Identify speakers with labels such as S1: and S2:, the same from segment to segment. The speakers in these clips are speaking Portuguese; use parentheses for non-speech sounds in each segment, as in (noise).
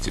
S1: Se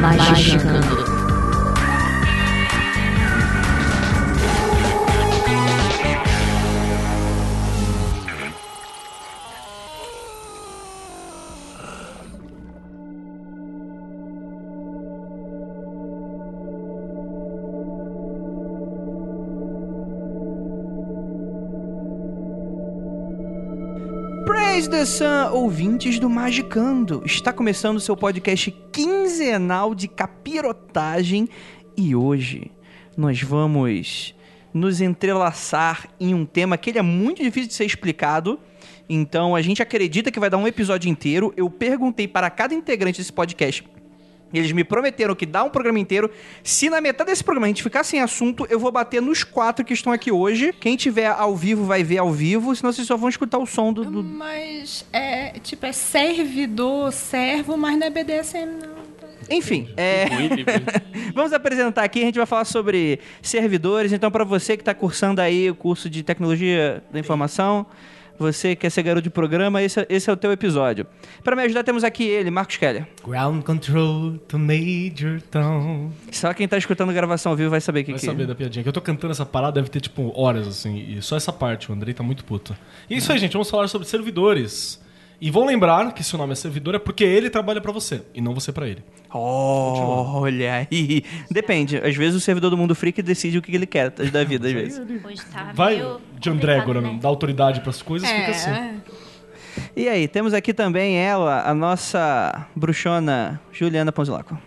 S2: Magicando.
S3: Praise the Sun, ouvintes do Magicando. Está começando o seu podcast quinzenal de capirotagem e hoje nós vamos nos entrelaçar em um tema que ele é muito difícil de ser explicado. Então a gente acredita que vai dar um episódio inteiro. Eu perguntei para cada integrante desse podcast. Eles me prometeram que dá um programa inteiro. Se na metade desse programa a gente ficar sem assunto, eu vou bater nos quatro que estão aqui hoje. Quem tiver ao vivo vai ver ao vivo, senão vocês só vão escutar o som do, do,
S4: Mas é, tipo, é servidor, servo, mas não é BDSM, não.
S3: Enfim, é... (laughs) vamos apresentar aqui, a gente vai falar sobre servidores. Então, para você que está cursando aí o curso de tecnologia da informação, você quer ser garoto de programa, esse, é- esse é o teu episódio. Para me ajudar, temos aqui ele, Marcos Keller.
S5: Ground control to Major Town.
S3: Só quem tá escutando a gravação ao vivo vai saber o que, é?
S5: Vai
S3: que
S5: saber da piadinha. Que eu tô cantando essa parada, deve ter tipo horas assim. E só essa parte, o Andrei tá muito puto. E é isso aí, gente. Vamos falar sobre servidores. E vão lembrar que se o nome é servidor é porque ele trabalha pra você e não você pra ele.
S3: Olha aí. Depende. Às vezes o servidor do Mundo Freak decide o que ele quer da vida, às
S5: é
S3: vezes.
S6: Hoje tá
S5: Vai
S6: meio
S5: de André agora,
S6: complicado,
S5: não. Dá autoridade pras coisas, fica assim.
S4: É,
S3: E aí, temos aqui também ela, a nossa bruxona Juliana Ponzilaco.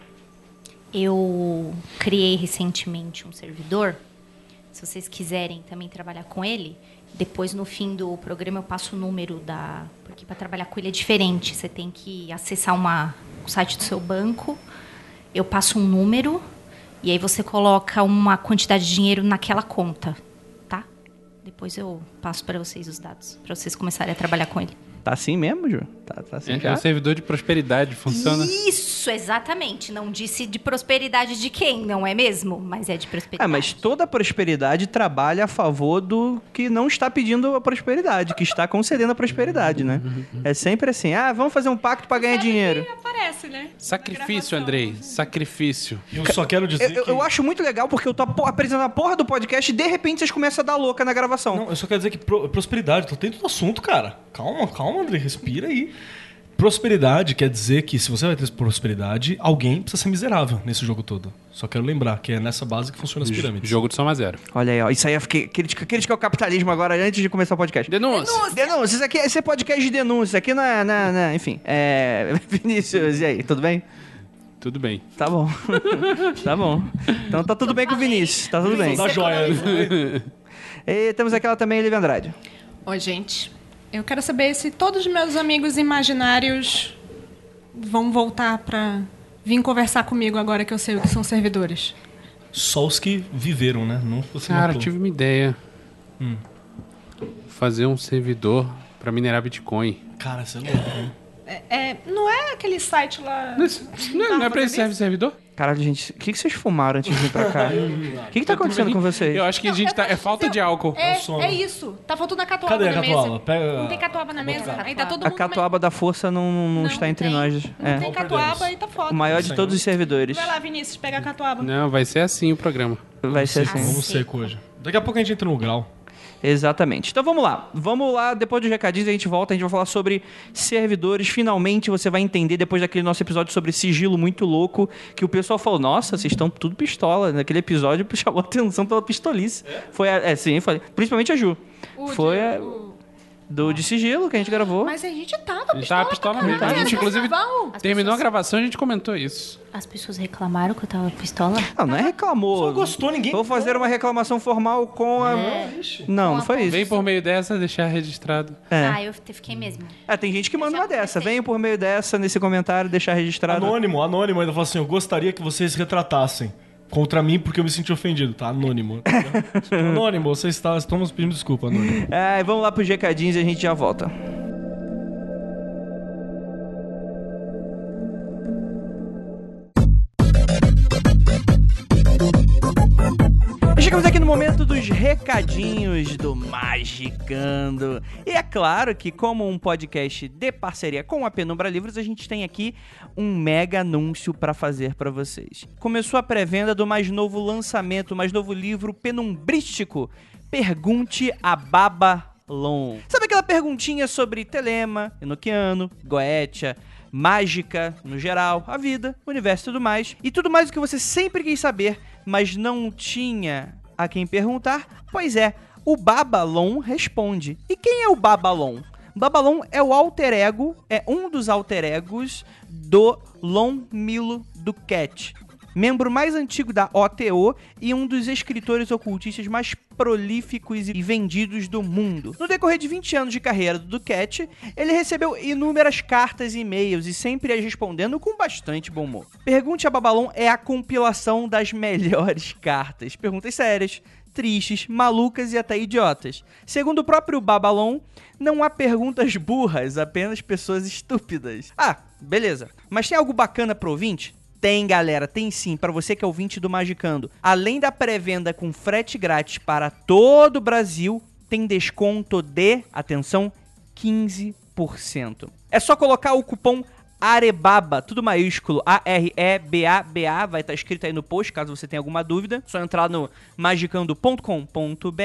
S6: Eu criei recentemente um servidor. Se vocês quiserem também trabalhar com ele, depois no fim do programa eu passo o número da. Porque para trabalhar com ele é diferente. Você tem que acessar uma, o site do seu banco, eu passo um número e aí você coloca uma quantidade de dinheiro naquela conta, tá? Depois eu passo para vocês os dados, para vocês começarem a trabalhar com ele.
S3: Tá assim mesmo, Ju? Tá, tá assim
S7: É,
S3: já?
S7: é o servidor de prosperidade, funciona.
S6: Isso, exatamente. Não disse de prosperidade de quem, não é mesmo? Mas é de prosperidade.
S3: Ah, mas toda prosperidade trabalha a favor do que não está pedindo a prosperidade, que está concedendo a prosperidade, né? É sempre assim, ah, vamos fazer um pacto para ganhar dinheiro.
S4: é. Aparece, né?
S7: Sacrifício, Andrei. Sacrifício.
S5: Eu só quero
S3: Eu,
S5: dizer
S3: eu-
S5: que...
S3: eu acho muito legal porque eu tô apo- apresentando a porra do podcast e de repente vocês começam a dar louca na gravação.
S5: Não, eu só quero dizer que pro- prosperidade, tô dentro do assunto, cara. Calma, calma, André, respira aí. Prosperidade quer dizer que se você vai ter prosperidade, alguém precisa ser miserável nesse jogo todo. Só quero lembrar que é nessa base que funciona as pirâmides.
S7: Jogo de soma zero.
S3: Olha aí, ó. Isso aí é eu fiquei. Crítica, crítica ao capitalismo agora, antes de começar o podcast.
S7: Denúncia.
S3: Denúncia, isso aqui esse é podcast de denúncia, aqui na. na, na- é, enfim. É. (laughs) Vinícius, e aí, tudo bem?
S7: Tudo bem.
S3: Tá bom. (laughs) tá bom. Então tá tudo bem com o Vinícius, tá tudo bem.
S5: Dá joia.
S3: E temos aquela também, Lívia Andrade.
S4: Ô, gente, eu quero saber se todos os meus amigos imaginários vão voltar pra vir conversar comigo agora que eu sei o que são servidores.
S5: Só os que viveram, né? Não você
S7: Cara,
S5: matou.
S7: tive uma ideia. Hum. Fazer um servidor pra minerar Bitcoin.
S5: Cara, você é louco. né?
S4: É, é, não é aquele site lá...
S7: Não, é- não é- não é pra isso serve o servidor?
S3: Caralho, gente, o que, que vocês fumaram antes de vir pra cá? O que, que tá acontecendo com vocês?
S7: Eu acho que a gente tá. É falta de álcool.
S4: É,
S5: sono.
S4: é isso. Tá faltando a catuaba
S5: Cadê a
S4: na
S5: catuaba?
S4: mesa.
S5: Pega- um
S4: Não tem catuaba na mesa. Aí tá todo
S3: A
S4: mundo...
S3: catuaba da força não, não, não
S4: Não
S3: está entre
S4: tem.
S3: nós.
S4: Não
S3: É.
S4: tem catuaba e tá foda.
S3: O maior de todos os servidores.
S4: Vai lá, Vinícius, pega a catuaba.
S7: (laughs) Não, vai ser assim o programa.
S3: Vai ser
S5: Seco,
S3: assim.
S5: Vamos seco hoje. Daqui a pouco a gente entra no grau.
S3: Exatamente. Então vamos lá. Vamos lá, depois dos recadinhos a gente volta, a gente vai falar sobre servidores. Finalmente você vai entender depois daquele nosso episódio sobre sigilo muito louco, que o pessoal falou: "Nossa, vocês estão tudo pistola". Naquele episódio (laughs) é, chamou a atenção pela pistolice. Foi a, é, sim, eu falei, principalmente a Ju.
S4: O
S3: Foi
S4: de-
S3: a-
S4: o-
S3: do de sigilo que a gente gravou.
S4: Mas a gente tava
S7: A
S4: pistola.
S7: gente tava pistola
S4: pra
S7: mesmo. A
S4: caralho,
S7: gente,
S4: era
S7: inclusive,
S4: carnaval.
S6: Tá As
S7: terminou a
S6: pessoas-
S7: gravação e a gente comentou isso.
S6: As pessoas reclamaram que eu tava pistola?
S3: Não, não é reclamou.
S5: Só gostou, ninguém-
S3: Vou fazer uma reclamação formal com a. Não, não foi isso.
S7: Vem por meio dessa deixar registrado.
S3: É.
S6: Ah, eu te- fiquei mesmo.
S3: Ah, tem gente que manda
S6: Eu já
S3: uma dessa.
S6: comecei.
S3: Venho por meio dessa nesse comentário, deixar registrado.
S5: Anônimo, anônimo ainda falou assim: eu gostaria que vocês retratassem contra mim porque eu me senti ofendido, tá? (laughs) Anônimo. anônimo, vocês está- estamos pedindo desculpa, anônimo.
S3: Ah, e vamos lá pros recadinhos e a gente já volta. Chegamos aqui no momento dos recadinhos do Magicando. E é claro que, como um podcast de parceria com a Penumbra Livros, a gente tem aqui um mega anúncio pra fazer pra vocês. Começou a pré-venda do mais novo lançamento, mais novo livro penumbrístico. Pergunte a Babalon. Sabe aquela perguntinha sobre Telema, Enoquiano, Goetia, mágica no geral, a vida, o universo e tudo mais. E tudo mais o que você sempre quis saber, mas não tinha a quem perguntar, pois é, o Babalon responde. E quem é o Babalon? Babalon é o alter ego, é um dos alter egos do Lon Milo Ducat, membro mais antigo da OTO e um dos escritores ocultistas mais prolíficos e vendidos do mundo. No decorrer de 20 anos de carreira do Duquette, ele recebeu inúmeras cartas e e-mails e sempre as respondendo com bastante bom humor. Pergunte a Babalon é a compilação das melhores (laughs) cartas, perguntas sérias, tristes, malucas e até idiotas. Segundo o próprio Babalon, não há perguntas burras, apenas pessoas estúpidas. Ah, beleza. Mas tem algo bacana pro ouvinte? Tem, galera, tem sim, pra você que é ouvinte do Magicando. Além da pré-venda com frete grátis para todo o Brasil, tem desconto de, atenção, 15%. É só colocar o cupom Arebaba, tudo maiúsculo, A-R-E-B-A-B-A, vai estar escrito aí no post, caso você tenha alguma dúvida. É Só entrar no magicando.com.br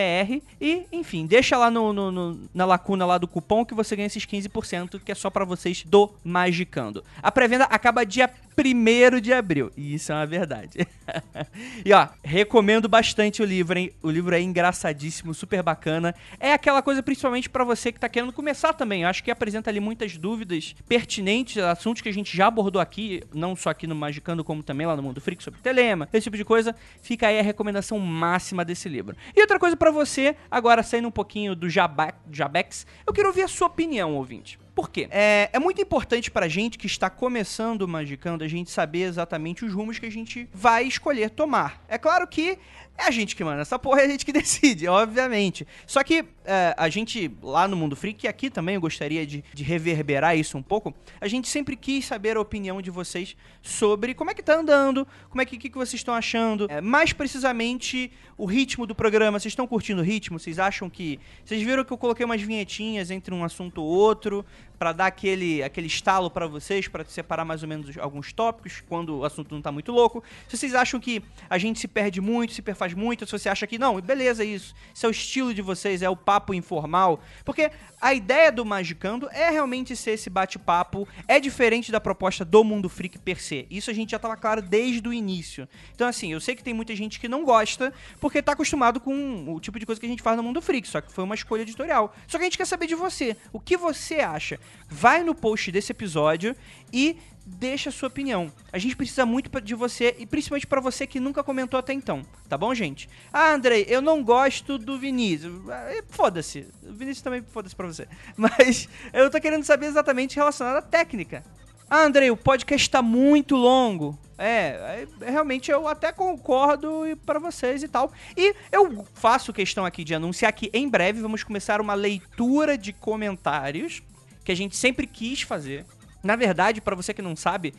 S3: e, enfim, deixa lá no, no- no- na lacuna lá do cupom que você ganha esses 15%, que é só pra vocês do Magicando. A pré-venda acaba dia 1 de abril, e isso é uma verdade. (laughs) e ó, recomendo bastante o livro, hein? O livro é engraçadíssimo, super bacana. É aquela coisa principalmente pra você que tá querendo começar também. Eu acho que apresenta ali muitas dúvidas pertinentes, assuntos que a gente já abordou aqui, não só aqui no Magicando, como também lá no Mundo Freak, sobre telema, esse tipo de coisa. Fica aí a recomendação máxima desse livro. E outra coisa pra você, agora saindo um pouquinho do jabá, Jabex, eu quero ouvir a sua opinião, ouvinte. Por quê? É, é muito importante pra gente que está começando o Magicando a gente saber exatamente os rumos que a gente vai escolher tomar. É claro que é a gente que manda essa porra, (laughs) é a gente que decide, obviamente. Só que é, a gente, lá no Mundo Freak, e aqui também eu gostaria de, de reverberar isso um pouco, a gente sempre quis saber a opinião de vocês sobre como é que tá andando, como é que, que, que vocês estão achando, é, mais precisamente o ritmo do programa. Vocês estão curtindo o ritmo? Vocês acham que. Vocês viram que eu coloquei umas vinhetinhas entre um assunto ou outro, pra dar aquele, aquele estalo pra vocês, pra separar mais ou menos os- alguns tópicos, quando o assunto não tá muito louco. Se vocês acham que a gente se perde muito, se perfaz muito, se você acha que não, beleza, é isso. Isso é o estilo de vocês, é o papo informal. Porque a ideia do Magicando é realmente ser esse bate-papo, é diferente da proposta do Mundo Freak per se. Isso a gente já tava claro desde o início. Então, assim, eu sei que tem muita gente que não gosta, porque tá acostumado com o tipo de coisa que a gente faz no Mundo Freak, só que foi uma escolha editorial. Só que a gente quer saber de você. O que você acha? Vai no post desse episódio e deixa a sua opinião. A gente precisa muito pra- de você e principalmente pra você que nunca comentou até então, tá bom, gente? Ah, Andrei, eu não gosto do Vinícius. Ah, eh, Foda-se. O Vinícius também foda-se pra você. (laughs) Mas eu tô querendo saber exatamente relacionado à técnica. Ah, Andrei, o podcast tá muito longo. É, é, realmente eu até concordo e- pra vocês e tal. E eu faço questão aqui de anunciar que em breve vamos começar uma leitura de comentários que a gente sempre quis fazer. Na verdade, pra você que não sabe,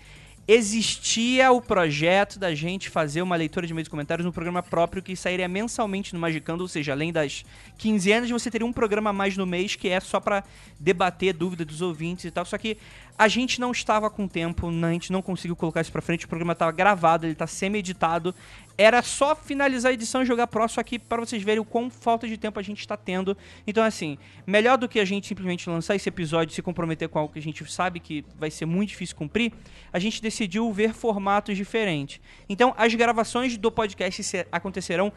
S3: existia o projeto da gente fazer uma leitura de meios de comentários no programa próprio que sairia mensalmente no Magicando, ou seja, além das 15 anos, você teria um programa a mais no mês que é só pra debater dúvida dos ouvintes e tal. Só que a gente não estava com tempo, né, a gente não conseguiu colocar isso pra frente, o programa tava gravado, ele tá semi-editado. Era só finalizar a edição e jogar próximo aqui pra vocês verem o quão falta de tempo a gente tá tendo. Então, assim, melhor do que a gente simplesmente lançar esse episódio e se comprometer com algo que a gente sabe que vai ser muito difícil cumprir, a gente decidiu ver formatos diferentes. Então, as gravações do podcast se- acontecerão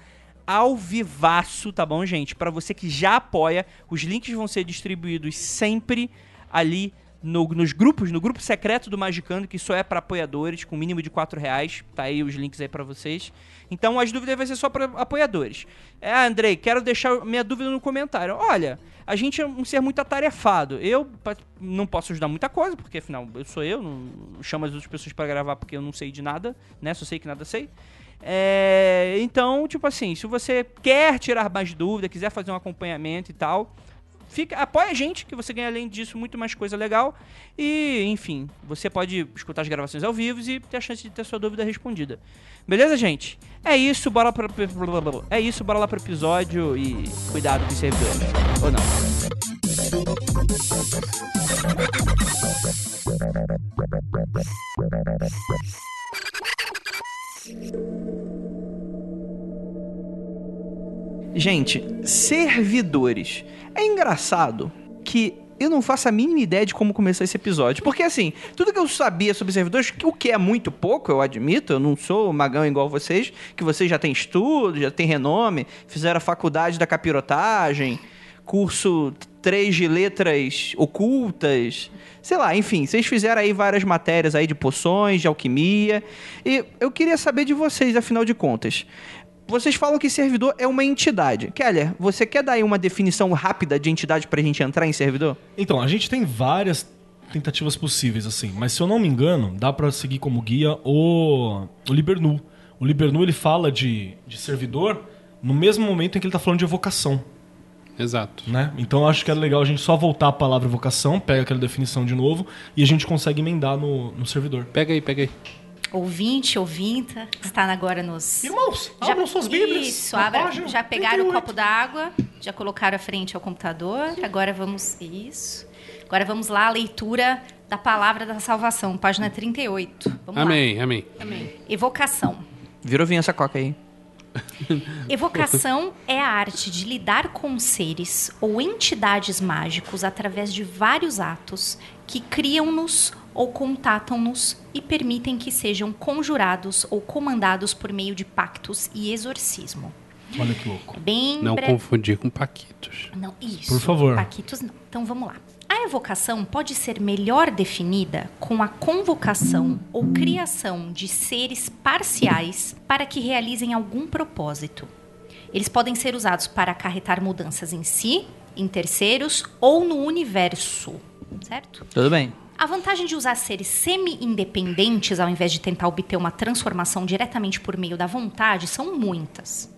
S3: ao vivaço, tá bom, gente? Pra você que já apoia, os links vão ser distribuídos sempre ali no- nos grupos, no grupo secreto do Magicando, que só é pra apoiadores, com mínimo de 4 reais. Tá aí os links aí pra vocês. Então as dúvidas vai ser só pra apoiadores. É, Andrei, quero deixar minha dúvida no comentário. Olha, a gente é um ser muito atarefado. Eu pa- não posso ajudar muita coisa, porque afinal eu sou eu, não chamo as outras pessoas pra gravar porque eu não sei de nada, né? Só sei que nada sei. É, então, tipo assim, se você quer tirar mais dúvida, quiser fazer um acompanhamento e tal, fica, apoia a gente, que você ganha além disso muito mais coisa legal. E, enfim, você pode escutar as gravações ao vivo e ter a chance de ter sua dúvida respondida. Beleza, gente? É isso, bora pra, é isso, bora lá pro episódio e cuidado com o servidor. Ou não. Gente, servidores. É engraçado que eu não faço a mínima ideia de como começar esse episódio. Porque, assim, tudo que eu sabia sobre servidores, que- o que é muito pouco, eu admito, eu não sou magão igual vocês, que vocês já têm estudo, já têm renome, fizeram a faculdade da capirotagem, curso 3 de letras ocultas, sei lá, enfim, vocês fizeram aí várias matérias aí de poções, de alquimia. E eu queria saber de vocês, afinal de contas. Vocês falam que servidor é uma entidade. Keller, você quer dar aí uma definição rápida de entidade pra gente entrar em servidor?
S5: Então, a gente tem várias tentativas possíveis, assim, mas se eu não me engano, dá pra seguir como guia o, o Libernu. O Libernu ele fala de, de servidor no mesmo momento em que ele tá falando de evocação,
S6: É.
S7: Exato.
S5: né? Então eu acho que é legal a gente só voltar a palavra evocação, pega aquela definição de novo e a gente consegue emendar no, no servidor.
S7: Pega aí, pega aí.
S6: Ouvinte, ouvinta, que está agora nos.
S5: Irmãos,
S6: Já-
S5: abram suas bíblias.
S6: Isso,
S5: na
S6: abra,
S5: página
S6: já pegaram o
S5: 38.
S6: copo d'água, já colocaram à frente ao computador. Agora vamos. Isso. Agora vamos lá à leitura da palavra da salvação, página 38. Vamos
S7: amém, amém.
S6: lá. Amém. Evocação.
S3: Virou vinho essa coca aí.
S6: Evocação é a arte de lidar com seres ou entidades mágicos através de vários atos que criam-nos ou contatam-nos e permitem que sejam conjurados ou comandados por meio de pactos e exorcismo. É
S5: Olha que louco.
S6: Bem
S7: Não
S6: breve-
S7: confundir com Paquitos.
S6: Não, isso.
S5: Por favor.
S6: Paquitos não. Então vamos lá. A evocação pode ser melhor definida com a convocação ou criação de seres parciais para que realizem algum propósito. Eles podem ser usados para acarretar mudanças em si, em terceiros ou no universo, certo?
S3: Tudo bem.
S6: A vantagem de usar seres semi-independentes ao invés de tentar obter uma transformação diretamente por meio da vontade são muitas.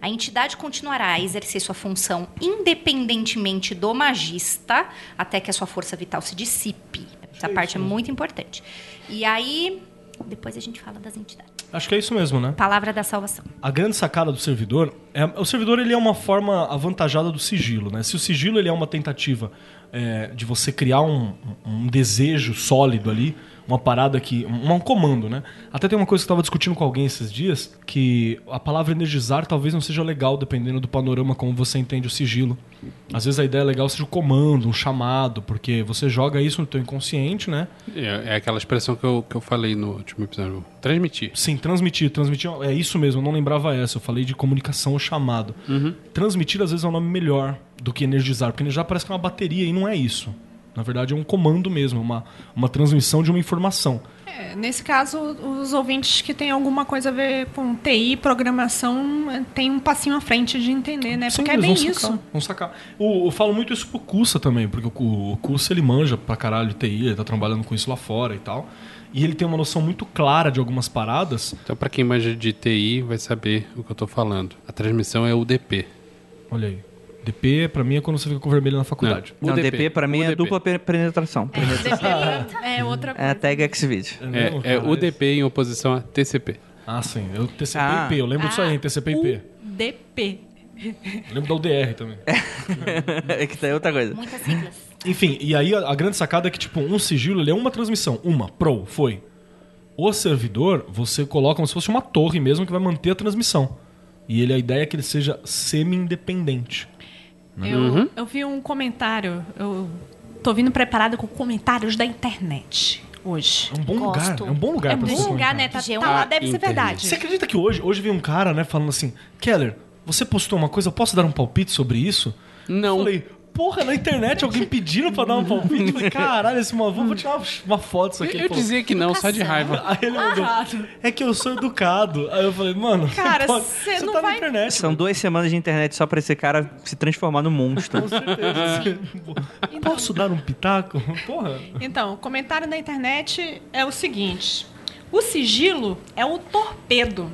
S6: A entidade continuará a exercer sua função independentemente do magista até que a sua força vital se dissipe. Essa parte é muito importante. E aí, depois a gente fala das entidades.
S5: Acho que é isso mesmo, né?
S6: Palavra da salvação.
S5: A grande sacada do servidor é o servidor ele é uma forma avantajada do sigilo, né? Se o sigilo ele é uma tentativa é, de você criar um, um desejo sólido ali, uma parada que um, um comando, né? Até tem uma coisa que eu estava discutindo com alguém esses dias que a palavra energizar talvez não seja legal dependendo do panorama como você entende o sigilo. Às vezes a ideia legal seja o comando, um chamado, porque você joga isso no teu inconsciente, né?
S7: É, é aquela expressão que eu, que eu falei no último episódio. Transmitir.
S5: Sim, transmitir. Transmitir é isso mesmo, eu não lembrava essa. Eu falei de comunicação chamado. Transmitir, às vezes, é um nome melhor do que energizar, porque energizar parece que é uma bateria e não é isso. Na verdade, é um comando mesmo, uma, uma transmissão de uma informação.
S4: É, nesse caso, os ouvintes que têm alguma coisa a ver com TI, programação, é, tem um passinho à frente de entender, né?
S5: Sim,
S4: Porque é
S5: eles
S4: bem
S5: vão
S4: isso.
S5: Sacar, vão sacar. O, eu falo muito isso pro Cussa também, porque o, Cu- o Cussa ele manja pra caralho de TI, ele tá trabalhando com isso lá fora e tal. E ele tem uma noção muito clara de algumas paradas.
S7: Então, pra quem manja de TI, vai saber o que eu tô falando. A transmissão é UDP.
S5: Olha aí. DP, pra mim, é quando você fica com vermelho na faculdade.
S3: Não, DP, pra mim é
S7: UDP.
S3: dupla pe- penetração.
S4: É outra
S3: É a tag Xvid.
S5: mesmo,
S7: É, é
S5: cara?
S7: UDP em oposição a TCP.
S5: Ah, sim. Eu TCP
S3: Ah.
S5: e IP, eu lembro disso aí, TCP e IP.
S4: DP.
S5: Eu lembro da UDR também.
S3: (laughs) É que tá aí outra coisa.
S6: Muitas
S3: (laughs)
S6: siglas.
S5: Enfim, e aí a, a grande sacada é que, tipo, um sigilo ele é uma transmissão. Uma, pro, foi. O servidor, você coloca como se fosse uma torre mesmo que vai manter a transmissão. E ele, a ideia é que ele seja semi-independente.
S4: Eu,
S5: Uhum.
S4: eu vi um comentário, eu tô vindo preparada com comentários da internet hoje.
S5: É um bom
S6: Gosto.
S5: lugar. É um bom lugar
S4: É
S5: pra
S4: bom
S5: você
S4: lugar,
S5: comentar.
S4: né? Tá,
S6: G1
S4: tá lá,
S7: a
S4: deve ser
S7: internet.
S4: verdade.
S5: Você acredita que hoje, hoje veio um cara, né, falando assim, Keller, você postou uma coisa, eu posso dar um palpite sobre isso? Eu
S7: Não.
S5: falei, porra, na internet alguém pedindo pra dar um palpite. Eu falei, caralho, esse maluco, vou tirar uma- uma foto disso aqui. Ele
S7: eu
S5: falou,
S7: dizia que não, só de raiva.
S5: Aí ele mandou, é que eu sou educado. Aí eu falei, mano,
S4: Cara,
S5: pode-
S4: cê não
S5: tá na
S4: vai-
S5: internet.
S3: São duas semanas de internet só pra esse cara se transformar num monstro.
S5: (laughs) Com certeza. Posso dar um pitaco? Porra.
S4: Então, o comentário da internet é o seguinte: o sigilo é o torpedo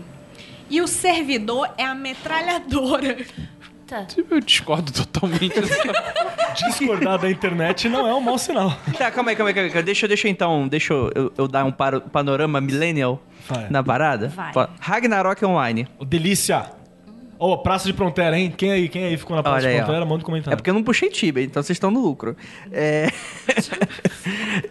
S4: e o servidor é a metralhadora.
S7: Eu
S5: (laughs)
S7: discordo totalmente. dessa-
S5: Discordar da internet não é um mau sinal.
S3: tá, calma aí, calma aí, calma aí. Deixa, eu- deixa eu, então, deixa eu, eu- eu dar um paro- panorama millennial
S5: Vai.
S3: na parada.
S6: Vai.
S3: Ó, Ragnarok Online.
S5: Ô, Delícia. Ô, Praça de Frontera, hein? Quem aí, quem aí ficou na Praça
S3: Olha
S5: de
S3: aí, ó.
S5: Frontera, manda um
S3: É
S5: comentário.
S3: porque eu não puxei Tibia, então vocês estão no lucro. É...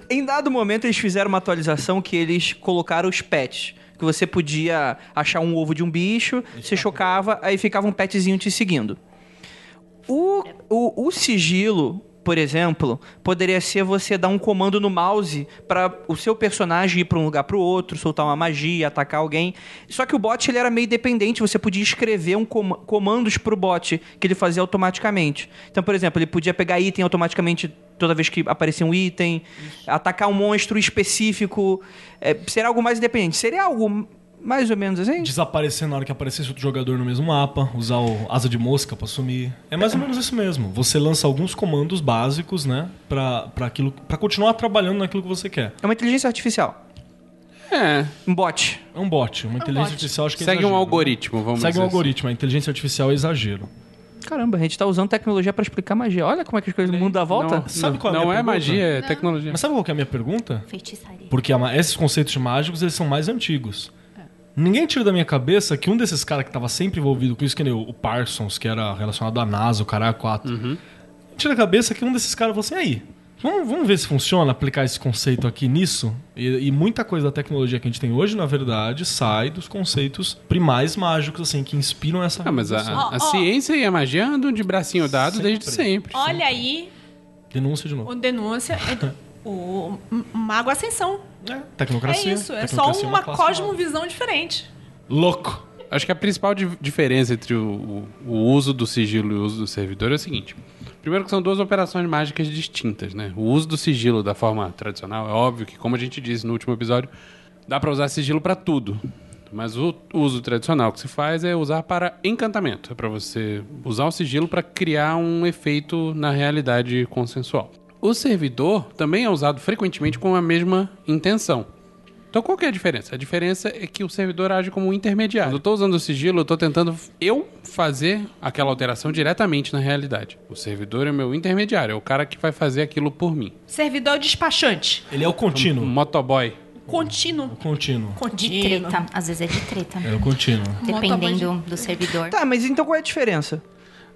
S3: em dado momento, eles fizeram uma atualização que eles colocaram os pets. Que você podia achar um ovo de um bicho, você chocava, aí ficava um petzinho te seguindo. O, o, o sigilo, por exemplo, poderia ser você dar um comando no mouse pra o seu personagem ir pra um lugar pro outro, soltar uma magia, atacar alguém. Só que o bot ele era meio dependente, você podia escrever um com comandos pro bot que ele fazia automaticamente. Então, por exemplo, ele podia pegar item automaticamente toda vez que aparecia um item, atacar um monstro específico. É, seria algo mais independente. Seria algo mais ou menos assim?
S5: Desaparecer na hora que aparecesse outro jogador no mesmo mapa, usar o asa de mosca pra sumir. É mais ou menos isso mesmo. Você lança alguns comandos básicos, né? Pra, pra, aquilo, pra continuar trabalhando naquilo que você quer.
S3: É uma inteligência artificial.
S7: É.
S3: Um bot.
S5: É um bot, uma inteligência artificial acho que é
S7: Segue um
S5: exagero, né?
S7: algoritmo, vamos
S5: Segue
S7: dizer
S5: um
S7: assim.
S5: algoritmo, a inteligência artificial é exagero.
S3: Caramba, a gente tá usando tecnologia pra explicar magia. Olha como é que as coisas, o mundo dá volta.
S7: Não,
S5: Sabe
S7: não-
S5: qual é a
S7: não
S5: minha
S7: é
S5: pergunta?
S7: magia, é tecnologia.
S5: Mas sabe qual que é a minha pergunta?
S6: Feitiçaria.
S5: Porque a ma- esses conceitos de mágicos, eles são mais antigos.
S4: É.
S5: Ninguém tira da minha cabeça que um desses caras que tava sempre envolvido com isso, que nem o o Parsons, que era relacionado à NASA, o cara 4.
S7: Uhum.
S5: Tira da cabeça que um desses caras falou assim, aí, vamos, vamos ver se funciona aplicar esse conceito aqui nisso? E, e muita coisa da tecnologia que a gente tem hoje, na verdade, sai dos conceitos primais mágicos, assim, que inspiram essa...
S7: Ah, mas a,
S5: revolução.
S7: a- a
S4: Ó, ó.
S7: ciência e a magia andam de bracinho dado
S5: Sempre.
S7: desde sempre.
S4: Olha aí
S5: Denúncia de novo.
S4: o denúncia. é O Mago Ascensão.
S5: É, tecnocracia.
S4: é isso, é só
S5: tecnocracia é
S4: uma,
S5: classe nova.
S4: cosmovisão diferente.
S5: Louco!
S7: Acho que a principal di- diferença entre o, o- o uso do sigilo e o uso do servidor é o seguinte. Primeiro que são duas operações mágicas distintas, né? O uso do sigilo da forma tradicional é óbvio que, como a gente disse no último episódio, dá pra usar sigilo pra tudo. Mas o uso tradicional que se faz é usar para encantamento. É pra você usar o sigilo pra criar um efeito na realidade consensual. O servidor também é usado frequentemente com a mesma intenção. Então qual que é a diferença? A diferença é que o servidor age como um intermediário. Quando eu tô usando o sigilo, eu tô tentando eu fazer aquela alteração diretamente na realidade. O servidor é meu intermediário, é o cara que vai fazer aquilo por mim.
S4: Servidor despachante.
S5: Ele é o
S7: Um
S5: contínuo.
S7: motoboy.
S4: Contínuo.
S5: Contínuo.
S6: De
S4: Contínuo.
S6: treta. Às vezes é de treta.
S5: É o contínuo.
S6: Dependendo do servidor.
S3: Tá, mas então qual é a diferença?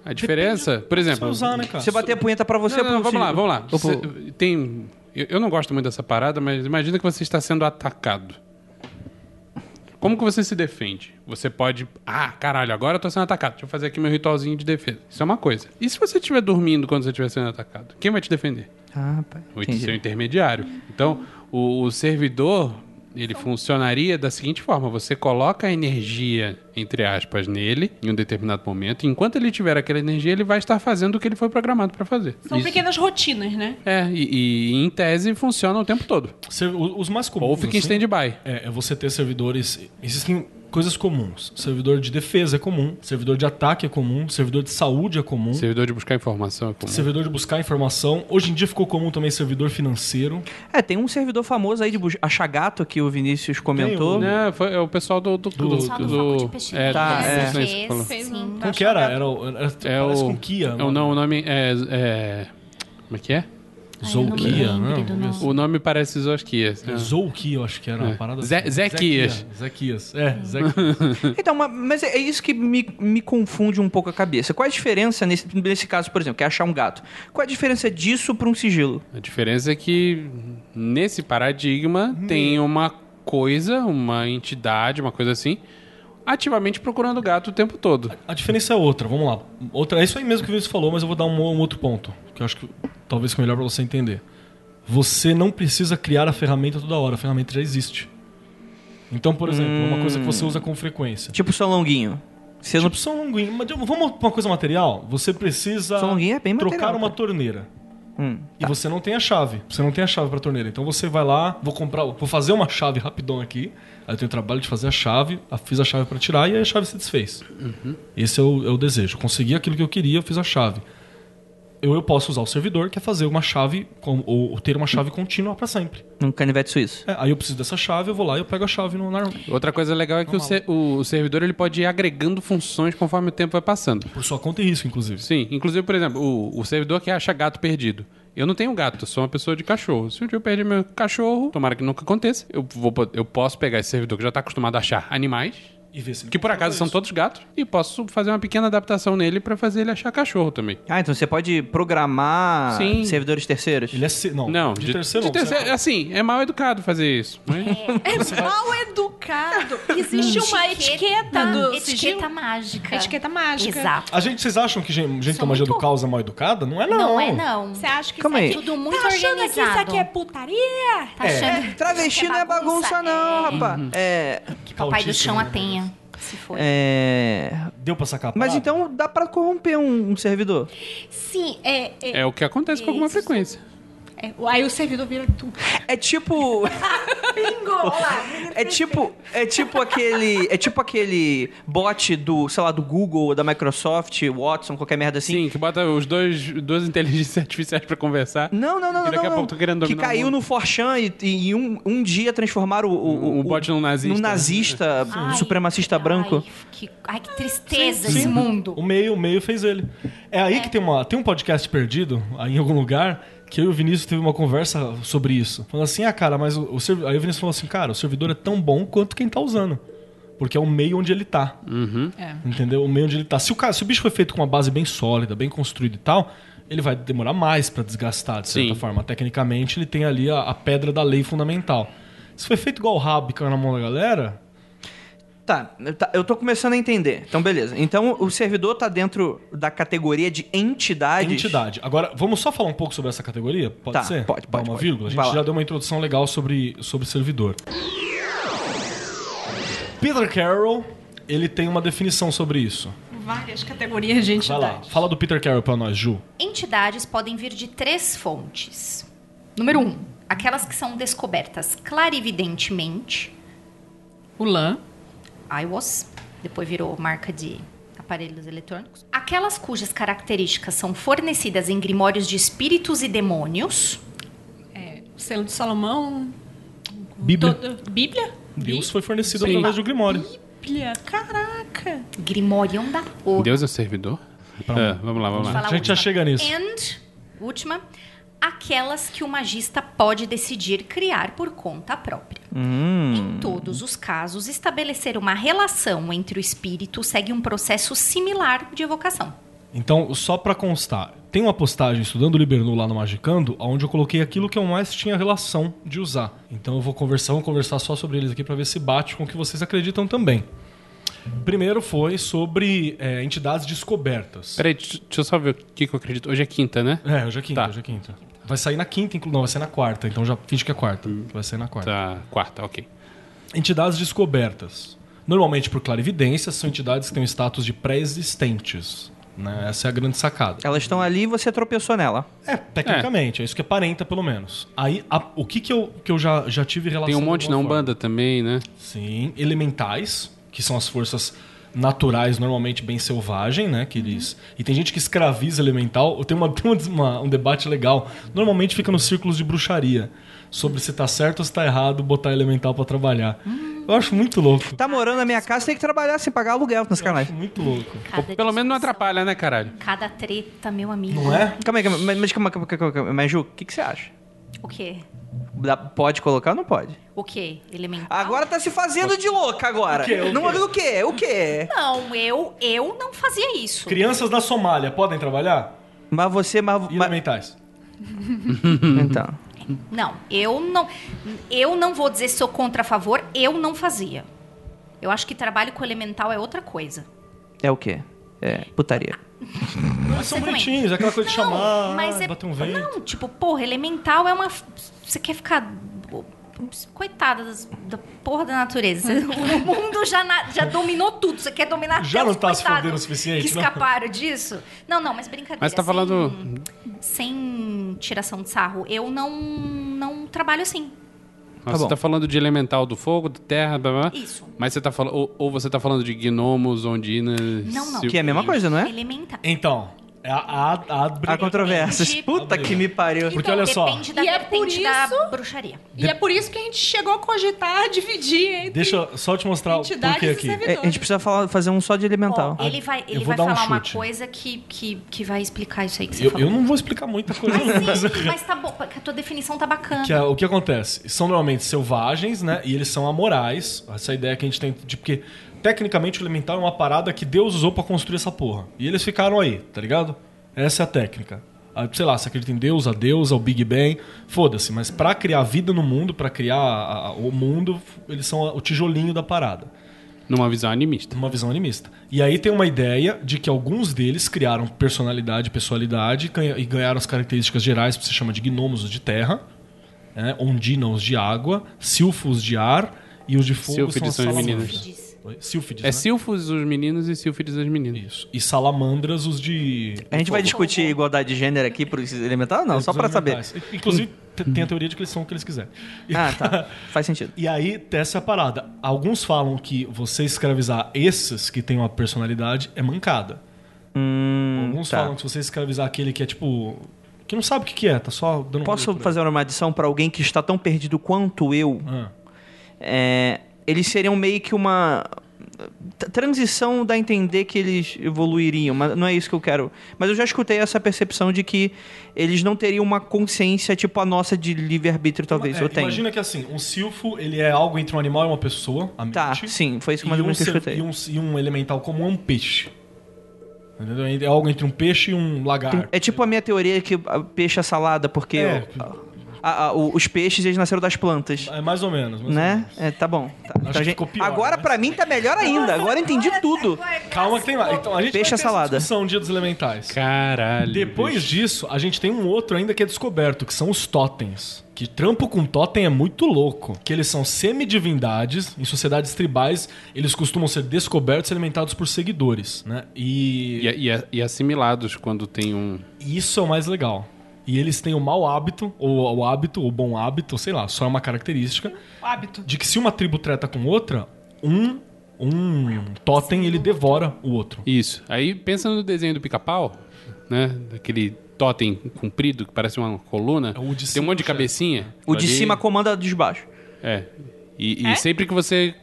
S7: A diferença, por
S5: Você
S7: exemplo,
S5: usar, né, cara?
S3: Você bater a punheta pra você
S7: Não, não,
S3: pro
S7: vamos lá,
S3: filho?
S7: vamos lá.
S3: Ou pro-
S7: Você- tem, eu, eu não gosto muito dessa parada, mas imagina que você está sendo atacado. Como que você se defende? Você pode. Ah, caralho, agora eu tô sendo atacado. Deixa eu fazer aqui meu ritualzinho de defesa. Isso é uma coisa. E se você estiver dormindo quando você estiver sendo atacado? Quem vai te defender?
S3: Ah, rapaz.
S7: O
S3: entendi.
S7: seu intermediário. Então, o, o servidor, ele funcionaria da seguinte forma: você coloca a energia, entre aspas, nele em um determinado momento. E enquanto ele tiver aquela energia, ele vai estar fazendo o que ele foi programado para fazer.
S4: São
S7: Isso-
S4: pequenas rotinas, né?
S7: É, e, e em tese funciona o tempo todo.
S5: Ser- o- os mais comuns.
S7: Ou fica em
S5: assim,
S7: stand-by.
S5: é, é você ter servidores. Existem coisas comuns. Servidor de defesa é comum, servidor de ataque é comum, servidor de saúde é comum.
S7: Servidor de buscar informação é comum.
S5: Servidor de buscar informação. Hoje em dia ficou comum também servidor financeiro.
S3: É, tem um servidor famoso aí de bus- achar gato que o Vinícius
S7: um,
S3: comentou.
S7: Não, foi é o pessoal do... do, do,
S6: Só do foco de peixe.
S7: é,
S3: Tá,
S7: do-
S3: é.
S7: do- do- que falou.
S6: Sim.
S4: Sim.
S5: Como que era? Era, o- era,
S7: É
S5: parece
S7: o-
S5: com Kia. né?
S7: é o- não,
S6: Ah,
S7: o nome é... é- Como é que é?
S5: Zoukia,
S6: lembro
S5: né?
S6: do nome.
S7: O nome parece Zosquias. né?
S5: Zoukia, É eu acho que era uma
S7: É.
S5: parada.
S7: Zé-
S5: assim.
S7: Zequias.
S5: Zequias. É,
S7: (laughs)
S5: Zequias.
S3: Então, ma- mas é é isso que me, me confunde um pouco a cabeça. Qual a diferença nesse, nesse caso, por exemplo, que é achar um gato? Qual a diferença disso pra um sigilo?
S7: A diferença é que nesse paradigma tem uma coisa, uma entidade, uma coisa assim, ativamente procurando o gato o tempo todo.
S5: A diferença é outra, vamos lá. Outra, é isso aí mesmo que o Vinícius falou, mas eu vou dar um, um outro ponto, que eu acho que talvez fique melhor pra você entender. Você não precisa criar a ferramenta toda hora, a ferramenta já existe. Então, por exemplo, é uma coisa que você usa com frequência.
S3: Tipo o São Longuinho. Hum. Tipo, Você não
S5: tipo São Longuinho. Mas vamos pra uma coisa material? Você precisa
S3: São Longuinho é bem
S5: trocar
S3: material,
S5: uma
S3: cara.
S5: torneira.
S3: Hum,
S7: Tá.
S5: E você não tem a chave. Você não tem a chave pra torneira. Então você vai lá, vou comprar, vou fazer uma chave rapidão aqui. Aí eu tenho o trabalho de fazer a chave, a- fiz a chave pra tirar e aí a chave se desfez.
S7: Uhum.
S5: Esse é o, é o desejo. Consegui aquilo que eu queria, fiz a chave. Eu, eu posso usar o servidor, que é fazer uma chave, com- ou ter uma chave contínua pra sempre.
S3: um canivete suíço.
S5: É, aí eu preciso dessa chave, eu vou lá e eu pego a chave no, na,
S7: Outra coisa legal é que o, ser- o servidor ele pode ir agregando funções conforme o tempo vai passando.
S5: por sua conta e risco, inclusive.
S7: Sim, inclusive, por exemplo, o, o servidor que acha gato perdido. Eu não tenho gato, eu sou uma pessoa de cachorro. Se um dia eu perder meu cachorro, tomara que nunca aconteça, eu, vou, po- eu posso pegar esse servidor que já está acostumado a achar animais,
S5: E ver se ele
S7: que por acaso são todos gatos, e posso fazer uma pequena adaptação nele para fazer ele achar cachorro também.
S3: Ah, então você pode programar
S7: Sim.
S3: servidores terceiros?
S5: Ele é se- não,
S7: Não,
S5: de, terceiro
S7: de
S5: não,
S7: terceiro,
S5: certo?
S7: assim, é mal educado fazer isso. mas-
S4: É mal (laughs) educado. Existe uma etiqueta do sigilo.
S6: Etiqueta mágica.
S4: Etiqueta mágica.
S6: Exato.
S5: A gente, vocês acham que gente, gente
S6: Sou
S5: com magia
S6: muito-
S5: do caos é mal educada? Não é não.
S6: Não, é não.
S4: Você acha que
S3: Calma
S4: isso
S3: aí.
S4: aqui
S6: Tudo muito
S4: tá achando que isso
S6: organizado.
S4: aqui é putaria?
S6: Tá achando que
S3: Travesti
S6: isso
S3: não é bagunça, não,
S6: é.
S3: rapaz. É.
S5: Que
S6: Papai do
S5: cautíssimo,
S6: chão
S5: né?
S6: a tenha, se for.
S3: É.
S5: Deu pra sacar a
S3: Mas
S5: parada?
S3: então dá pra corromper um, um servidor.
S6: Sim, é, é,
S7: É o que acontece com alguma
S6: Isso.
S7: frequência.
S4: É, aí o servidor vira tu.
S3: É tipo. É tipo, é tipo aquele, é tipo aquele bot do, sei lá, do Google, ou da Microsoft, Watson, qualquer merda assim.
S7: Sim, que bota os dois, duas inteligências (laughs) artificiais pra conversar.
S3: Não, não, não,
S7: E
S3: não.
S7: daqui a
S3: não.
S7: pouco tá querendo
S3: que
S7: dominar o
S3: caiu
S7: mundo.
S3: no Forchan e, e um, um dia transformaram o, o,
S7: Um
S3: o-
S7: bot num nazista.
S3: num (laughs) nazista, um
S6: Ai,
S3: supremacista
S6: ai,
S3: branco.
S6: que- ai, que tristeza
S5: Sim.
S6: esse mundo.
S5: O meio, o meio fez ele. É aí que tem, uma, tem um podcast perdido, aí em algum lugar, que eu e o Vinícius teve uma conversa sobre isso. Falando assim, ah, cara, mas o, o servidor. Aí o Vinícius falou assim, cara, o servidor é tão bom quanto quem tá usando. Porque é o meio onde ele tá.
S3: É.
S5: Entendeu? O meio onde ele tá. Se o, cara, se o bicho foi feito com uma base bem sólida, bem construída e tal, ele vai demorar mais pra desgastar, de certa
S7: Sim.
S5: forma. Tecnicamente, ele tem ali a, a pedra da lei fundamental. Se foi feito igual o rabo e caiu na mão da galera,
S3: Tá, tá, eu tô começando a entender. Então, beleza. Então, o servidor tá dentro da categoria de entidades.
S5: Entidade. Agora, vamos só falar um pouco sobre essa categoria? Pode
S3: Tá,
S5: ser?
S3: pode,
S5: Dar
S3: pode,
S5: uma
S3: pode.
S5: vírgula? A
S3: Vai
S5: gente
S3: lá.
S5: já deu uma introdução legal sobre, sobre servidor. Peter Carroll, ele tem uma definição sobre isso.
S4: Várias categorias de
S5: Vai lá,
S4: entidade.
S5: fala do Peter Carroll pra nós, Ju.
S6: Entidades podem vir de três fontes. Número um, aquelas que são descobertas clarividentemente.
S4: O LAN.
S6: iWAS, depois virou marca de aparelhos eletrônicos. Aquelas cujas características são fornecidas em grimórios de espíritos e demônios.
S4: Selo de Salomão.
S5: Bíblia.
S4: todo- Bíblia?
S5: Deus foi fornecido
S7: Sim.
S5: através do Grimório.
S4: Bíblia. Caraca.
S6: Grimorion da porra.
S7: Deus é o servidor? Ah, vamos lá, vamos lá.
S5: A gente já chega nisso.
S6: And, última, aquelas que o magista pode decidir criar por conta própria. Em todos os casos, estabelecer uma relação entre o espírito segue um processo similar de evocação.
S5: Então, só pra constar, tem uma postagem estudando o Libernu lá no Magicando, onde eu coloquei aquilo que eu mais tinha relação de usar. Então eu vou conversar, vou conversar só sobre eles aqui pra ver se bate com o que vocês acreditam também. Primeiro foi sobre é, entidades descobertas.
S7: Peraí, deixa deixa eu só ver o que, que eu acredito. Hoje é quinta, né?
S5: É, hoje é quinta,
S7: Tá.
S5: hoje é quinta. Vai sair na quinta, inclu... não, vai sair na quarta, então já finge que é quarta. Vai sair na quarta.
S7: Tá, quarta, ok.
S5: Entidades descobertas. Normalmente por clarividência, são entidades que têm o status de pré-existentes. né? Essa é a grande sacada.
S3: Elas estão ali e você tropeçou nela.
S5: É, tecnicamente, é, isso que aparenta, pelo menos. Aí, a- o que, que eu, que eu já, já tive relação...
S7: Tem um
S5: de
S7: monte na
S5: alguma forma?
S7: Umbanda também, né?
S5: Sim, elementais, que são as forças naturais, normalmente bem selvagem, né? Que
S6: Uhum.
S5: eles... E tem gente que escraviza elemental. Tem uma, (laughs) tem uma- uma- um debate legal. Normalmente fica nos círculos de bruxaria. Sobre se tá certo ou se tá errado botar elemental pra trabalhar.
S6: Hum.
S5: Eu acho muito louco.
S3: Tá morando na minha casa, tem que trabalhar sem pagar aluguel nas
S5: Eu
S3: canais.
S5: acho muito louco.
S6: Cada
S7: Pelo menos
S6: discussão,
S7: não atrapalha, né, caralho?
S6: Cada treta, meu amigo.
S5: Não é?
S3: Calma aí, calma aí, mas calma, calma, calma, calma. Mas Ju, o que, que você acha?
S6: O quê?
S3: Dá- pode colocar ou não pode?
S6: O quê? Elemental?
S3: Agora tá se fazendo de louca agora.
S5: O quê? O quê?
S3: Não ouviu o quê? O quê?
S6: Não, eu, eu não fazia isso.
S5: Crianças da Somália podem trabalhar?
S3: Mas você, mas,
S5: E
S3: mas-
S5: elementais?
S3: então.
S6: Não, eu não, eu não vou dizer se sou contra a favor, eu não fazia. Eu acho que trabalho com elemental é outra coisa.
S3: É o quê? É putaria.
S5: Mas são
S6: Você também.
S5: bonitinhos, é aquela coisa de chamar,
S6: mas é,
S5: bater um vento.
S6: Não, tipo, porra, elemental é uma. Você quer ficar Coitada das- da porra da
S5: (laughs)
S6: natureza. O mundo já, na- já dominou tudo. Você quer dominar
S5: Já
S6: até
S5: não
S6: os
S5: tá se
S6: coitados
S5: fodendo o suficiente,
S6: Que
S5: não?
S6: escaparam disso. Não, não, mas brincadeira.
S7: Mas tá falando-
S6: hum. Sem, sem tiração de sarro. Eu não, não trabalho assim.
S7: Nossa,
S3: bom.
S7: Você tá falando de elemental do fogo, da terra, blá, blá, blá.
S6: Isso.
S7: Mas você tá falando. Ou, ou você tá falando de gnomos, ondinas.
S6: Não, não.
S7: sil-
S3: Que é a mesma coisa, não é?
S6: Elementar.
S5: Então, é a, a, a,
S3: Há controvérsias.
S6: Depende.
S3: Puta que me pariu.
S5: Porque olha só.
S6: Então, Depende da
S4: E é por
S6: vertente da
S4: isso-
S6: bruxaria.
S4: E é por isso que a gente chegou a cogitar dividir entre
S5: Deixa eu só te mostrar o
S4: Entidades
S5: porquê
S4: e
S5: aqui.
S4: servidores.
S3: É, a gente precisa falar- fazer um só de
S7: Então.
S3: elemental.
S6: Ó, ele vai, ele
S5: vou
S6: vai
S5: dar um
S6: falar uma
S5: chute.
S6: coisa que, que, que vai explicar isso aí que você
S5: Eu,
S6: falou.
S5: eu não vou explicar muita coisa, não. (laughs)
S6: Mas,
S5: mas-
S6: sim, mas tá bom, porque a tua definição tá bacana.
S5: Que é- o que acontece? São normalmente selvagens, né? E eles são amorais. Essa ideia que a gente tem de porque tecnicamente o elemental é uma parada que Deus usou pra construir essa porra. E eles ficaram aí, tá ligado? Essa é a técnica. Ah, Sei lá, se acredita em Deus, a Deus, ao Big Bang, foda-se. Mas pra criar vida no mundo, pra criar a- a- o mundo, eles são a- o tijolinho da parada.
S7: Numa visão animista.
S5: Uma visão animista. E aí tem uma ideia de que alguns deles criaram personalidade, pessoalidade ganha- e ganharam as características gerais que se chama de gnomos os de terra, né? ondina os de água, silfos de ar e os de fogo
S7: Sílfides
S5: são
S7: são
S5: as
S7: as
S5: salamandras.
S6: meninas.
S5: Oi? Sílfides,
S7: É
S5: né?
S7: silfos os meninos e silfides as meninas.
S5: Isso. E salamandras os de...
S3: A gente vai discutir igualdade de gênero aqui pro elemental?
S5: É,
S3: Não, É, então, só pra saber.
S5: Elementais. Inclusive, t- tem a teoria de que eles são o que eles quiserem.
S3: Ah, tá. Faz sentido.
S5: (laughs) E aí, essa é a parada. Alguns falam que você escravizar esses que têm uma personalidade é mancada.
S3: Hum,
S5: Alguns
S3: tá.
S5: falam que se você escravizar aquele que é tipo. que não sabe o que, que é, tá só dando um
S3: Posso
S5: rolê por aí.
S3: fazer uma adição pra alguém que está tão perdido quanto eu?
S5: Ah,
S3: É, eles seriam meio que uma t- transição da entender que eles evoluiriam, mas não é isso que eu quero. Mas eu já escutei essa percepção de que eles não teriam uma consciência tipo a nossa de livre-arbítrio, talvez.
S5: é,
S3: eu tenho.
S5: Imagina que assim, um silfo, ele é algo entre um animal e uma pessoa, a
S3: Tá,
S5: mente,
S3: sim, foi isso que mais
S5: e
S3: ou menos
S5: um
S3: que eu
S5: ser-
S3: escutei.
S5: E um, e um elemental como um peixe. Entendeu? É algo entre um peixe e um lagarto.
S3: É tipo a minha teoria que ah, peixe é salada, porque
S5: É.
S3: ah, ah, o- os peixes eles nasceram das plantas.
S5: É mais ou menos. mais ou
S3: Né?
S5: menos.
S3: É, tá bom. Tá. Então,
S5: que
S3: gente-
S5: ficou pior,
S3: agora
S5: né?
S3: pra mim tá melhor ainda. Agora eu entendi tudo.
S5: Calma que tem lá. Então, a gente
S3: Peixe é
S5: vai ter essa
S3: salada.
S5: discussão Dia dos Elementais.
S7: Caralho.
S5: Depois disso, a gente tem um outro ainda que é descoberto, que são os totens. Que trampo com totem é muito louco. Que eles são semidivindades, em sociedades tribais, eles costumam ser descobertos e alimentados por seguidores, né? E,
S7: E, é- e- e assimilados quando tem um.
S5: isso é o mais legal. E eles têm o mau hábito, ou o hábito, ou bom hábito, sei lá, só é uma característica,
S4: hábito.
S5: de que se uma tribo treta com outra, um, um totem ele devora o outro.
S7: Isso. Aí pensa no desenho do pica-pau, né? Daquele totem comprido que parece uma coluna.
S5: É o de
S7: tem um
S5: cima,
S7: monte de
S5: chefe.
S7: cabecinha.
S3: O de
S7: Ali-
S3: cima comanda dos baixos.
S7: É. E, e sempre que você,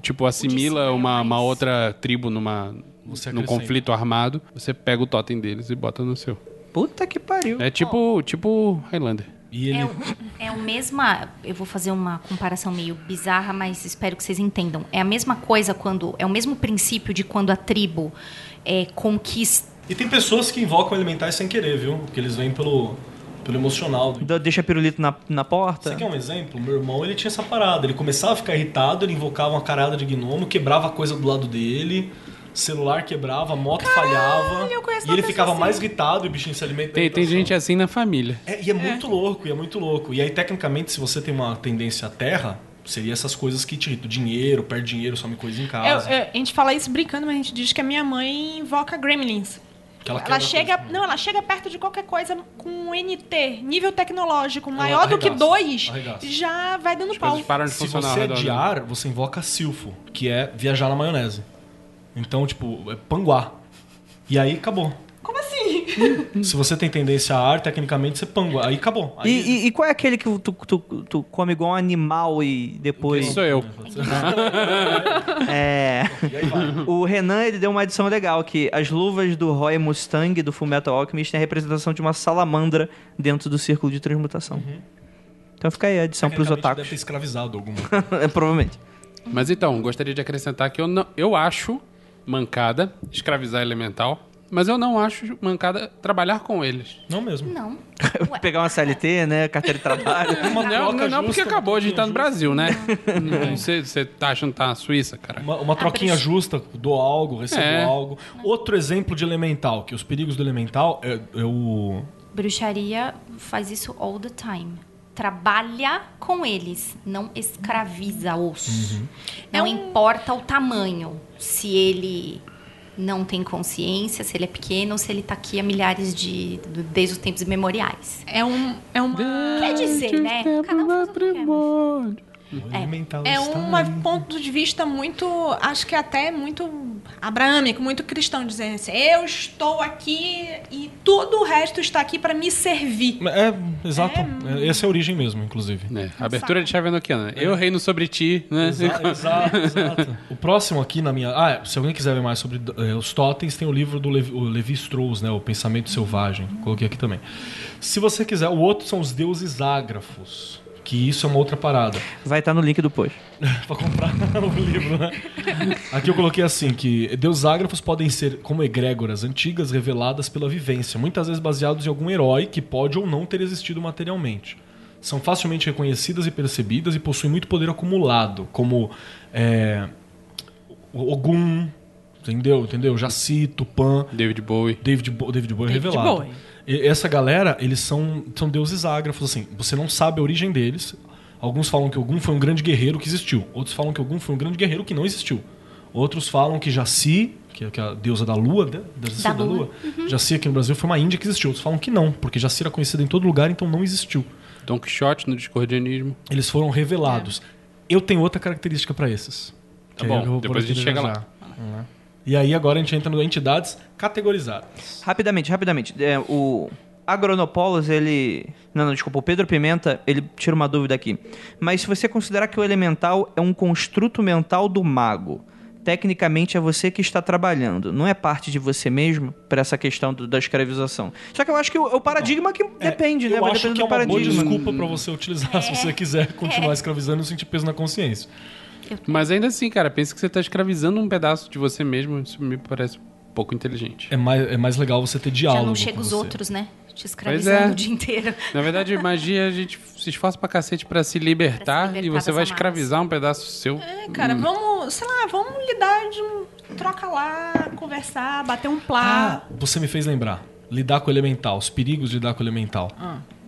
S7: tipo,
S6: cima é
S7: assimila
S6: o
S7: uma,
S6: mais-
S7: uma outra tribo numa,
S5: Você
S7: num
S5: acrescenta.
S7: conflito armado, você pega o totem deles e bota no seu.
S3: Puta que pariu.
S7: É tipo, tipo Highlander.
S5: E ele
S6: É o, é o mesma. Eu vou fazer uma comparação meio bizarra, mas espero que vocês entendam. É a mesma coisa quando. É o mesmo princípio de quando a tribo é, conquista.
S5: E tem pessoas que invocam elementais sem querer, viu? Porque eles vêm pelo, pelo emocional.
S3: Da- Deixa pirulito na, na
S5: Você
S3: porta.
S5: quer um exemplo? Meu irmão, ele tinha essa parada. Ele começava a ficar irritado, ele invocava uma carada de gnomo, quebrava coisa do lado dele, celular quebrava, moto falhava.
S4: eu conheço
S5: e
S4: uma
S5: ele
S4: pessoa
S5: ficava
S4: assim.
S5: mais irritado e o bichinho se alimentava.
S7: Tem, tem gente assim na família.
S5: É, e é muito louco, e é muito louco. E aí, tecnicamente, se você tem uma tendência à terra, seria essas coisas que te irritam. Dinheiro, perde dinheiro, some coisa em casa.
S4: a gente fala isso brincando, mas a gente diz que a minha mãe invoca gremlins.
S5: que
S4: Ela
S5: quebra
S4: chega,
S5: coisa.
S4: não, ela chega perto de qualquer coisa com NT, nível tecnológico,
S5: Ela
S4: maior do que
S5: arregaça,
S4: dois,
S5: arregaça.
S4: já vai dando pau.
S7: Coisas param de
S5: Se
S7: funcionar. ao
S5: você é
S7: redor
S5: de
S7: dela.
S5: ar, você invoca silfo, que é viajar na maionese. Então, tipo, é panguá. E aí acabou.
S4: Como assim?
S5: Se você tem tendência a ar, tecnicamente você é panguá. Aí acabou.
S3: E,
S5: Aí,
S3: e- e qual é aquele que tu, tu, tu come igual um animal e depois.
S7: Isso sou eu.
S3: (laughs) É.
S5: e aí vai.
S3: O Renan ele deu uma adição legal: que as luvas do Roy Mustang do Fullmetal Alchemist têm a representação de uma salamandra dentro do círculo de transmutação.
S5: Uhum.
S3: Então fica aí a adição pros
S5: Tecnicamente, Deve ter
S3: otakus.
S5: escravizado alguma.
S3: (laughs) É, Provavelmente.
S7: Mas então, gostaria de acrescentar que eu, não, eu acho mancada escravizar elemental, mas eu não acho mancada trabalhar com eles.
S5: Não mesmo.
S6: Não. Ué,
S3: Pegar uma CLT, né? Carteira de
S5: (laughs)
S3: trabalho.
S5: Uma
S7: Não, não, não porque
S5: justa,
S7: acabou, a gente tá no
S5: uma
S7: Brasil, (laughs) né? Não, Você você tá achando que tá na Suíça, cara?
S5: Uma, uma troquinha
S6: pres-
S5: justa, dou algo, recebo
S7: É.
S5: algo. Outro exemplo de elemental, que os perigos do elemental é, é o.
S6: Bruxaria faz isso all the time. trabalha com eles, não escraviza-os. Não importa o tamanho, se ele não tem consciência, se ele é pequeno, ou se ele está aqui há milhares de desde os tempos imemoriais.
S4: É um. É uma.
S6: Quer dizer, né? Cada um faz o que quer, mas-
S5: Mental
S4: É
S5: está
S4: um ponto de vista muito, acho que até muito abraâmico, muito cristão, dizer assim, eu estou aqui e tudo o resto está aqui para me servir.
S5: É, exato. É, essa é a origem mesmo, inclusive.
S7: É,
S6: tá
S7: abertura de chave enoquiana. né? Eu reino sobre ti, né?
S5: Exato, exato. O próximo aqui na minha. Ah, é, se alguém quiser ver mais sobre eh, os totens, tem o livro do Levi, o Levi Strauss, né? O Pensamento Selvagem. Coloquei aqui também. Se você quiser, o outro são os deuses ágrafos. Que isso é uma outra parada.
S3: Vai estar no link do post.
S5: (laughs) pra comprar o livro, né? Aqui eu coloquei assim: que deuses ágrafos podem ser como egrégoras antigas reveladas pela vivência, muitas vezes baseados em algum herói que pode ou não ter existido materialmente. São facilmente reconhecidas e percebidas e possuem muito poder acumulado, como é, o- Ogum, entendeu? Entendeu? Jaci, Tupã.
S7: (laughs) David Bowie.
S5: David, Bo David Bowie
S4: David
S5: revelado.
S4: Bowie.
S5: E essa galera, eles são, são deuses ágrafos, assim. Você não sabe a origem deles. Alguns falam que Ogum foi um grande guerreiro que existiu. Outros falam que Ogum foi um grande guerreiro que não existiu. Outros falam que Jaci, que é que é a deusa da lua, né? Deusa
S6: Da
S5: da
S6: lua.
S5: lua. Jaci aqui no Brasil foi uma índia que existiu. Outros falam que não, porque Jaci era conhecida em todo lugar, então não existiu.
S7: Don Quixote no discordianismo.
S5: Eles foram revelados. Eu tenho outra característica pra esses.
S7: Tá
S5: Que
S7: bom,
S5: aí eu vou
S7: depois a gente
S5: por
S7: chega
S5: aqui
S7: lá.
S5: Uhum. E aí agora a gente entra em entidades categorizadas.
S3: Rapidamente, rapidamente. É, o Agronopolos, ele. Não, não, desculpa. O Pedro Pimenta, ele tira uma dúvida aqui. Mas se você considerar que o elemental é um construto mental do mago, tecnicamente é você que está trabalhando, não é parte de você mesmo para essa questão do- da escravização. Só que eu acho que o, é o paradigma que depende, né?
S5: Eu
S3: Vai
S5: acho
S3: depender
S5: que
S3: do
S5: é uma boa
S3: paradigma.
S5: desculpa pra você utilizar
S6: É,
S5: se você quiser continuar escravizando e sentir peso na consciência.
S7: Mas ainda assim, cara, pensa que você tá escravizando um pedaço de você mesmo. Isso me parece pouco inteligente.
S5: É mais, é mais legal você ter
S6: Já
S5: diálogo.
S6: não chega
S5: com
S6: os
S5: você.
S6: outros, né? Te escravizando
S7: é.
S6: o dia inteiro. (laughs)
S7: Na verdade, magia, a gente se esforça pra cacete pra se
S6: Pra
S7: libertar,
S6: se libertar
S7: e você vai
S6: das amarras.
S7: escravizar um pedaço seu.
S4: É, cara,
S3: Hum.
S4: vamos, sei lá, vamos lidar de um troca lá, conversar, bater um
S3: Ah.
S4: plá.
S5: Ah, Você me fez lembrar. Lidar com o elemental, os perigos de lidar com o elemental.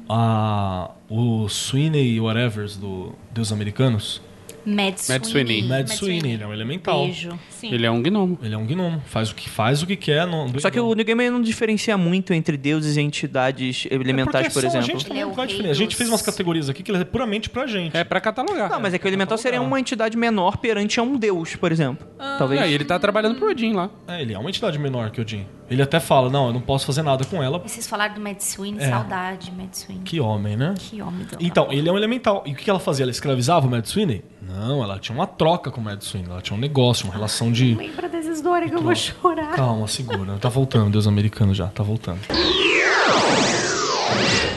S5: Ah, o Sweeney Whatevers do Deus Americanos.
S6: Mad
S7: Mad
S6: Sweeney.
S7: Sweeney.
S5: Mad Sweeney, ele é um elemental.
S6: Beijo.
S4: Sim.
S7: Ele é um gnomo.
S5: Ele é um gnomo, faz o que faz o que quer. Não,
S3: Só que o New Game não diferencia muito entre deuses e entidades elementais, por
S5: A
S3: exemplo.
S5: É gente, também
S6: Ele é
S5: não
S6: o
S5: faz
S6: rei
S5: diferença. a gente
S6: dos-
S5: fez umas categorias aqui que ele é puramente pra gente.
S7: É pra catalogar.
S3: Não, mas é que o elemental seria
S5: Então,
S3: uma entidade menor perante a um deus, por exemplo.
S6: Ah.
S3: Talvez.
S7: É, e ele tá trabalhando pro Odin lá.
S5: É, ele é uma entidade menor que o Jim. Ele até fala, não, eu não posso fazer nada com ela.
S6: E vocês falaram do Mad Sweeney,
S5: É.
S6: saudade, Mad Sweeney.
S5: Que homem, né?
S6: Que homem do
S5: Então, ele é um elemental. E o que ela fazia? Ela escravizava o Mad Sweeney? Não, ela tinha uma troca com o Mad Sweeney. Ela tinha um negócio, uma relação de...
S6: Lembra dessa história que eu vou chorar.
S5: Calma, segura. Tá voltando, Deus americano já. Tá voltando.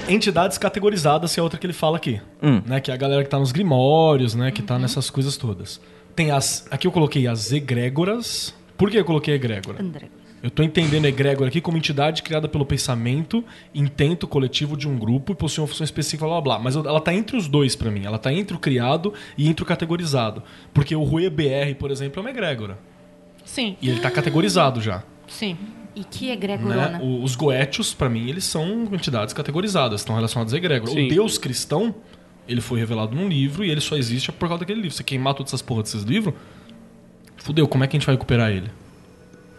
S5: Entidades categorizadas, que é outra que ele fala aqui. Né, que é a galera que tá nos grimórios, né? Que tá nessas coisas todas. Tem as... Aqui eu coloquei as egrégoras. Por que eu coloquei egrégora?
S6: André.
S5: Eu tô entendendo a egrégora aqui como entidade criada pelo pensamento, intento coletivo de um grupo e possui uma função específica, blá blá blá. Mas eu- ela tá entre os dois pra mim. Ela tá entre o criado e entre o categorizado. Porque o Rui BR, por exemplo, é uma egrégora.
S4: Sim,
S5: E ele tá categorizado já.
S4: sim.
S6: E que
S5: Né?
S6: egregorona.
S5: O- os goétios, pra mim, eles são entidades categorizadas, estão relacionados à egrégora.
S7: Sim.
S5: O Deus cristão, ele foi revelado num livro e ele só existe por causa daquele livro. Você queimar todas essas porras desses livros, fudeu, como é que a gente vai recuperar ele?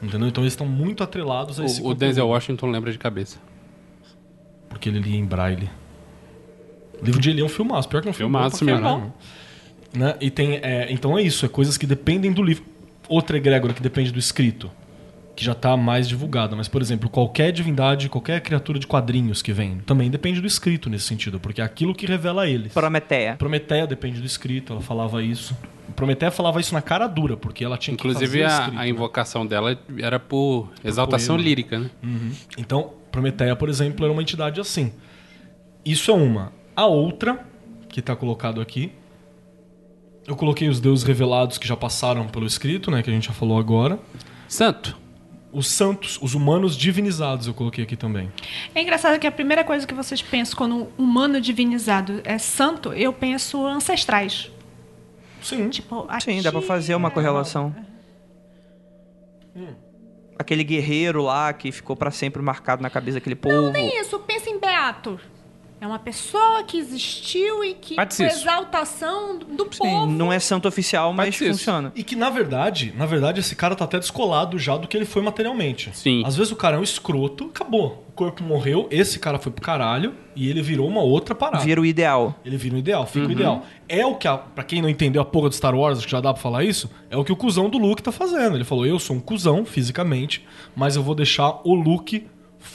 S5: Entendeu? Então eles estão muito atrelados a esse
S7: O, é o
S5: conteúdo.
S7: Denzel Washington lembra de cabeça.
S5: Porque ele lia em braille. O livro de Eli é um filmaço, pior que é um filme bom
S7: Filmaço
S5: pra
S7: mesmo.
S5: caralho,
S7: né?
S5: Né? E tem, é, então é isso, é coisas que dependem do livro. Outra egrégora que depende do escrito, que já está mais divulgada, mas, por exemplo, qualquer divindade, qualquer criatura de quadrinhos que vem, também depende do escrito nesse sentido, porque é aquilo que revela eles.
S3: Prometeia.
S5: Prometeia depende do escrito, ela falava isso. Prometeia falava isso na cara dura, porque ela tinha que
S7: Inclusive,
S5: fazer
S7: a,
S5: escrito.
S7: a invocação dela era por exaltação
S5: né? poema.
S7: lírica, né?
S5: Então, Prometeia, por exemplo, era uma entidade assim. Isso é uma. A outra, que está colocado aqui, eu coloquei os deuses revelados que já passaram pelo escrito, né, que a gente já falou agora.
S7: Santo.
S5: Os santos, os humanos divinizados, eu coloquei aqui também.
S4: É engraçado que a primeira coisa que vocês pensam quando um humano divinizado é santo, eu penso ancestrais.
S5: Sim.
S4: Tipo,
S3: Sim, dá pra
S4: aqui-
S3: fazer uma correlação. Aquele
S4: é
S3: guerreiro lá que ficou pra sempre marcado na cabeça daquele povo.
S4: Isso, pensa em Beato. É uma pessoa que existiu e que,
S7: Pode
S4: com
S7: ser isso.
S4: exaltação do- do
S3: Sim,
S4: povo,
S3: não é santo oficial, mas
S7: Pode ser isso.
S3: funciona.
S5: E que, na verdade, na verdade, esse cara tá até descolado já do que ele foi materialmente.
S7: Sim.
S5: Às vezes o cara é um escroto, acabou. O corpo morreu, esse cara foi pro caralho e ele virou uma outra parada.
S3: Vira o ideal.
S5: Ele vira um ideal, fica o ideal. É o que, a, pra quem não entendeu a porra do Star Wars, acho que já dá pra falar isso, é o que o cuzão do Luke tá fazendo. Ele falou, eu sou um cuzão fisicamente, mas eu vou deixar o Luke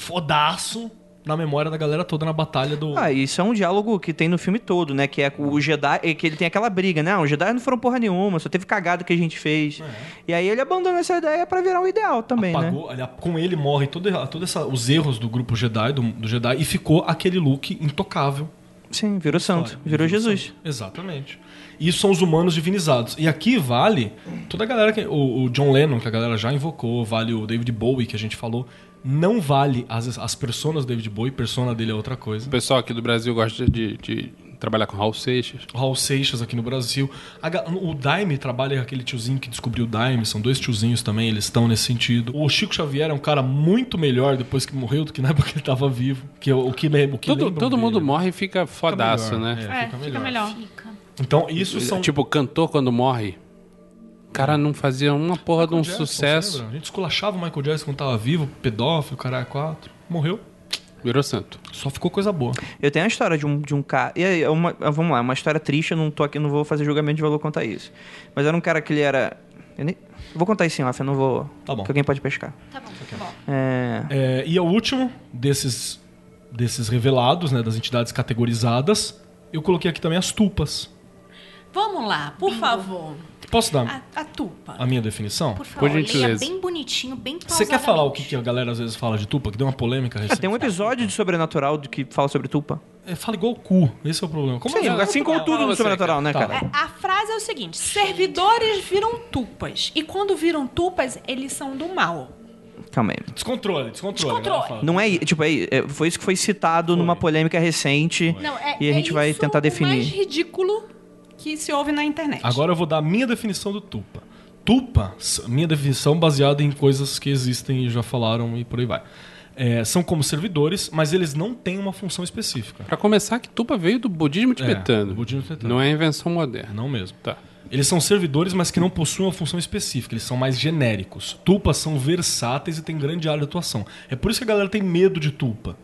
S5: fodaço na memória da galera toda na batalha do...
S3: Ah, isso é um diálogo que tem no filme todo, né? Que é o Jedi, é que ele tem aquela briga, né? Ah, os Jedi não foram porra nenhuma, só teve cagada que a gente fez. E aí ele abandona essa ideia pra virar o ideal também, né?
S5: Apagou, ele- com ele morre todos todo essa- os erros do grupo Jedi, do, do Jedi, e ficou aquele Luke intocável.
S3: Sim, virou santo,
S5: Olha,
S3: virou Jesus.
S5: Exatamente. E isso são os humanos divinizados. E aqui vale toda a galera que. O, o John Lennon, que a galera já invocou, vale o David Bowie, que a gente falou. Não vale as, as personas do David Bowie, persona dele é outra coisa.
S7: O pessoal aqui do Brasil gosta de, de trabalhar com Raul Seixas.
S5: Raul Seixas aqui no Brasil. A ga- o Daime trabalha com aquele tiozinho que descobriu o Daime, são dois tiozinhos também, eles estão nesse sentido. O Chico Xavier é um cara muito melhor depois que morreu do que na época que ele tava vivo. Que, é o o que, le- o que
S7: Todo,
S5: lembram
S7: todo
S5: dele.
S7: mundo morre e fica fodaço,
S5: melhor,
S7: né?
S4: É, fica, melhor.
S5: Então, isso são.
S7: Tipo, cantor quando morre. O cara não fazia uma porra de um
S5: Jackson, você
S7: sucesso.
S5: lembra? A gente esculachava o Michael Jackson quando tava vivo, pedófilo, caralho, quatro. Morreu.
S7: Virou santo.
S5: Só ficou coisa boa.
S3: Eu tenho a história de um, de um cara. E aí, é uma, ah, vamos lá, é uma história triste, eu não tô aqui, não vou fazer julgamento de valor quanto a isso. Mas era um cara que ele era. Eu nem- eu vou contar isso em off, eu não vou.
S5: Tá bom.
S3: Que alguém pode pescar.
S6: Tá bom, tá bom.
S3: É.
S5: É, e é o último desses, desses revelados, né, das entidades categorizadas. Eu coloquei aqui também as tupas.
S4: Vamos lá, por favor.
S5: Posso dar
S4: A, a tupa.
S5: a minha definição?
S6: Ah, Por favor, leia
S7: gentileza.
S6: bem bonitinho, bem
S5: Você quer falar o que,
S6: pausadamente.
S5: que a galera às vezes fala de tupa? Que deu uma polêmica recente.
S3: Tem um episódio de Sobrenatural do que fala sobre Tupa.
S5: É, fala igual o cu. Esse é o problema. Como
S3: Sim,
S5: assim?
S3: assim como tudo
S7: Fala
S3: no
S7: você,
S3: Sobrenatural, né,
S5: Tá.
S3: cara?
S4: É, A frase é o seguinte: servidores viram tupas. E quando viram tupas, eles são do mal.
S3: É. Calma aí.
S5: Descontrole, descontrole.
S4: Descontrole.
S5: a galera fala.
S3: Não é, tipo, é, é- foi isso que foi citado numa polêmica recente
S4: Não, é,
S3: e a gente
S4: é
S3: vai
S4: isso
S3: tentar
S4: O mais
S3: definir.
S4: ridículo que se ouve na internet.
S5: Agora eu vou dar a minha definição do tupa. Tupa, s- minha definição baseada em coisas que existem e já falaram e por aí vai. É, são como servidores, mas eles não têm uma função específica.
S7: Pra começar, que Tupa veio do budismo tibetano.
S5: É, do budismo tibetano.
S7: Não é invenção moderna.
S5: Não mesmo.
S7: Tá.
S5: Eles são servidores, mas que não possuem uma função específica. Eles são mais genéricos. Tupas são versáteis e têm grande área de atuação. É por isso que a galera tem medo de tupa.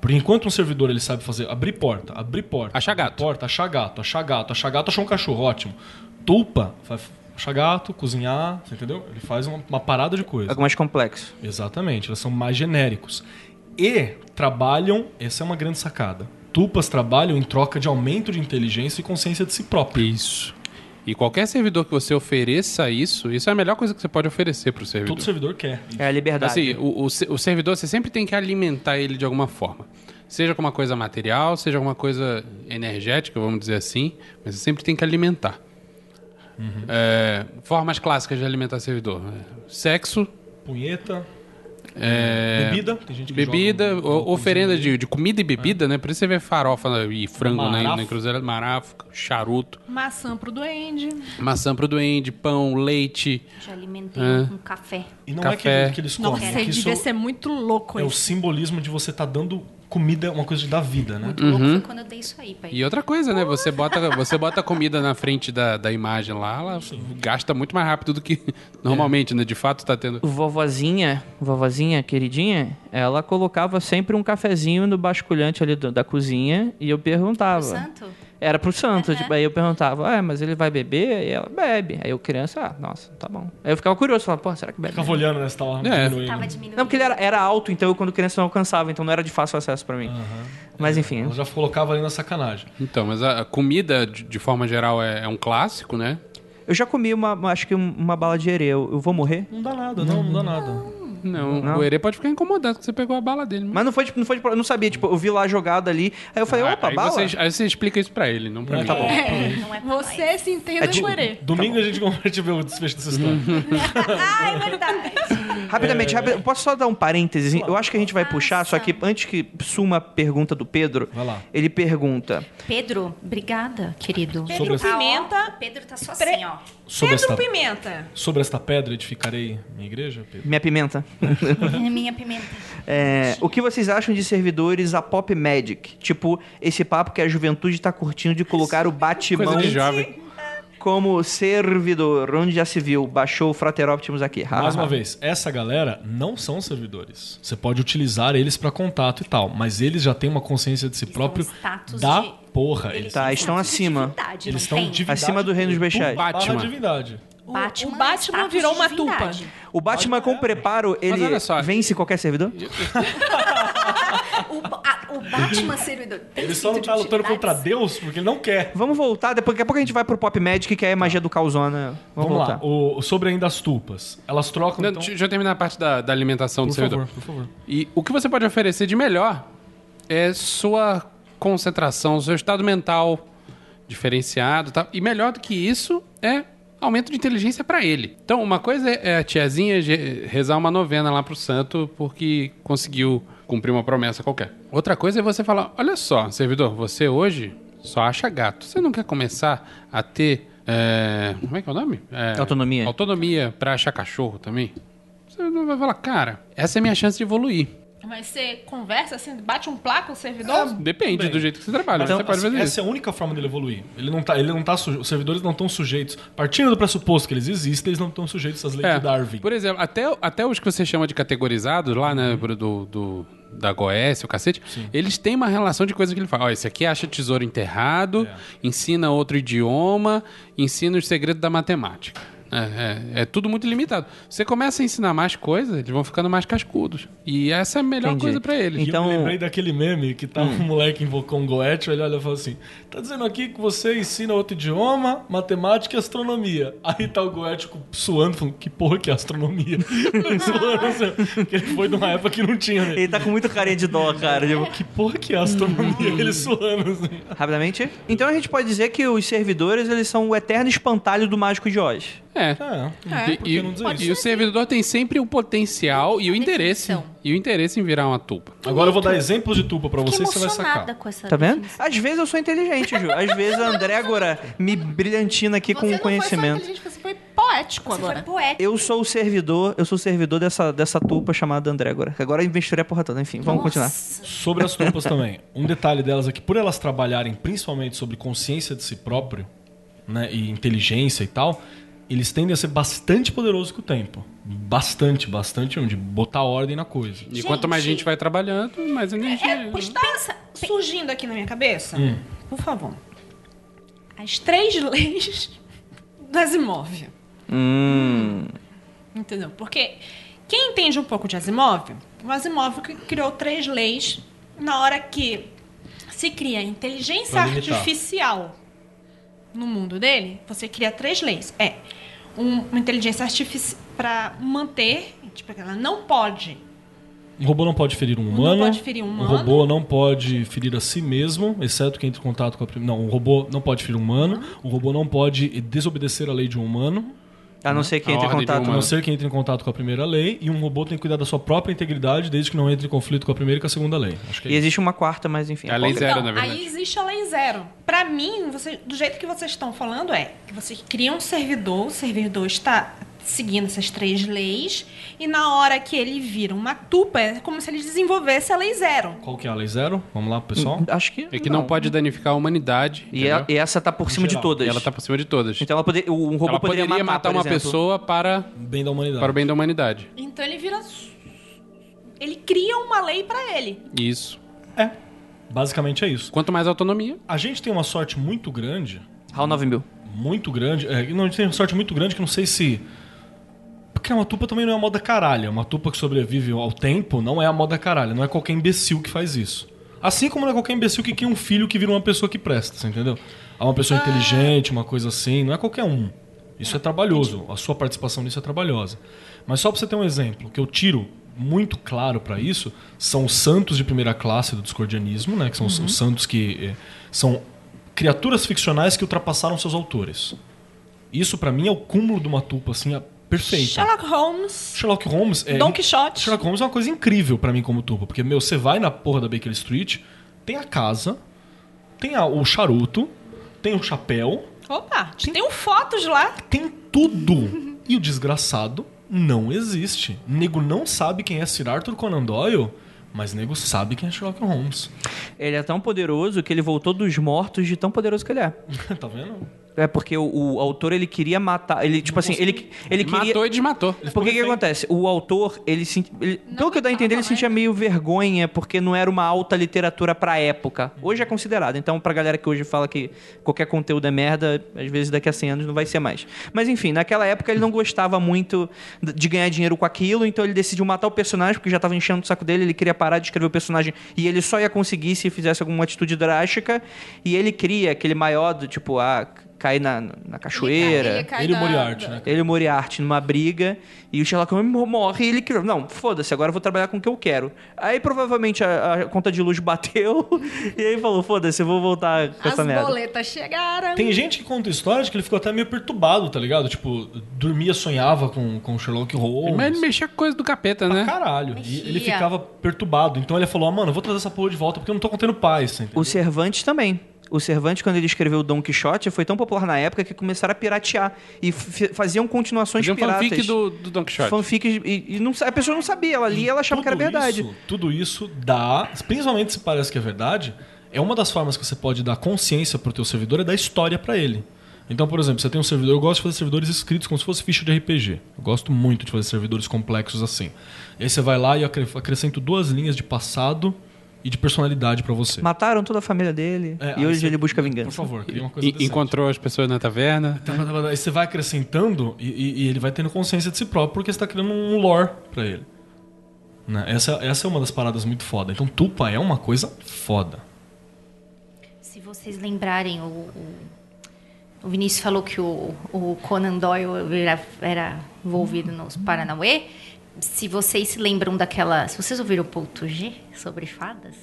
S5: Porque enquanto um servidor ele sabe fazer abrir porta, abrir porta,
S7: Achar
S5: abrir
S7: gato.
S5: porta, achar gato, achar gato, achar gato, achar um cachorro, ótimo. Tupa vai achar gato, cozinhar, você entendeu? Ele faz uma, uma parada de coisa.
S3: Algo É mais complexo.
S5: Exatamente, elas são mais genéricos. E trabalham, essa é uma grande sacada. Tupas trabalham em troca de aumento de inteligência e consciência de si próprio.
S7: Isso. E qualquer servidor que você ofereça isso, isso é a melhor coisa que você pode oferecer pro servidor.
S5: Todo servidor quer.
S3: É a liberdade.
S7: Assim, o, o se- o servidor, você sempre tem que alimentar ele de alguma forma. Seja com uma coisa material, seja alguma coisa energética, vamos dizer assim, mas você sempre tem que alimentar.
S5: Uhum.
S7: É, formas clássicas de alimentar servidor: é, sexo,
S5: Punheta,
S7: é,
S5: bebida, tem gente que
S7: bebida,
S5: joga um- um
S7: o-
S5: álcoolzinho
S7: oferenda
S5: ali.
S7: de, de comida e bebida,
S5: É.
S7: né? Por isso você vê farofa e frango na- na,
S5: Marafa.
S7: encruzilhada, marafa, charuto,
S4: Maçã pro duende.
S7: maçã pro duende, pão, leite.
S6: Já alimentei
S7: É.
S6: com café.
S5: E não
S7: café.
S5: é que, que eles comem,
S4: Nossa,
S5: é
S4: ele
S5: que
S4: devia
S5: isso
S4: ser muito louco
S5: é o
S4: isso.
S5: simbolismo de você tá dando comida, é uma coisa de dar vida, né?
S6: Muito louco foi quando eu dei isso aí, pai.
S7: E outra coisa, né? Você bota, você bota a comida na frente da, da imagem lá, ela gasta muito mais rápido do que (laughs) normalmente, né? De fato, tá tendo.
S3: Vovozinha, vovozinha queridinha, ela colocava sempre um cafezinho no basculhante ali do- da cozinha e eu perguntava.
S6: Santo?
S3: Era pro santo. Tipo, aí eu perguntava, ah, mas ele vai beber? E ela, bebe. Aí eu criança, ah, nossa, tá bom. Aí eu ficava curioso, falava, pô, será que bebe?
S5: Ficava olhando, né? Você tava
S7: É.
S5: diminuindo.
S6: Tava diminuindo.
S3: Não, porque ele era, era alto, então eu quando criança não alcançava, então não era de fácil acesso pra mim. Mas enfim,
S5: Ela já colocava ali na sacanagem.
S7: Então, mas a a comida, de, de forma geral, é, é um clássico, né?
S3: eu já comi uma, uma- acho que um- uma bala de erê, eu- eu vou morrer?
S5: Não dá nada, não, não dá nada.
S7: Não, o Herê pode ficar incomodado que você pegou a bala dele. né?
S3: Mas não foi, tipo, não foi, de- eu não sabia, tipo, eu vi lá jogada ali, aí eu falei,
S7: Ah, Aí-
S3: opa,
S7: aí,
S3: bala.
S7: Você, aí você explica isso pra ele, não pra mim.
S5: tá bom. (laughs)
S6: Não é pra nós.
S4: Você se entenda
S3: É tipo-
S4: com herê.
S5: Domingo a gente (laughs) converte ver o desfecho dessa
S7: Tá
S5: história.
S4: Ah, é verdade.
S3: Rapidamente,
S5: É.
S3: rapidamente, posso só dar um parênteses? Eu acho que a gente vai puxar, só que antes que suma a pergunta do Pedro,
S5: Vai lá.
S3: ele pergunta,
S6: Pedro, obrigada, querido.
S5: Sobre
S4: Pedro
S5: essa-
S4: Pimenta.
S6: Pedro tá só
S4: Pre-
S6: assim, ó.
S5: Sobre
S4: Pedro
S5: esta,
S4: Pimenta.
S5: sobre esta pedra edificarei minha igreja, Pedro?
S3: Minha
S5: (laughs)
S3: pimenta.
S6: É minha pimenta.
S3: É, o que vocês acham de servidores a Pop Magic? Tipo, esse papo que a juventude tá curtindo de colocar o Batman
S7: Coisa de jovem.
S3: como servidor. Onde já se viu? Baixou o Frater Optimus aqui. Ha,
S5: Mais
S3: ha,
S5: uma
S3: ha.
S5: vez, essa galera não são servidores. Você pode utilizar eles pra contato e tal, mas eles já têm uma consciência de si próprio
S6: têm um status
S5: da
S6: de-
S5: porra. Eles,
S6: Eles
S3: Tá,
S6: têm
S3: estão
S6: status de
S3: acima.
S6: divindade,
S5: eles
S6: não
S5: estão
S6: tem?
S5: divindade
S3: Acima do reino dos Bechais.
S5: Tá na
S7: Batman.
S5: divindade.
S6: O
S4: O- o Batman
S6: status
S4: virou
S6: de
S4: uma
S6: divindade.
S3: O Batman com preparo, ele
S7: olha só.
S3: vence qualquer servidor?
S6: O, ba- a- o Batman servidor. tem
S5: Ele só
S6: cinto
S5: não
S6: de
S5: tá lutando
S6: divindades?
S5: contra Deus porque ele não quer.
S3: Vamos voltar, depois, daqui a pouco a gente vai pro Pop Magic, que é a magia do Calzona. Vamos,
S5: Vamos
S3: voltar.
S5: lá. O, sobre ainda as tupas. Elas trocam.
S7: Não,
S5: então...
S7: Deixa eu terminar a parte da, da alimentação
S5: Por
S7: do servidor.
S5: favor, por favor.
S7: E o que você pode oferecer de melhor é sua concentração, seu estado mental diferenciado, tá? E melhor do que isso é aumento de inteligência pra ele. Então, uma coisa é a tiazinha ge- rezar uma novena lá pro santo porque conseguiu cumprir uma promessa qualquer. Outra coisa é você falar: "Olha só, servidor, você hoje só acha gato. Você não quer começar a ter é, como é que é o nome? É,
S3: Autonomia.
S7: Autonomia pra achar cachorro também. Você não vai falar, cara, essa é a minha chance de evoluir.
S4: Mas você conversa assim, bate um placo o servidor?
S7: Depende
S5: Bem.
S7: do jeito que você trabalha.
S3: Então,
S7: você pode
S5: Assim,
S7: fazer
S5: essa
S7: isso.
S5: é a única forma dele evoluir. Ele não tá, ele não tá suje- os servidores não estão sujeitos. Partindo do pressuposto que eles existem, eles não estão sujeitos às leis
S7: É.
S5: de Darwin.
S7: Por exemplo, até, até os que você chama de categorizados lá, né, do, do- da Goécia, o cacete, eles têm uma relação de coisas que ele fala. Ó, esse aqui acha tesouro enterrado,
S5: É.
S7: ensina outro idioma, ensina os segredos da matemática. É, é- é tudo muito limitado. Você começa a ensinar mais coisas, eles vão ficando mais cascudos. E essa é a melhor
S3: Entendi.
S7: coisa pra eles.
S5: E
S3: Então-
S5: eu me lembrei daquele meme que tá um moleque invocou um goethe, ele olha e fala assim: tá dizendo aqui que você ensina outro idioma, matemática e astronomia. Aí tá o goethe com- suando, falando, que porra que é astronomia? (laughs) Suando, assim, Porque ele foi numa época que não tinha, né?
S3: Ele tá com muito carinha de dó, cara. tipo,
S5: Que porra que é astronomia? Ele suando, assim.
S3: rapidamente. Então a gente pode dizer que os servidores, eles são o eterno espantalho do Mágico de Oz.
S7: É.
S5: É,
S7: E,
S5: por que
S7: e-
S5: não dizer
S7: e
S5: isso?
S7: o servidor tem sempre o potencial e o interesse.
S6: definição.
S7: E o interesse em virar uma tupa.
S5: Agora eu vou dar exemplos de tupa pra
S6: Fiquei
S5: você e você vai
S6: emocionada
S5: sacar.
S6: com essa
S3: Tá vendo?
S6: definição.
S3: Às vezes eu sou inteligente, Ju. Às vezes a Andrégora me brilhantina aqui com
S4: você
S3: o conhecimento.
S4: Não foi só inteligente, você foi poético
S6: Você foi
S4: agora.
S6: poético.
S3: Eu sou o servidor, eu sou o servidor dessa, dessa tupa chamada Andrégora. Agora eu misturei a porra toda, enfim, vamos continuar.
S5: Sobre as tupas também. Um detalhe delas é que por elas trabalharem principalmente sobre consciência de si próprio, né, e inteligência e tal, eles tendem a ser bastante poderosos com o tempo. Bastante, bastante, mesmo, de botar ordem na coisa.
S7: E quanto mais gente vai trabalhando, mais energia.
S4: É, está surgindo aqui na minha cabeça,
S5: Hum.
S4: por favor, as três (laughs) leis do Asimov.
S3: Hum.
S4: Entendeu? Porque quem entende um pouco de Asimov, o Asimov que criou três leis na hora que se cria a inteligência
S5: Pra limitar.
S4: artificial no mundo dele, você cria três leis. É um- uma inteligência artificial para manter, tipo, ela não pode
S5: Um robô não pode ferir um humano.
S4: pode ferir um humano.
S5: robô não pode ferir a si mesmo, exceto que entre em contato com a. prim- Não, um robô não pode ferir um humano. Um robô não pode desobedecer a lei de um humano.
S3: A não ser que
S7: A
S3: entre em
S7: ordem de
S5: A
S3: contato.
S7: uma-
S5: não ser que entre em contato com a primeira lei, e um robô tem que cuidar da sua própria integridade desde que não entre em conflito com a primeira e com a segunda lei. Acho que é
S3: E existe uma quarta, mas enfim.
S7: É a lei
S3: qual-
S7: zero,
S4: Então,
S7: na verdade.
S4: Aí existe a lei zero. Pra mim, você- do jeito que vocês estão falando, é que você cria um servidor, o servidor está seguindo essas três leis, e na hora que ele vira uma tupa, é como se ele desenvolvesse a lei zero.
S5: Qual que é a lei zero? Vamos lá, pessoal.
S3: Acho que.
S7: É que não, pode danificar a humanidade.
S3: E, ela-
S7: entendeu?
S3: e essa tá por cima de
S5: geral,
S3: todas.
S7: E ela tá por cima de todas.
S3: Então ela poder, o- um robô
S7: ela poderia matar,
S3: por
S7: uma
S3: exemplo.
S7: pessoa para,
S5: Bem da humanidade.
S7: para o bem da humanidade.
S4: Então ele vira. Ele cria uma lei pra ele.
S7: Isso.
S5: É. Basicamente é isso.
S7: Quanto mais autonomia,
S5: A gente tem uma sorte muito grande,
S3: HAL 9000.
S5: muito grande. é, não, a gente tem uma sorte muito grande que eu não sei se. Porque uma tupa também não é a moda caralha. Uma tupa que sobrevive ao tempo não é a moda caralha. Não é qualquer imbecil que faz isso. Assim como não é qualquer imbecil que cria um filho que vira uma pessoa que presta, você entendeu? Há uma pessoa inteligente, uma coisa assim. Não é qualquer um. Isso é trabalhoso. A sua participação nisso é trabalhosa. Mas só pra você ter um exemplo, que eu tiro muito claro pra isso, são os santos de primeira classe do discordianismo, né? Que são os- os santos que eh, são criaturas ficcionais que ultrapassaram seus autores. Isso pra mim é o cúmulo de uma tupa assim, a- perfeita.
S4: Sherlock Holmes,
S5: Sherlock Holmes é
S4: Don Quixote.
S5: Sherlock Holmes é uma coisa incrível pra mim como tubo, porque meu, você vai na porra da Baker Street, tem a casa, tem a- o charuto, tem o chapéu,
S4: Opa, tem um fotos lá.
S5: tem tudo. E o desgraçado não existe. Nego não sabe quem é Sir Arthur Conan Doyle, mas nego sabe quem é Sherlock Holmes. (laughs)
S3: Ele é tão poderoso que ele voltou dos mortos de tão poderoso que ele é.
S5: tá vendo?
S3: É porque o, o autor ele queria matar, ele tipo assim, ele ele queria
S7: Matou e desmatou.
S3: Porque o que acontece? O autor, ele, senti- ele- pelo que eu dá a entender, ele sentia meio vergonha porque não era uma alta literatura pra época. Hoje é considerado. Então, pra galera que hoje fala que qualquer conteúdo é merda, às vezes daqui a 100 anos não vai ser mais. Mas enfim, naquela época ele não gostava muito d- de ganhar dinheiro com aquilo, então ele decidiu matar o personagem porque já tava enchendo o saco dele, ele queria parar de escrever o personagem e ele só ia conseguir se fizesse alguma atitude drástica. E ele cria aquele maior do tipo, ah, cair na, na cachoeira.
S2: cai
S5: Ele e o
S2: da-
S5: Moriarty, né?
S3: Ele e o Moriarty numa briga e o Sherlock Holmes mo- morre e ele criou. Não, foda-se, agora eu vou trabalhar com o que eu quero. Aí provavelmente a, a conta de luz (laughs) bateu e aí falou: foda-se, eu vou voltar com
S2: As
S3: essa merda.
S2: boletas chegaram.
S5: Tem gente que conta história de que ele ficou até meio perturbado, tá ligado? Tipo, dormia, sonhava com, com Sherlock Holmes.
S7: Mas ele mexia com coisa do capeta,
S5: pra
S7: né?
S5: caralho. E
S2: Mexia.
S5: ele ficava perturbado. Então ele falou, ah, mano, eu vou trazer essa porra de volta porque eu não tô contendo paz, você entendeu?
S3: O Cervantes também. O Cervantes, quando ele escreveu Don Quixote, foi tão popular na época que começaram a piratear e f- faziam continuações
S7: Fazia um
S3: piratas.
S7: fanfic do, do Don Quixote.
S3: Fanfics, e, e não sa- a pessoa não sabia, ela lia e ela achava que era
S5: Tudo
S3: verdade.
S5: isso- tudo isso dá, principalmente se parece que é verdade, é uma das formas que você pode dar consciência pro teu servidor é dar história pra ele. Então, por exemplo, você tem um servidor, eu gosto de fazer servidores escritos como se fosse ficha de RPG. Eu gosto muito de fazer servidores complexos assim. E aí você vai lá e eu acre- acrescento duas linhas de passado e de personalidade pra você.
S3: Mataram toda a família dele
S5: É,
S3: e
S5: aí
S3: hoje
S5: você-
S3: ele busca
S5: Por
S3: vingança.
S5: favor, cria uma coisa
S7: E-
S5: decente.
S7: encontrou as pessoas na taverna.
S5: Tá, tá, tá, tá. Aí você vai acrescentando e, e- e ele vai tendo consciência de si próprio porque você tá criando um lore pra ele. Né? Essa, essa é uma das paradas muito foda. Então, Tupa é uma coisa foda.
S6: Se vocês lembrarem, o, o, o Vinícius falou que o, o Conan Doyle era, era envolvido nos Paranauê. Se vocês se lembram daquela. Se vocês ouviram o Ponto G sobre fadas,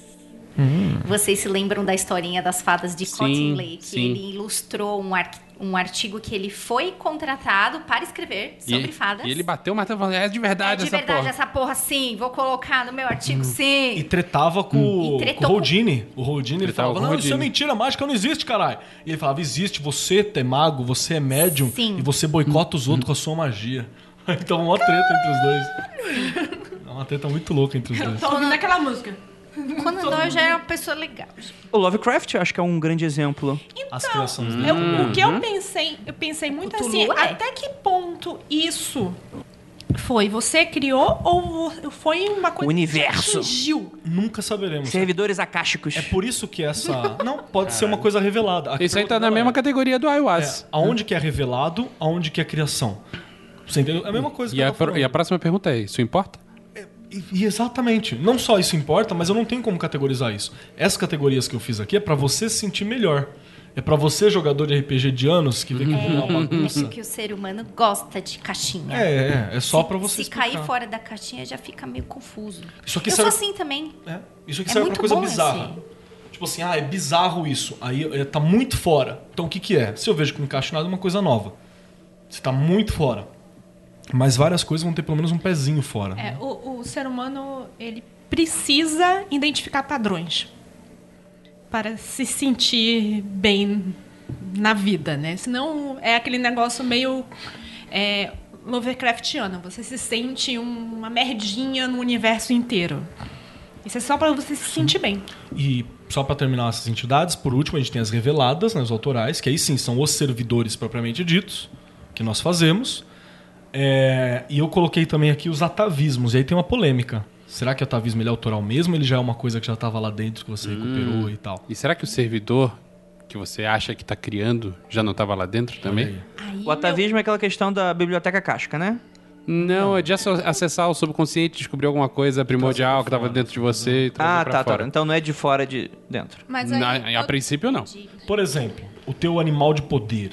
S6: vocês se lembram da historinha das fadas de
S7: Sim,
S6: Cottingley, que
S7: Hum. sim.
S6: ele ilustrou um, ar- um artigo que ele foi contratado para escrever
S7: E-
S6: sobre fadas.
S7: E ele bateu o martelo e falou: é de
S6: é
S7: verdade
S6: de
S7: essa
S6: verdade
S7: porra. Hum.
S6: essa porra, sim. Vou colocar no meu artigo,
S5: E
S7: (laughs)
S6: sim.
S5: tretava com,
S4: Hum.
S6: E tretou
S5: com o
S6: com-
S5: Houdini. O Houdini ele
S7: Tretava
S5: falava:
S7: com o
S5: Não, isso é
S7: Houdini."
S5: mentira, mágica não existe, caralho. E ele falava: Existe, você é mago, você é médium
S6: Sim.
S5: e você boicota os outros com a sua magia. (laughs) Então, uma treta entre os dois. É uma treta muito louca entre os dois.
S4: Tô Tá ouvindo aquela música.
S6: Conan Doyle já era uma pessoa legal.
S3: O Lovecraft, eu acho que é um grande exemplo.
S4: então,
S5: As criações dele.
S4: Eu-
S7: Uhum.
S4: o que eu pensei, eu pensei muito
S6: O Tulu
S4: assim,
S6: é.
S4: até que ponto isso foi? Você criou ou vo- foi uma coisa
S3: Universo.
S4: que te atingiu?
S5: Nunca saberemos.
S3: Servidores acásticos.
S5: É por isso que
S6: (laughs)
S5: essa. Não, pode ser uma coisa revelada. A
S7: Isso aí
S5: pergunta
S7: tá na
S5: dela
S7: mesma
S5: é,
S7: categoria do
S5: é,
S7: iOS.
S5: aonde que é revelado, aonde que é criação. Você entendeu? É a mesma coisa que
S7: E,
S5: eu
S7: a,
S5: tô
S7: pro-
S5: falando.
S7: e a próxima pergunta é: isso importa?
S5: E- e exatamente. Não só isso importa, mas eu não tenho como categorizar isso. Essas categorias que eu fiz aqui é pra você se sentir melhor. É pra você, jogador de RPG de anos, que vê que é uma
S6: É (laughs)
S5: bagunça.
S6: porque o ser humano gosta de caixinha.
S5: É, é, é só pra você
S6: Se
S5: explicar.
S6: cair fora da caixinha já fica meio confuso.
S5: Isso aqui
S6: eu
S5: serve-
S6: sou assim também.
S5: É, Isso aqui serve
S6: É
S5: pra
S6: muito
S5: coisa
S6: bom
S5: bizarra. Tipo assim, ah, é bizarro isso. Aí é, tá muito fora. Então o que que é? Se eu vejo que não encaixa nada, é uma coisa nova. Você tá muito fora. Mas várias coisas vão ter pelo menos um pezinho fora.
S4: É, o, o ser humano, ele precisa identificar padrões para se sentir bem na vida, né? Senão é aquele negócio meio é, Lovecraftiano. Você se sente um- uma merdinha no universo inteiro. Isso é só para você se sentir bem.
S5: E só pra terminar essas entidades, por último a gente tem as reveladas, né, os autorais, que aí sim são os servidores propriamente ditos, que nós fazemos. É, e eu coloquei também aqui os atavismos, e aí tem uma polêmica. Será que o atavismo ele é autoral mesmo ou ele já é uma coisa que já tava lá dentro que você recuperou e tal?
S7: E será que o servidor que você acha que tá criando já não tava lá dentro também?
S3: O atavismo é aquela questão da biblioteca casca, né?
S7: Não, é de ace- acessar o subconsciente, descobrir alguma coisa
S5: Tá
S7: primordial que tava dentro de você e trazer
S3: Ah,
S7: pra
S3: tá,
S7: fora.
S3: tá. Então não é de fora de dentro.
S2: Mas aí,
S7: Na- a princípio, não.
S5: Por exemplo, o teu animal de poder.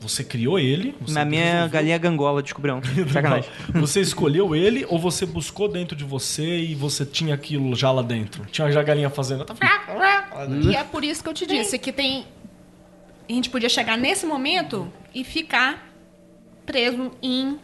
S5: Você criou ele. Você (laughs)
S3: Na minha galinha gangola descobriu.
S7: (laughs)
S3: Sacanagem.
S5: Você escolheu ele ou você buscou dentro de você e você tinha aquilo já lá dentro? Tinha já a galinha fazendo.
S2: e é por isso que eu te disse que tem
S4: A gente podia chegar nesse momento e ficar preso em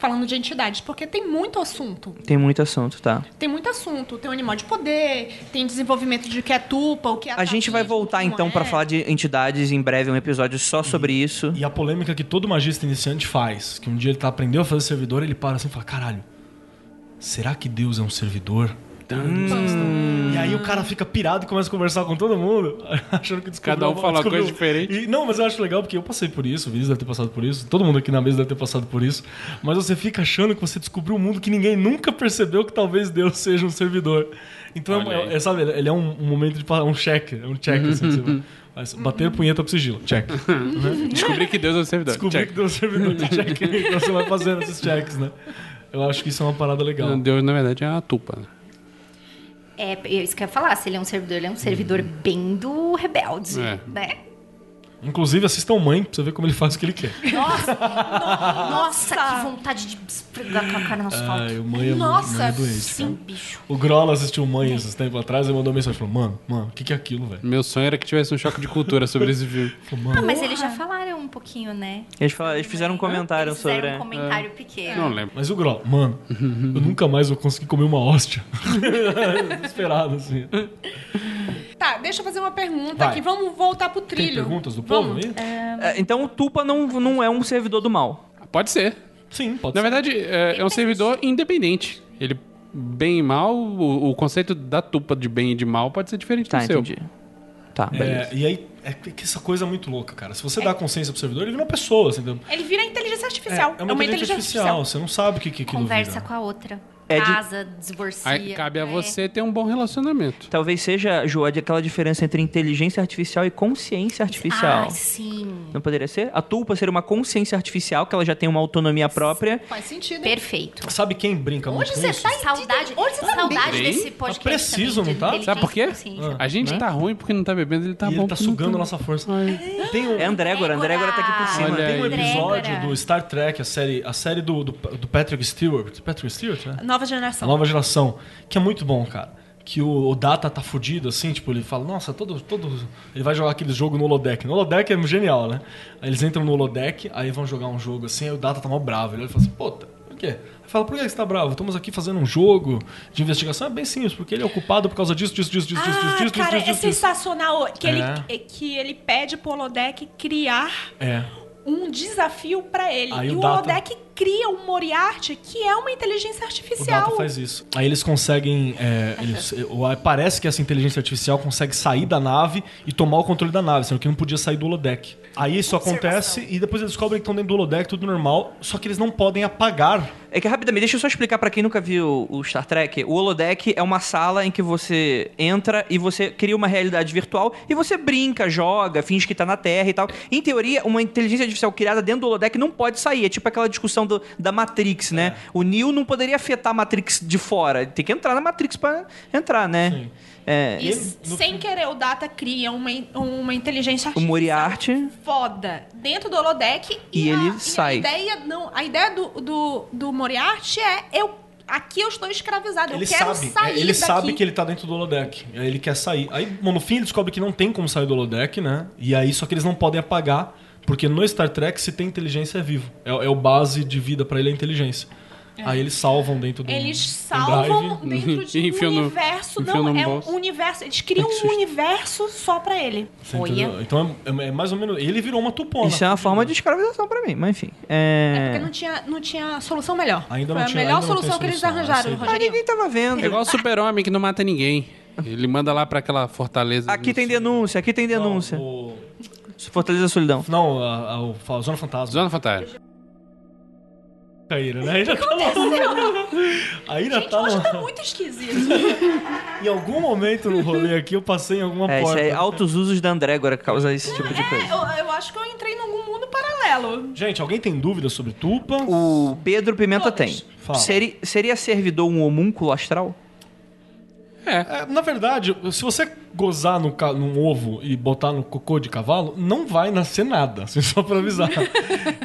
S4: falando de entidades, porque tem muito assunto.
S3: Tem muito assunto, tá?
S4: Tem muito assunto. Tem o animal de poder, tem desenvolvimento de o que é tupa, o que é
S3: A gente vai
S4: atavismo,
S6: né?
S3: voltar
S4: como
S3: então
S4: é.
S3: pra falar de entidades em breve, um episódio só sobre
S7: Uhum.
S3: isso.
S5: E a polêmica que todo magista iniciante faz, que um dia ele tá aprendeu a fazer servidor, ele para assim e fala: caralho, será que Deus é um servidor?
S7: Tá.
S5: Hum. E aí o cara fica pirado e começa a conversar com todo mundo, (laughs) achando que descobriu
S7: Cada um
S5: uma-
S7: fala uma
S5: descobriu-
S7: coisa diferente.
S5: E- não, mas eu acho legal porque eu passei por isso, o Vinícius deve ter passado por isso, todo mundo aqui na mesa deve ter passado por isso, mas você fica achando que você descobriu um mundo que ninguém nunca percebeu que talvez Deus (laughs) seja um servidor. Então,
S1: Olha
S5: é,
S1: aí.
S5: é, sabe, ele ele é um, um momento de pa- um check, é um check assim, você
S7: (laughs)
S5: vai- mas bater punheta pro sigilo, check.
S7: Descobri que Deus é o servidor.
S5: Descobri
S7: Check.
S5: que Deus é servidor (laughs) de check, então você vai fazendo esses checks, né? Eu acho que isso é uma parada legal.
S7: Deus, na verdade, é uma tupa. né?
S6: É, eu- isso que eu ia falar, se ele é um servidor, ele é um servidor bem do rebelde,
S7: É.
S6: né?
S5: Inclusive, assistam Mãe pra você ver como ele faz o que ele quer.
S6: Nossa,
S3: Ah,
S6: nossa,
S3: tá.
S6: que vontade de esfregar com a cara no asfalto.
S5: Ai, o mãe é mu- mãe é
S6: nossa,
S5: doente,
S6: sim, bicho.
S5: O Grola assistiu Mãe esses tempos atrás e mandou mensagem. Falou, mano, mano, o que, que é aquilo, velho?
S7: Meu sonho era que tivesse um choque de cultura sobre esse filme.
S5: Falou,
S6: Ah,
S5: mano,
S6: mas eles já falaram um pouquinho, né?
S3: Eles, fala- eles fizeram um comentário
S6: Eles fizeram
S3: sobre.
S6: um comentário pequeno.
S7: Não lembro.
S5: mas o Grola, mano, eu nunca mais vou conseguir comer uma hóstia. (laughs) Desesperado, assim.
S4: Tá, deixa eu fazer uma pergunta
S5: Vai.
S4: aqui. Vamos voltar pro
S5: Tem
S4: trilho.
S5: perguntas do povo
S4: Vamos.
S5: aí?
S3: É, Então o Tupa não, não é um servidor do mal.
S7: Pode ser.
S5: Sim, pode
S7: Na
S5: ser.
S7: verdade, é, é um servidor independente. Ele, bem e mal, o, o conceito da tupa de bem e de mal pode ser diferente
S3: Tá,
S7: do seu.
S3: entendi. Tá, beleza.
S5: É, e aí, é que essa coisa é muito louca, cara. Se você dá consciência pro servidor, ele vira uma pessoa, assim, entendeu?
S4: Ele vira inteligência artificial.
S5: é uma inteligência artificial, você não sabe o que, que aquilo
S6: Conversa
S5: vira.
S6: com a outra.
S3: É de-
S6: Casa, divorcia.
S7: Aí cabe a
S6: né?
S7: você ter um bom relacionamento.
S3: Talvez seja, Joad, aquela diferença entre inteligência artificial e consciência artificial.
S6: Ah, sim.
S3: Não poderia ser? A Tulpa seria uma consciência artificial, que ela já tem uma autonomia própria.
S2: Faz sentido. hein?
S6: Perfeito.
S5: Sabe quem brinca muito
S2: Onde
S5: com
S2: você
S5: isso?
S2: tá
S6: Saudade,
S2: Onde você tá
S6: saudade
S7: bem?
S6: desse podcast.
S5: Tá preciso,
S6: também, de
S5: não tá?
S6: inteligência assim.
S7: Sabe por quê?
S6: consciente.
S7: A gente
S3: Né?
S7: tá ruim porque não tá bebendo, ele tá
S5: e
S7: bom
S5: ele tá
S7: porque não
S5: sugando a nossa força. Tem um,
S3: É Andrégora, Andrégora tá aqui
S2: Ah,
S3: por cima.
S7: Olha
S5: tem um
S7: aí.
S5: episódio
S6: Andrégora.
S5: do Star Trek, a série, a série do, do, do Patrick Stewart. Patrick Stewart, né?
S4: Nova
S5: A
S4: geração.
S5: nova geração. Que é muito bom, cara. Que o, o Data tá fudido, assim, tipo, ele fala, nossa, todo, todo. Ele vai jogar aquele jogo no Holodeck. No Holodeck é genial, né? Aí eles entram no Holodeck, aí vão jogar um jogo assim, aí o Data tá mal bravo. Ele olha e fala assim, puta, por quê? Aí fala, por que você tá bravo? Estamos aqui fazendo um jogo de investigação. É bem simples, porque ele é ocupado por causa disso, disso, disso, disso, disso, disso,
S4: Ah,
S5: disso,
S4: cara,
S5: disso,
S4: é
S5: disso, disso.
S4: sensacional que ele,
S5: É.
S4: que ele pede pro Holodeck criar
S5: É.
S4: um desafio pra ele.
S5: Aí
S4: e
S5: o
S4: o
S5: Data-
S4: Holodeck cria um Moriarty que é uma inteligência
S5: O Data
S4: artificial.
S5: faz isso. Aí eles conseguem. é, eles- ou- parece que essa inteligência artificial consegue sair da nave e tomar o controle da nave, sendo que não podia sair do holodeck. Aí isso acontece e depois eles descobrem que estão dentro do holodeck, tudo normal, só que eles não podem apagar.
S3: É que rapidamente, deixa eu só explicar pra quem nunca viu o Star Trek. O holodeck é uma sala em que você entra e você cria uma realidade virtual e você brinca, joga, finge que tá na Terra e tal. Em teoria, uma inteligência artificial criada dentro do holodeck não pode sair. É tipo aquela discussão do- da Matrix, né?
S5: É.
S3: O Neo não poderia afetar a Matrix de fora. Tem que entrar na Matrix pra entrar, né?
S5: Sim.
S3: É,
S4: E s- sem querer, o Data cria uma, in- uma inteligência
S3: o
S4: artificial
S3: Moriarty.
S4: foda dentro do holodeck.
S3: E ele
S4: a, a
S3: sai.
S4: ideia, não, a ideia do, do, do Moriarty é eu aqui eu estou escravizado,
S5: Ele
S4: eu quero
S5: sabe,
S4: sair
S5: ele
S4: daqui.
S5: sabe é, que ele tá dentro do holodeck. Aí ele quer sair. Aí, bom, no fim ele descobre que não tem como sair do holodeck, né? E aí só que eles não podem apagar, porque no Star Trek se tem inteligência é vivo. É, é o base de vida pra ele é a inteligência. Aí eles salvam dentro do
S4: Eles
S5: pendrive.
S4: salvam dentro de
S7: (laughs) Enfiam
S4: um
S7: no-
S4: universo.
S7: enfiam
S4: não,
S7: no
S4: é
S7: bolso.
S4: um universo. Eles criam
S7: Ai, que
S4: um
S7: susto.
S4: universo só pra ele.
S5: Você
S6: Olha.
S5: entendeu? Então é, é mais ou menos. Ele virou uma tupona.
S3: Isso é uma forma de escravização pra mim, mas enfim.
S4: É
S3: É...
S4: porque não tinha, não tinha solução melhor.
S5: Ainda
S4: Foi
S5: não
S4: a
S5: tinha-
S4: melhor
S5: ainda não tem
S4: solução que eles
S5: solução,
S4: arranjaram,
S5: essa aí.
S3: Mas
S4: Rogerinho.
S3: Ah, ninguém tava vendo.
S7: É igual o super-homem que não mata ninguém. Ele manda lá pra aquela fortaleza.
S3: Aqui tem denúncia, aqui tem denúncia.
S5: né? Não, o-
S3: Fortaleza da Solidão.
S5: não a, a, o- a Zona Fantasma.
S7: Zona Fantasma.
S5: Caíra, né? Aí já tá no... Aí já
S4: Gente,
S5: tá
S4: hoje
S5: no...
S4: tá muito esquisito.
S5: Em algum momento no rolê aqui eu passei em alguma
S3: É, isso
S5: porta.
S3: é altos usos da Andrégora que causa esse tipo de coisa.
S4: eu, eu acho que eu entrei num mundo paralelo.
S5: Gente, alguém tem dúvida sobre Tupa?
S3: O Pedro Pimenta tem.
S5: Fala.
S3: Seria, seria servidor um homúnculo astral?
S5: É, na verdade, se você gozar no, ca- num ovo e botar no cocô de cavalo, não vai nascer nada, (laughs) assim, só pra avisar.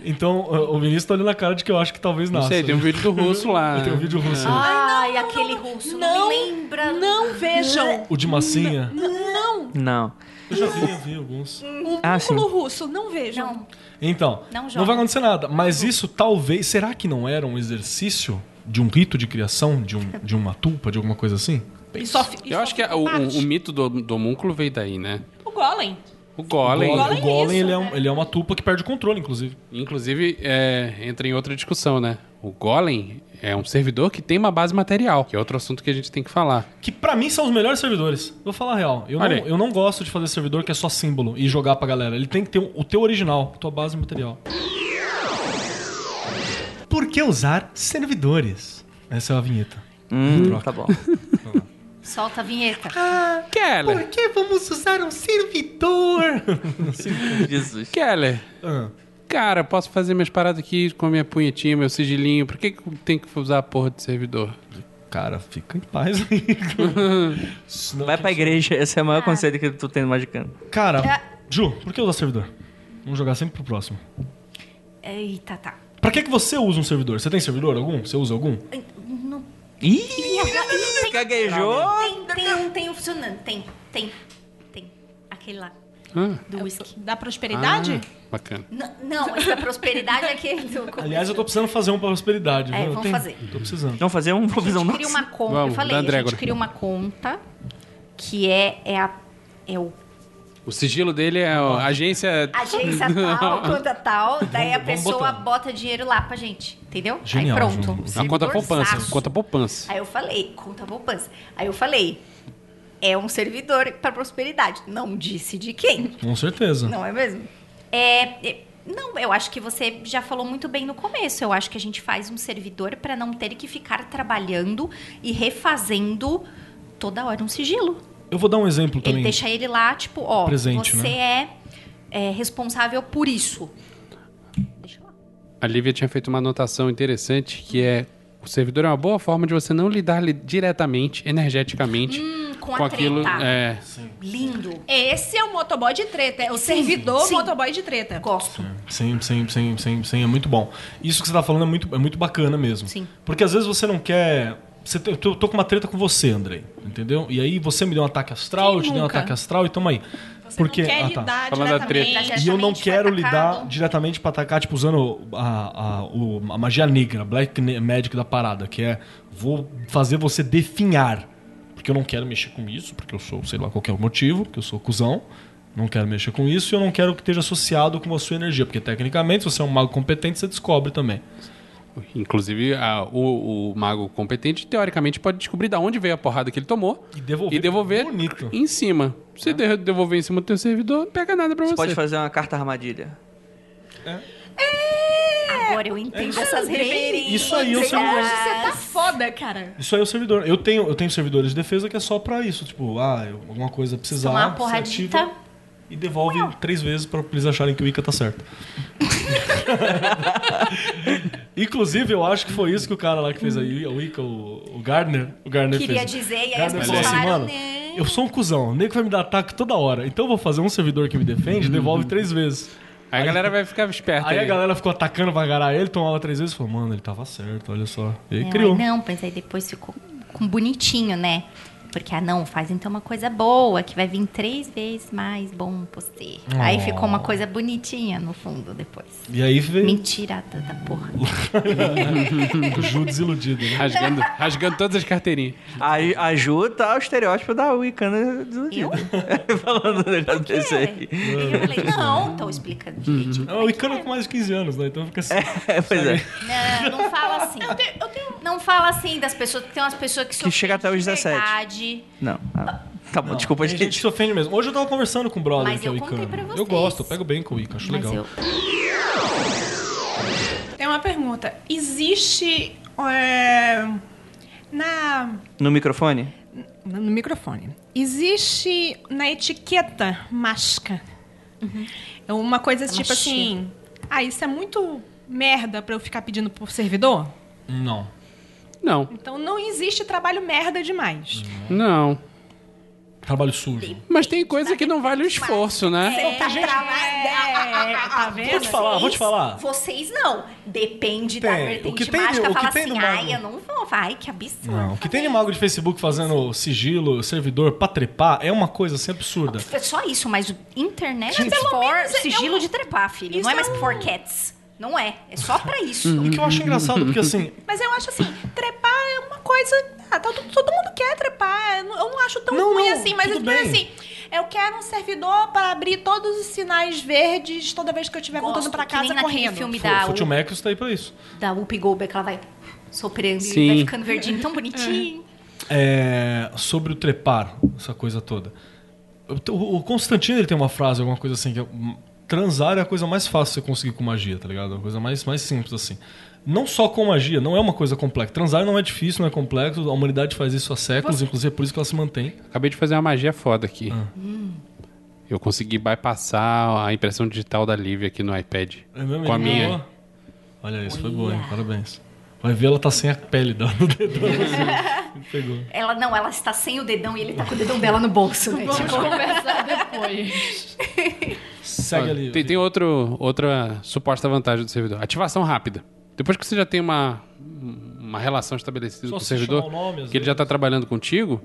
S5: então, o ministro tá olhando na cara de que eu acho que talvez
S7: Não
S5: nasça.
S7: sei, tem
S5: (laughs)
S7: um vídeo do russo lá.
S5: Tem um vídeo russo.
S4: Ah,
S5: né?
S6: Ai, aquele russo, não,
S4: não,
S6: me lembra.
S5: É.
S4: Não vejam.
S5: O de massinha.
S4: Não.
S3: Não.
S5: Eu já vi, eu vi alguns.
S4: O
S3: Ah, sim.
S4: vínculo russo, não vejam.
S6: Não,
S5: Então,
S6: Não
S5: não,
S6: joga.
S5: vai acontecer nada. Mas isso talvez. Será que não era um exercício de um rito de criação, de, um, de uma tulpa, de alguma coisa assim?
S4: E só, fi- e
S7: Eu
S4: só
S7: acho que a- o,
S4: parte.
S7: o mito do, do homúnculo veio daí, né?
S4: O Golem.
S7: O Golem.
S5: o Golem,
S4: Golem é isso,
S5: ele, é um- ele é uma tulpa que perde o controle, inclusive.
S7: Inclusive, é, entra em outra discussão, né? O Golem é um servidor que tem uma base material, que é outro assunto que a gente tem que falar.
S5: Que pra mim são os melhores servidores. Vou falar a real. Eu não,
S7: Olha aí.
S5: eu não gosto de fazer servidor que é só símbolo e jogar pra galera. Ele tem que ter o o teu original, tua base material. Por que usar servidores? Essa é a vinheta.
S3: Hum, tá bom.
S6: solta a vinheta.
S7: Keller!
S5: Ah, que vamos usar um (laughs) servidor?
S3: (laughs) Jesus.
S7: Keller!
S5: Ah,
S7: Cara, posso fazer minhas paradas aqui com a minha punhetinha, meu sigilinho. Por que, que tem que usar a porra de servidor?
S5: cara, fica em paz aí. Senão-
S3: Vai pra igreja, esse é o maior conselho que tu tem no Magicano.
S5: Cara,
S6: É.
S5: Ju, por que usar servidor? Vamos jogar sempre pro próximo.
S6: Eita, tá.
S5: Pra que, que você usa um servidor? Você tem servidor algum? Você usa algum?
S3: Ih, gaguejou.
S6: Tem, tem um, tem um funcionando. Tem, tem, tem. Aquele lá,
S7: Ah,
S6: do whisky.
S4: Da prosperidade?
S7: ah, bacana.
S6: N- não, essa prosperidade é aquele do...
S5: (laughs) Aliás, eu tô precisando fazer um pra prosperidade.
S6: É,
S5: viu? Eu
S6: vamos
S5: tenho-
S6: fazer.
S5: Tô precisando.
S3: Vamos fazer um, vamos fazer um
S6: gente cria
S3: nosso.
S6: uma conta.
S7: Vamos,
S6: eu falei,
S7: da
S6: a gente
S7: Drégora.
S6: cria uma conta que é, é, a, é o
S7: O sigilo dele é a
S5: (laughs)
S7: agência.
S6: agência tal, conta tal, daí a pessoa
S5: botando.
S6: bota dinheiro lá pra gente, entendeu?
S5: Genial,
S6: Aí pronto.
S5: Ju.
S6: um
S7: A conta
S6: servidorzaço.
S7: poupança. Conta poupança.
S6: Aí eu falei, conta poupança. Aí eu falei, é um servidor pra prosperidade. Não disse de quem,
S5: Com certeza.
S6: não é mesmo? É, é, não, eu acho que você já falou muito bem no começo. Eu acho que a gente faz um servidor pra não ter que ficar trabalhando e refazendo toda hora um sigilo.
S5: Eu vou dar um exemplo
S6: Ele
S5: também.
S6: deixa ele lá, tipo, ó,
S5: Presente, né?
S6: você é, é responsável por isso. Deixa lá.
S7: A Lívia tinha feito uma anotação interessante que é. O servidor é uma boa forma de você não lidar li- diretamente, energeticamente,
S6: Hum, com,
S7: com
S6: a treta.
S7: aquilo. É,
S6: Lindo.
S4: Esse é o motoboy de treta. É o
S6: Sim,
S4: servidor
S6: sim.
S4: motoboy de treta.
S6: Gosto.
S5: Sim, sim, sim, sim, sim, é muito bom. Isso que você tá falando é muito, é muito bacana mesmo.
S6: Sim.
S5: Porque às vezes você não quer. Você tem- eu tô, eu tô com uma treta com você, Andrei. Entendeu? E aí você me deu um ataque astral,
S4: Quem
S5: eu te dei um
S4: nunca?
S5: ataque astral e tamo aí.
S4: Você
S5: Porque.
S4: não quer
S5: ah, tá.
S4: lidar
S7: Falando da
S4: diretamente.
S6: treta.
S5: E eu não
S6: Diretamente foi
S5: quero
S6: É atacado.
S5: lidar diretamente pra atacar, tipo, usando a, a, o- a magia negra, a Black Ne- Magic da parada, que é vou fazer você definhar. Porque eu não quero mexer com isso, porque eu sou, sei lá, qualquer motivo, porque eu sou cuzão. Não quero mexer com isso e eu não quero que esteja associado com a sua energia. Porque, tecnicamente, se você é um mago competente, você descobre também.
S7: Inclusive, a- o, o mago competente, teoricamente, pode descobrir de onde veio a porrada que ele tomou
S5: E devolver
S7: e devolver
S5: bonito. Né?
S7: em cima. Se de- devolver em cima do teu servidor, não pega nada pra você.
S3: Você pode fazer uma carta armadilha.
S5: É.
S6: Agora eu entendo essas referências.
S5: Isso aí, eu sou
S4: Hoje você tá foda, cara.
S5: Isso aí é o servidor. Eu tenho, eu tenho servidores de defesa que é só pra isso. Tipo, ah, eu- alguma coisa precisar.
S6: Tomar uma
S5: você é tipo
S6: porradita.
S5: ativa E devolve três vezes pra eles acharem que o Ica tá
S6: (laughs)
S5: certo. Inclusive, eu acho que foi isso que o cara lá que fez aí, o Ica, o, o Gardner. O Gardner
S6: Queria
S5: fez.
S6: dizer, e aí as
S5: Gardner
S6: pessoas
S5: falou assim,
S6: falaram,
S5: mano,
S6: né?
S5: eu sou um cuzão, o nego vai me dar ataque toda hora. Então eu vou fazer um servidor que me defende, devolve três vezes.
S7: Aí a galera vai ficar esperta.
S5: Aí
S7: aí.
S5: a galera ficou atacando pra garar ele, tomava três vezes e falou, mano, ele tava certo, olha só. E aí
S6: Não,
S5: criou.
S6: aí Não, mas aí depois ficou com bonitinho, né? Porque, ah, não, faz então uma coisa boa, que vai vir três vezes mais bom pra você.
S5: Oh.
S6: Aí ficou uma coisa bonitinha no fundo depois.
S5: E aí veio
S6: Mentira, tanta
S5: (laughs)
S6: porra.
S5: o Ju desiludido, né?
S7: Rasgando, rasgando todas as carteirinhas.
S3: A, a Ju tá o estereótipo da Wicana do
S6: Eu?
S3: (laughs) Falando dele desse aí.
S6: E eu falei, não, tô
S3: Uhum.
S6: explicando direitinho.
S5: É o Icano com mais de 15 anos, né? Então fica assim.
S3: É, pois é.
S6: Não, não fala assim. Não fala assim das pessoas, que tem umas pessoas que se
S3: Que chega até
S6: ofendem
S3: os
S6: de
S3: 17.
S6: verdade.
S3: Não. ah, Tá bom, desculpa,
S5: a gente
S3: gente.
S5: se ofende mesmo. Hoje eu tava conversando com o brother
S6: Mas
S5: que é o
S6: eu contei
S5: Icano.
S6: pra vocês.
S5: Eu gosto, eu pego bem com o Ica, acho
S6: Mas
S5: legal.
S6: eu,
S4: Tem uma pergunta. Existe. é, na.
S3: No microfone?
S4: No microfone. Existe na etiqueta masca. É uma coisa tipo
S6: masquinha.
S4: assim. Ah, isso é muito merda pra eu ficar pedindo por servidor?
S5: Não.
S7: Não,
S4: Então não existe trabalho merda demais.
S7: não.
S5: Trabalho sujo.
S7: Mas tem coisa que não vale o esforço, né?
S8: Você tá trabalhando.
S4: É, tá vendo?
S5: Vou te falar, vou te falar.
S8: Vocês não. Depende da
S5: Tem.
S8: vertente
S5: O que tem de-
S8: mágica.
S5: o que
S8: Fala
S5: tem
S8: assim,
S5: do mago?
S8: ai, eu não vou. Vai, que absurdo.
S5: Não, o que tem de mago de Facebook fazendo sigilo, servidor pra trepar é uma coisa assim absurda.
S8: É
S6: Só isso, mas o internet
S8: Gente,
S6: é
S8: pelo
S6: for
S8: menos é
S6: sigilo
S8: um-
S6: de trepar, filho.
S8: Isso
S6: Não é
S8: é
S6: mais
S8: um-
S6: for cats. Não é. É só pra isso.
S5: O que eu acho engraçado, porque assim,
S4: Mas eu acho assim, trepar é uma coisa. Ah, tá- todo mundo quer trepar. é, Eu não, eu não acho tão
S5: Não,
S4: ruim
S5: não,
S4: assim, mas
S5: tudo
S4: então,
S5: bem.
S4: assim, eu quero um servidor para abrir todos os sinais verdes toda vez que eu estiver voltando
S6: Gosto,
S4: para
S6: que nem
S4: casa
S6: naquele
S4: correndo.
S6: filme da,
S5: o Futil Mecos tá aí pra isso.
S6: da Whoopi Goldberg, que ela vai soprando e
S7: Sim.
S6: vai ficando verdinho, tão bonitinho.
S5: É, sobre o trepar, essa coisa toda. Então, O o Constantino ele tem uma frase, alguma coisa assim, que é, "Hum, transar é a coisa mais fácil de você conseguir com magia, tá ligado? É uma coisa mais, mais simples assim. Não só com magia, não é uma coisa complexa. Transar não é difícil, não é complexo. A humanidade faz isso há séculos, inclusive é por isso que ela se mantém.
S7: Acabei de fazer uma magia foda aqui.
S5: Ah.
S7: Eu consegui bypassar a impressão digital da Lívia aqui no iPad.
S5: É mesmo?
S7: Com a
S5: Ele
S7: minha.
S5: boa. Olha isso, foi boa, hein? Parabéns. Vai ver, ela tá sem a pele da- do dedão. assim. Ele Pegou.
S6: Ela não, ela está sem o dedão e ele tá com o dedão dela no bolso. Né?
S2: Vamos conversar depois.
S5: (laughs) Segue ali.
S7: Ah, Tem, tem outro, outra suposta vantagem do servidor. Ativação rápida. Depois que você já tem uma, uma relação estabelecida
S5: Só
S7: com o
S5: se
S7: servidor,
S5: chamar o nome, às
S7: que ele já está trabalhando contigo,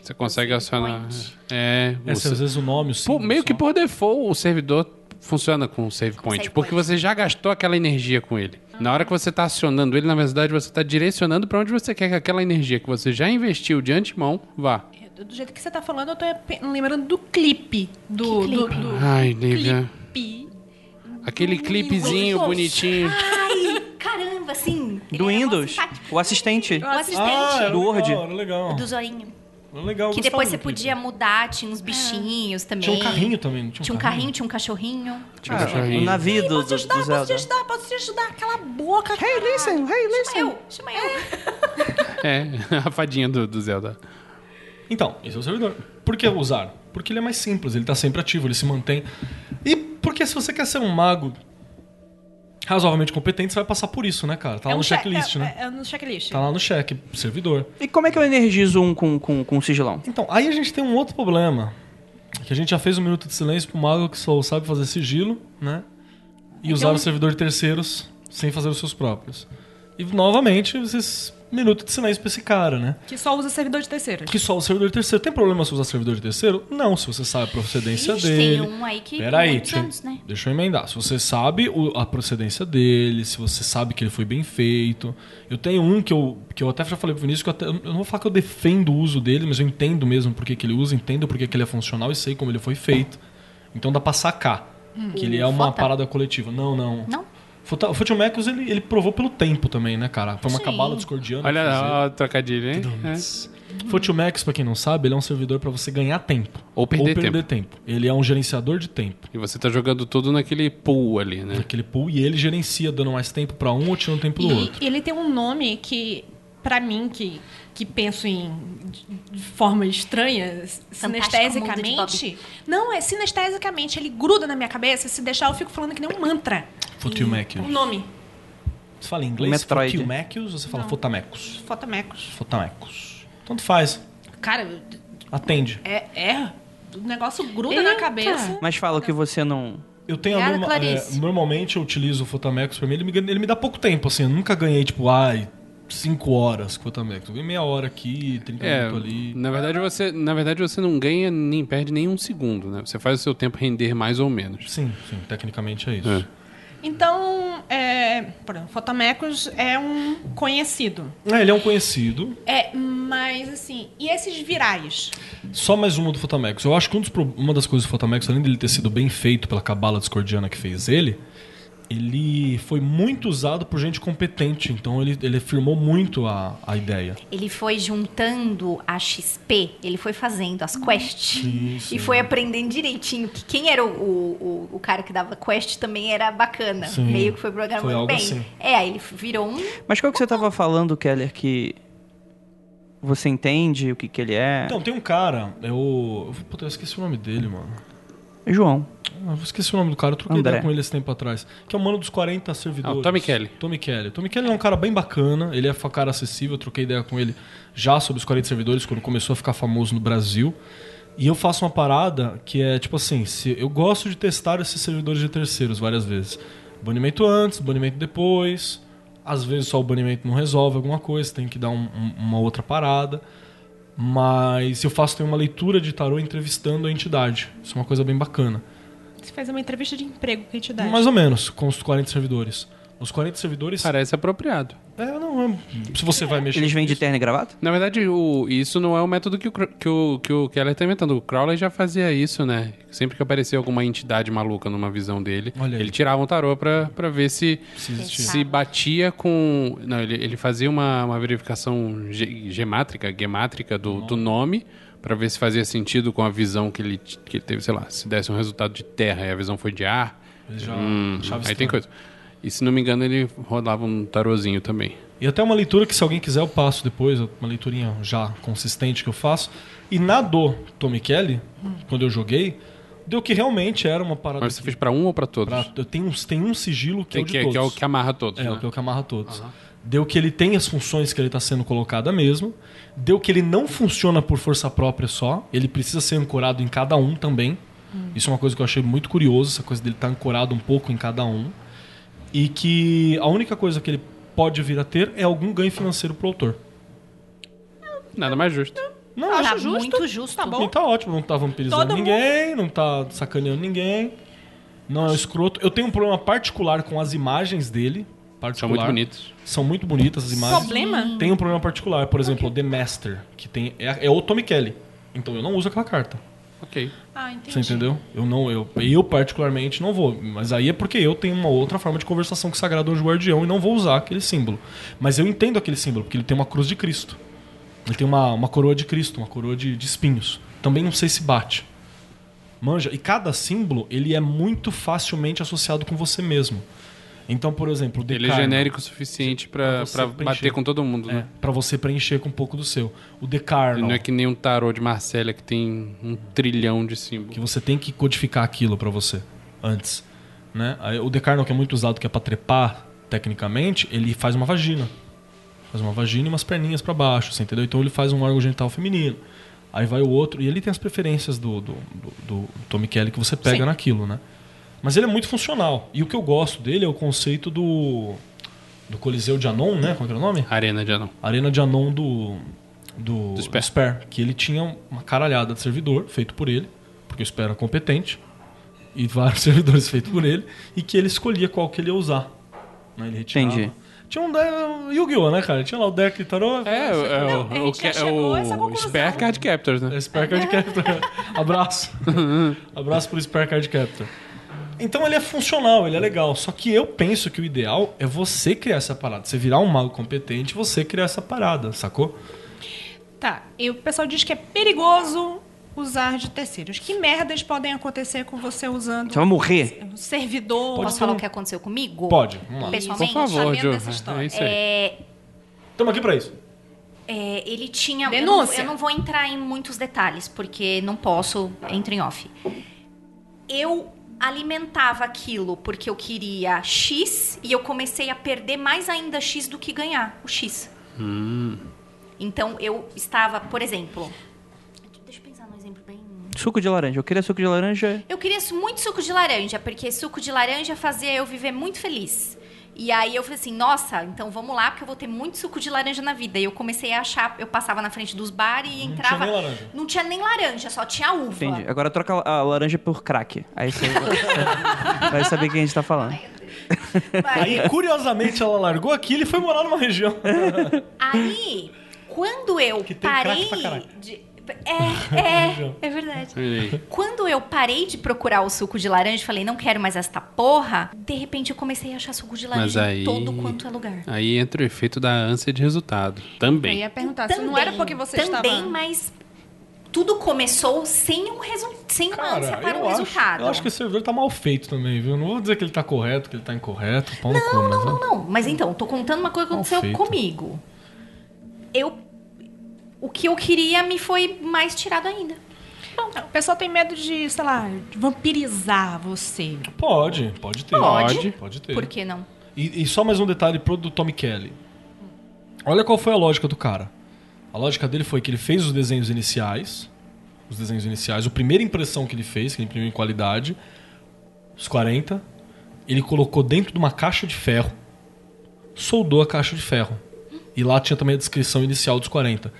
S7: você consegue acionar. É,
S5: É,
S7: o
S5: às vezes o nome, o
S7: Por-
S5: símbolo,
S7: meio que
S5: só.
S7: por default o servidor funciona com save point,
S6: save
S7: porque você já gastou aquela energia com ele. Na hora que você está acionando ele, na verdade você está direcionando para onde você quer que aquela energia que você já investiu de antemão vá.
S4: Do jeito que você tá falando, eu tô pe- lembrando do clipe. Do,
S6: Que
S4: do-
S6: clipe?
S4: do-
S7: Ai, Lívia.
S4: clipe.
S7: Aquele clipezinho
S6: Windows.
S7: bonitinho.
S6: Ai, caramba, sim.
S4: é
S6: Ele um
S3: Do
S6: era mó
S3: Windows,
S6: simpático.
S3: o assistente.
S6: O assistente
S5: Ah, era
S3: Do Word.
S5: legal, era legal.
S6: É do zoinho.
S5: Era legal. eu gostava
S6: Que depois
S5: do
S6: você
S5: clipe.
S6: podia mudar, tinha uns bichinhos também.
S5: Tinha um carrinho também, não tinha um
S6: Tinha um carrinho, tinha um cachorrinho.
S7: Tinha um
S3: Ah,
S7: cachorrinho.
S3: o navio do, do,
S4: Posso te
S3: do
S4: ajudar? Posso te
S3: Zelda.
S4: ajudar? Posso te ajudar? Aquela boca.
S3: Hey,
S4: cara.
S3: listen, hey,
S6: Chama
S3: listen.
S6: eu, chama eu.
S7: É, (laughs) a fadinha do, do Zelda.
S5: Então, esse é o servidor. Por que usar? Porque ele é mais simples, ele tá sempre ativo, ele se mantém. E porque se você quer ser um mago razoavelmente competente, você vai passar por isso, né, cara? Tá lá
S4: É um
S5: no
S4: check-
S5: checklist,
S4: é-
S5: né?
S4: É, é no checklist.
S5: Tá lá no check, servidor.
S3: E como é que eu energizo um com, com, com sigilão?
S5: Então, aí a gente tem um outro problema. Que a gente já fez um minuto de silêncio pro mago que só sabe fazer sigilo, né? E
S4: Então
S5: usar
S4: um
S5: o servidor de terceiros sem fazer os seus próprios. E novamente, esses minutos de silêncio pra esse cara, né?
S4: Que só usa servidor de terceiro.
S5: Que só o servidor de terceiro. Tem problema se usar servidor de terceiro? Não, se você sabe a procedência
S6: Ixi,
S5: dele.
S6: tem um aí que
S5: Peraí,
S6: muitos
S5: deixa, eu-
S6: anos, né?
S5: deixa eu emendar. Se você sabe o- a procedência dele, se você sabe que ele foi bem feito. Eu tenho um que eu, que eu até já falei pro Vinícius, que eu, até- eu não vou falar que eu defendo o uso dele, mas eu entendo mesmo porque que ele usa, entendo porque que ele é funcional e sei como ele foi feito. Então dá pra sacar. que ele é uma
S6: Fota?
S5: parada coletiva. Não, não.
S6: Hum, Não?
S5: Fota- O Fotomecos, ele, ele provou pelo tempo também, né, cara? Foi uma
S6: Sim.
S5: cabala discordiana.
S7: Olha
S5: que fez ele.
S7: lá, ó, o trocadilho, hein? É.
S5: Fotimex, pra quem não sabe, ele é um servidor pra você ganhar tempo.
S7: Ou perder
S5: tempo. Ele é um gerenciador de tempo.
S7: E você tá jogando tudo naquele pool ali, né?
S5: Aquele pool e ele gerencia dando mais tempo pra um ou tirando tempo do
S4: E
S5: outro.
S4: ele tem um nome que, pra mim, que, que penso em de- de forma estranha, sinestesicamente. Não, é sinestesicamente. Ele gruda na minha cabeça. Se deixar, eu fico falando que nem um mantra.
S5: Fotimex.
S4: O nome.
S5: Você fala em inglês
S3: Metroid.
S5: Fotimex ou você fala Fotamecos?
S4: Fotamecos.
S5: Fotamecos. Tanto faz.
S4: Cara,
S5: Atende.
S4: é. é o negócio gruda na cabeça.
S3: Mas fala que você não.
S5: Eu tenho
S6: Obrigada,
S5: a norma-
S6: Clarice.
S5: é, Normalmente eu utilizo o Fotamex pra mim, ele me, gan- ele me dá pouco tempo, assim. Eu nunca ganhei, tipo, ai, 5 horas com o Fotamex. Eu ganhei meia hora aqui, 30
S7: É,
S5: minutos ali.
S7: na verdade, você, na verdade você não ganha nem perde nenhum segundo, né? Você faz o seu tempo render mais ou menos.
S5: Sim, sim, tecnicamente é isso.
S7: É.
S4: Então, é, por exemplo, Fotamecos é um conhecido.
S5: É, ele é um conhecido.
S4: É, mas assim, e esses virais?
S5: Só mais uma do Fotamex. Eu acho que um dos pro- uma das coisas do Fotamex, além dele ter sido bem feito pela cabala discordiana que fez ele, ele foi muito usado por gente competente. Então ele, ele afirmou muito a, a ideia.
S6: Ele foi juntando a XP, ele foi fazendo as quests.
S5: Isso.
S6: E foi aprendendo direitinho que quem era o, o, o- o cara que dava quest também era bacana.
S5: Sim.
S6: Meio que foi
S5: Foi
S6: programando
S5: algo
S6: bem.
S5: assim.
S6: É, aí ele virou um.
S3: Mas qual que você tava falando, Keller, que. Você entende o que, que ele é?
S5: Então, tem um cara, é o. eu- Puta, eu esqueci o nome dele, mano.
S3: João.
S5: Ah, eu esqueci o nome do cara, eu troquei
S3: André.
S5: ideia com ele esse tempo atrás. Que é o mano dos 40 servidores.
S7: Ah, o Tommy Kelly.
S5: Tommy Kelly. Tommy Kelly é um cara bem bacana, ele é um cara acessível, eu troquei ideia com ele já sobre os 40 servidores, quando começou a ficar famoso no Brasil. E eu faço uma parada que é tipo assim: se eu gosto de testar esses servidores de terceiros várias vezes. Banimento antes, banimento depois. Às vezes só o banimento não resolve alguma coisa, tem que dar um- um- uma outra parada. Mas eu faço também uma leitura de tarô entrevistando a entidade. Isso é uma coisa bem bacana.
S4: Você faz uma entrevista de emprego que
S3: É.
S4: te dá.
S5: Mais ou menos, com os 40 servidores. Os 40 servidores.
S7: Parece apropriado.
S5: É, não, é- se você vai mexer.
S3: Eles
S5: com
S3: vêm de
S5: isso-
S3: terno e gravata?
S7: Na verdade, o- isso não é o método que o, Cro- que o, que o Keller tá inventando. O Crowley já fazia isso, né? Sempre que aparecia alguma entidade maluca numa visão dele,
S5: Olha aí.
S7: ele tirava um tarô pra, pra ver se
S5: Se existir.
S7: se batia com... Não, ele, ele fazia uma, uma verificação ge- gemátrica, gemátrica do, do nome, pra ver se fazia sentido com a visão que ele, t- que ele teve, sei lá, se desse um resultado de terra e a visão foi de ar.
S5: Ele já
S7: Hum,
S5: achava
S7: aí
S5: estranho.
S7: tem coisa. E se não me engano, ele rodava um tarôzinho também.
S5: E até uma leitura que, se alguém quiser, eu passo depois, uma leiturinha já consistente que eu faço. E na do Tommy Kelly, quando eu joguei, deu que realmente era uma parada.
S7: Mas você
S5: que-
S7: fez pra um ou pra todos?
S5: pra- eu tenho, uns- tem um sigilo que é
S7: Tem
S5: o de
S7: que,
S5: todos.
S7: que é o que amarra todos,
S5: É,
S7: né?
S5: o que é o que amarra todos. Deu que ele tem as funções que ele está sendo colocada mesmo. Deu que ele não funciona por força própria só. Ele precisa ser ancorado em cada um também. Isso é uma coisa que eu achei muito curioso, essa coisa dele estar ancorado um pouco em cada um. E que a única coisa que ele pode vir a ter é algum ganho financeiro pro autor.
S7: Nada mais justo.
S5: Não,
S4: Tá
S5: acho
S6: Tá
S4: justo?
S6: muito justo.
S4: Tá bom.
S5: Então tá ótimo, não tá vampirizando
S4: Todo
S5: ninguém, não tá sacaneando ninguém. Não é um escroto. Eu tenho um problema particular com as imagens dele.
S7: São
S5: Particular.
S7: muito bonitos.
S5: São muito bonitas as imagens.
S4: Problema?
S5: Tem um problema particular, por exemplo, o The Master, que tem é, é o Tommy Kelly. Então eu não uso aquela carta.
S7: Ok.
S4: Ah, entendi.
S5: Você entendeu? Eu não, eu, eu particularmente não vou. Mas aí é porque eu tenho uma outra forma de conversação com o Sagrado Anjo Guardião e não vou usar aquele símbolo. Mas eu entendo aquele símbolo, porque ele tem uma cruz de Cristo. Ele tem uma, uma coroa de Cristo, uma coroa de, de espinhos. Também não sei se bate. Manja, e cada símbolo, ele é muito facilmente associado com você mesmo. Então, por exemplo, o The
S7: Ele é
S5: Karma.
S7: genérico o suficiente pra,
S5: Pra você
S7: pra
S5: preencher.
S7: bater com todo mundo,
S5: É,
S7: né?
S5: pra você preencher com um pouco do seu. O The
S7: Ele
S5: Carnal,
S7: não é que nem um tarô de Marcélia que tem um trilhão de símbolos.
S5: que você tem que codificar aquilo pra você antes. Né? Aí, O The Carnal, que é muito usado, que é pra trepar, tecnicamente, ele faz uma vagina. Faz uma vagina e umas perninhas pra baixo, você entendeu? Então ele faz um órgão genital feminino. Aí vai o outro, e ele tem as preferências do, do, do, do Tommy Kelly que você pega naquilo, né? Mas ele é muito funcional. E o que eu gosto dele é o conceito do. Do Coliseu de Anon, né? Qual que era o nome?
S7: Arena de anão.
S5: Arena de Anon do. Do,
S7: Do Sper.
S5: do Sper, Que ele tinha uma caralhada de servidor feito por ele, porque o Sper era competente, e vários (laughs) servidores feitos por ele, e que ele escolhia qual que ele ia usar. Né, ele retirava.
S3: Entendi.
S5: Tinha um, deck- um Yu-Gi-Oh, né, cara? Tinha lá o deck de tarô.
S7: É, é, o-
S4: a gente
S7: o, que-
S4: já
S7: é
S4: chegou a essa
S7: o
S4: conclusão.
S7: Spare Card Captors, né?
S5: É Spare Card Captor. (laughs) Abraço. Abraço pro Spare Card Captor. Então ele é funcional, ele é legal. Só que eu penso que o ideal é você criar essa parada. Você virar um mago competente, você criar essa parada, sacou?
S4: Tá, e o pessoal diz que é perigoso usar de terceiros. Que merdas podem acontecer com você usando
S3: Você vai morrer.
S4: um servidor?
S5: Pode
S6: Posso
S5: ser
S6: falar
S5: um-
S6: o que aconteceu comigo?
S5: Pode, vamos lá.
S7: Por
S6: Pessoalmente?
S7: favor,
S4: sabendo
S7: Joe.
S4: dessa história.
S7: É isso aí.
S6: É,
S5: Tamo aqui pra isso.
S6: É, ele tinha. eu não-
S4: Denúncia.
S6: Eu não, vou entrar em muitos detalhes, porque não posso. Entra em off. Eu alimentava aquilo porque eu queria X e eu comecei a perder mais ainda X do que ganhar o X. Então eu estava, por exemplo. Deixa eu pensar num exemplo bem.
S3: Suco de laranja. Eu queria suco de laranja.
S6: Eu queria su- muito suco de laranja, porque suco de laranja fazia eu viver muito feliz. E aí eu falei assim, nossa, então vamos lá, porque eu vou ter muito suco de laranja na vida. E eu comecei a achar, eu passava na frente dos bares e entrava.
S5: tinha nem laranja.
S6: Não tinha nem laranja, só tinha uva.
S3: Entendi. Agora troca a a laranja por crack. Aí você vai saber quem a gente tá falando.
S6: Vai.
S5: Aí, curiosamente, ela largou aqui e ele foi morar numa região.
S6: Aí, quando eu
S5: Que tem
S6: parei
S5: craque pra caralho.
S6: de. É, é, é verdade.
S7: Olha aí.
S6: Quando eu parei de procurar o suco de laranja, falei, não quero mais esta porra. De repente eu comecei a achar suco de
S7: Mas
S6: laranja
S7: aí-
S6: em todo quanto é lugar.
S7: Aí entra o efeito da ânsia de resultado.
S4: Eu
S7: Também.
S4: ia perguntar, se não era porque você
S6: também,
S4: estava...
S6: mas tudo começou sem um resu- sem uma ânsia para um
S5: acho,
S6: resultado.
S5: eu acho que esse servidor tá mal feito também, viu? Não vou dizer que ele tá correto, que ele tá incorreto. Pau não, cu, mas é.
S6: Não, não, mas então, tô contando uma coisa que
S5: Mal
S6: aconteceu
S5: feito.
S6: comigo. Eu o que eu queria me foi mais tirado ainda.
S4: O pessoal tem medo de, sei lá, de vampirizar você.
S5: Pode, pode ter.
S7: Pode.
S5: Pode ter.
S6: Por que não?
S5: E, e só mais um detalhe pro do Tommy Kelly. Olha qual foi a lógica do cara. A lógica dele foi que ele fez os desenhos iniciais, os desenhos iniciais, a primeira impressão que ele fez, que ele imprimiu em qualidade, os 40, ele colocou dentro de uma caixa de ferro, soldou a caixa de ferro. E lá tinha também a descrição inicial dos 40.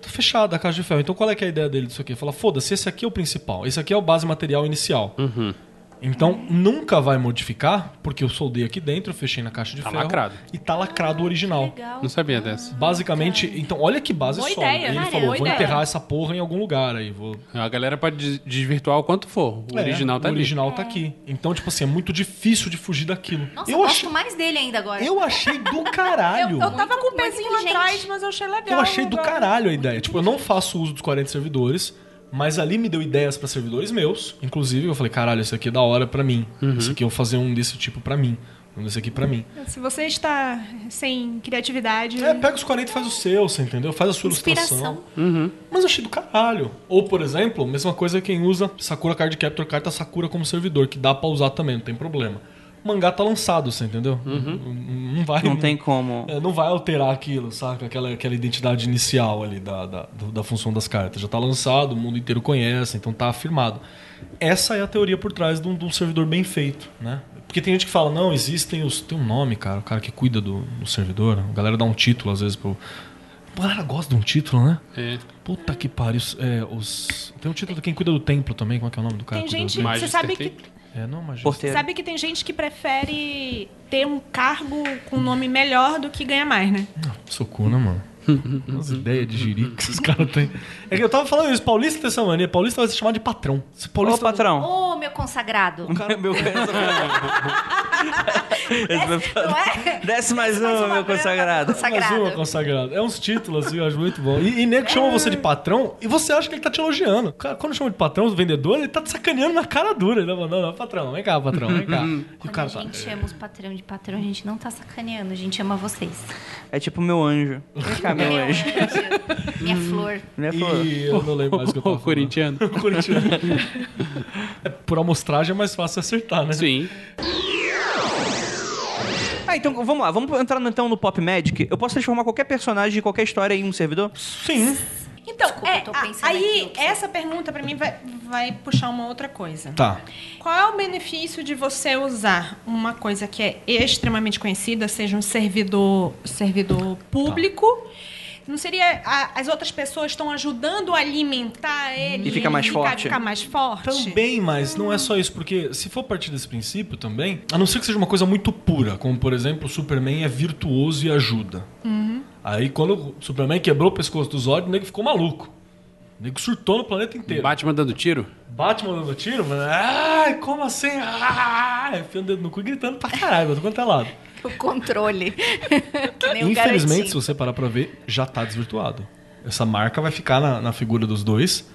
S5: Tá fechada a caixa de ferro. Então qual é que é a ideia dele disso aqui? Fala, foda-se, esse aqui é o principal. Esse aqui é o base material inicial.
S7: Uhum.
S5: Então nunca vai modificar, porque eu soldei aqui dentro, eu fechei na caixa de
S7: Tá
S5: ferro.
S7: lacrado.
S5: E tá lacrado o original.
S6: Legal.
S7: Não sabia dessa.
S5: Basicamente, então, olha que base
S4: Boa
S5: sólida.
S4: ideia,
S5: Ele
S4: cara,
S5: falou,
S4: boa
S5: vou
S4: ideia.
S5: enterrar essa porra em algum lugar aí. Vou...
S7: A galera pode des- desvirtuar o quanto for. O
S5: É,
S7: original tá
S5: o
S7: ali.
S5: original tá aqui. Então, tipo assim, é muito difícil de fugir daquilo.
S6: Nossa,
S5: eu,
S6: eu
S5: achei,
S6: gosto mais dele ainda agora.
S5: eu
S4: (laughs)
S5: achei do caralho.
S4: Eu tava com o
S6: muito
S4: pezinho lá
S6: inteligente.
S4: atrás, mas eu achei legal.
S5: Eu achei do
S4: agora.
S5: caralho a ideia. Tipo, eu não faço uso dos 40 servidores, mas ali me deu ideias pra servidores meus. Inclusive, eu falei, caralho, esse aqui é da hora pra mim.
S7: Uhum.
S5: Esse aqui eu vou fazer um desse tipo pra mim. Um desse aqui pra mim.
S4: Se você está sem criatividade.
S5: É, pega os 40 e faz o seu, você entendeu? Faz a sua ilustração.
S6: Inspiração.
S5: Mas eu achei do caralho. Ou, por exemplo, mesma coisa quem usa Sakura Card Captor Carta Sakura como servidor, que dá pra usar também, não tem problema. O mangá tá lançado, você entendeu? Não- Não vai.
S3: Não tem como.
S5: é, não vai alterar aquilo, saca? Aquela, aquela identidade inicial ali da, da, do- da função das cartas. Já tá lançado, o mundo inteiro conhece, então tá afirmado. Essa é a teoria por trás de um, de um servidor bem feito, né? Porque tem gente que fala, não, existem os. Tem um nome, cara, o cara que cuida do, do servidor. A galera dá um título, às vezes, pro. A galera gosta de um título, né?
S7: É.
S5: Puta que pariu. os- é, os... Tem um título de quem cuida do templo também. Como é que é o nome do cara?
S4: Tem
S5: que cuida do
S4: gente.
S5: templo?
S4: Você
S7: Magister
S4: sabe
S7: tem-
S4: que,
S5: É, não, mas...
S3: Porteiro.
S4: sabe que tem gente que prefere ter um cargo com um nome melhor do que ganhar mais, né?
S3: (laughs)
S5: Socuna, mano. Umas ideias de jirico que esses caras têm. É que eu tava falando isso. Paulista tem essa mania. Paulista vai se chamar de patrão. Se
S3: Ô,
S5: paulista...
S3: patrão.
S6: Ô, meu consagrado.
S5: (laughs)
S3: Meu
S8: Não é?
S3: Desce mais um, meu consagrado.
S5: Mais uma consagrado. É uns títulos, assim, eu acho muito bom. E, e nego chama você de patrão e você acha que ele tá te elogiando. O Cara, quando chama de patrão, o vendedor, ele tá te sacaneando na cara dura. Ele tá falando, não, não, patrão, vem cá, patrão, vem cá. E o
S6: Quando a
S5: cara tá...
S6: gente chama os patrão de patrão, a gente não tá sacaneando, a gente ama vocês.
S3: É tipo meu anjo. Vem cá, meu
S5: é
S3: anjo.
S5: (laughs)
S6: anjo, minha flor.
S3: Né, falou?
S5: E eu não lembro mais o que eu tava
S7: (laughs) O
S3: (laughs)
S5: falando.
S7: corintiano.
S5: Corintiano. É, por amostragem é mais fácil acertar, né?
S7: Sim.
S3: Ah, então vamos lá. Vamos entrar então no Pop Magic. Eu posso transformar qualquer personagem de qualquer história em um servidor?
S5: Sim.
S4: Então,
S6: Desculpa,
S4: é,
S6: eu tô
S4: a-
S6: pensando aqui
S4: aí
S6: no que-
S4: essa pergunta pra mim vai, vai puxar uma outra coisa.
S5: Tá.
S4: Qual é o benefício de você usar uma coisa que é extremamente conhecida, seja um servidor, servidor
S5: Tá.
S4: público? Não seria a- as outras pessoas estão ajudando a alimentar ele?
S3: E fica mais
S4: ele
S3: forte.
S4: Ficar mais forte.
S5: Também, mas não é só isso, porque se for partir desse princípio também, a não ser que seja uma coisa muito pura, como por exemplo, o Superman é virtuoso e ajuda. Aí quando o Superman quebrou o pescoço do Zod, o nego ficou maluco. O nego surtou no planeta inteiro.
S7: Batman dando tiro?
S5: Batman dando tiro, mano. Ai, como assim? Ah, enfiando o dedo no cu e gritando pra caralho, mas quanto é lado.
S6: (laughs) O controle. que nem o
S5: Infelizmente, se
S6: garotinho.
S5: você parar pra ver, já tá desvirtuado. Essa marca vai ficar na, na figura dos dois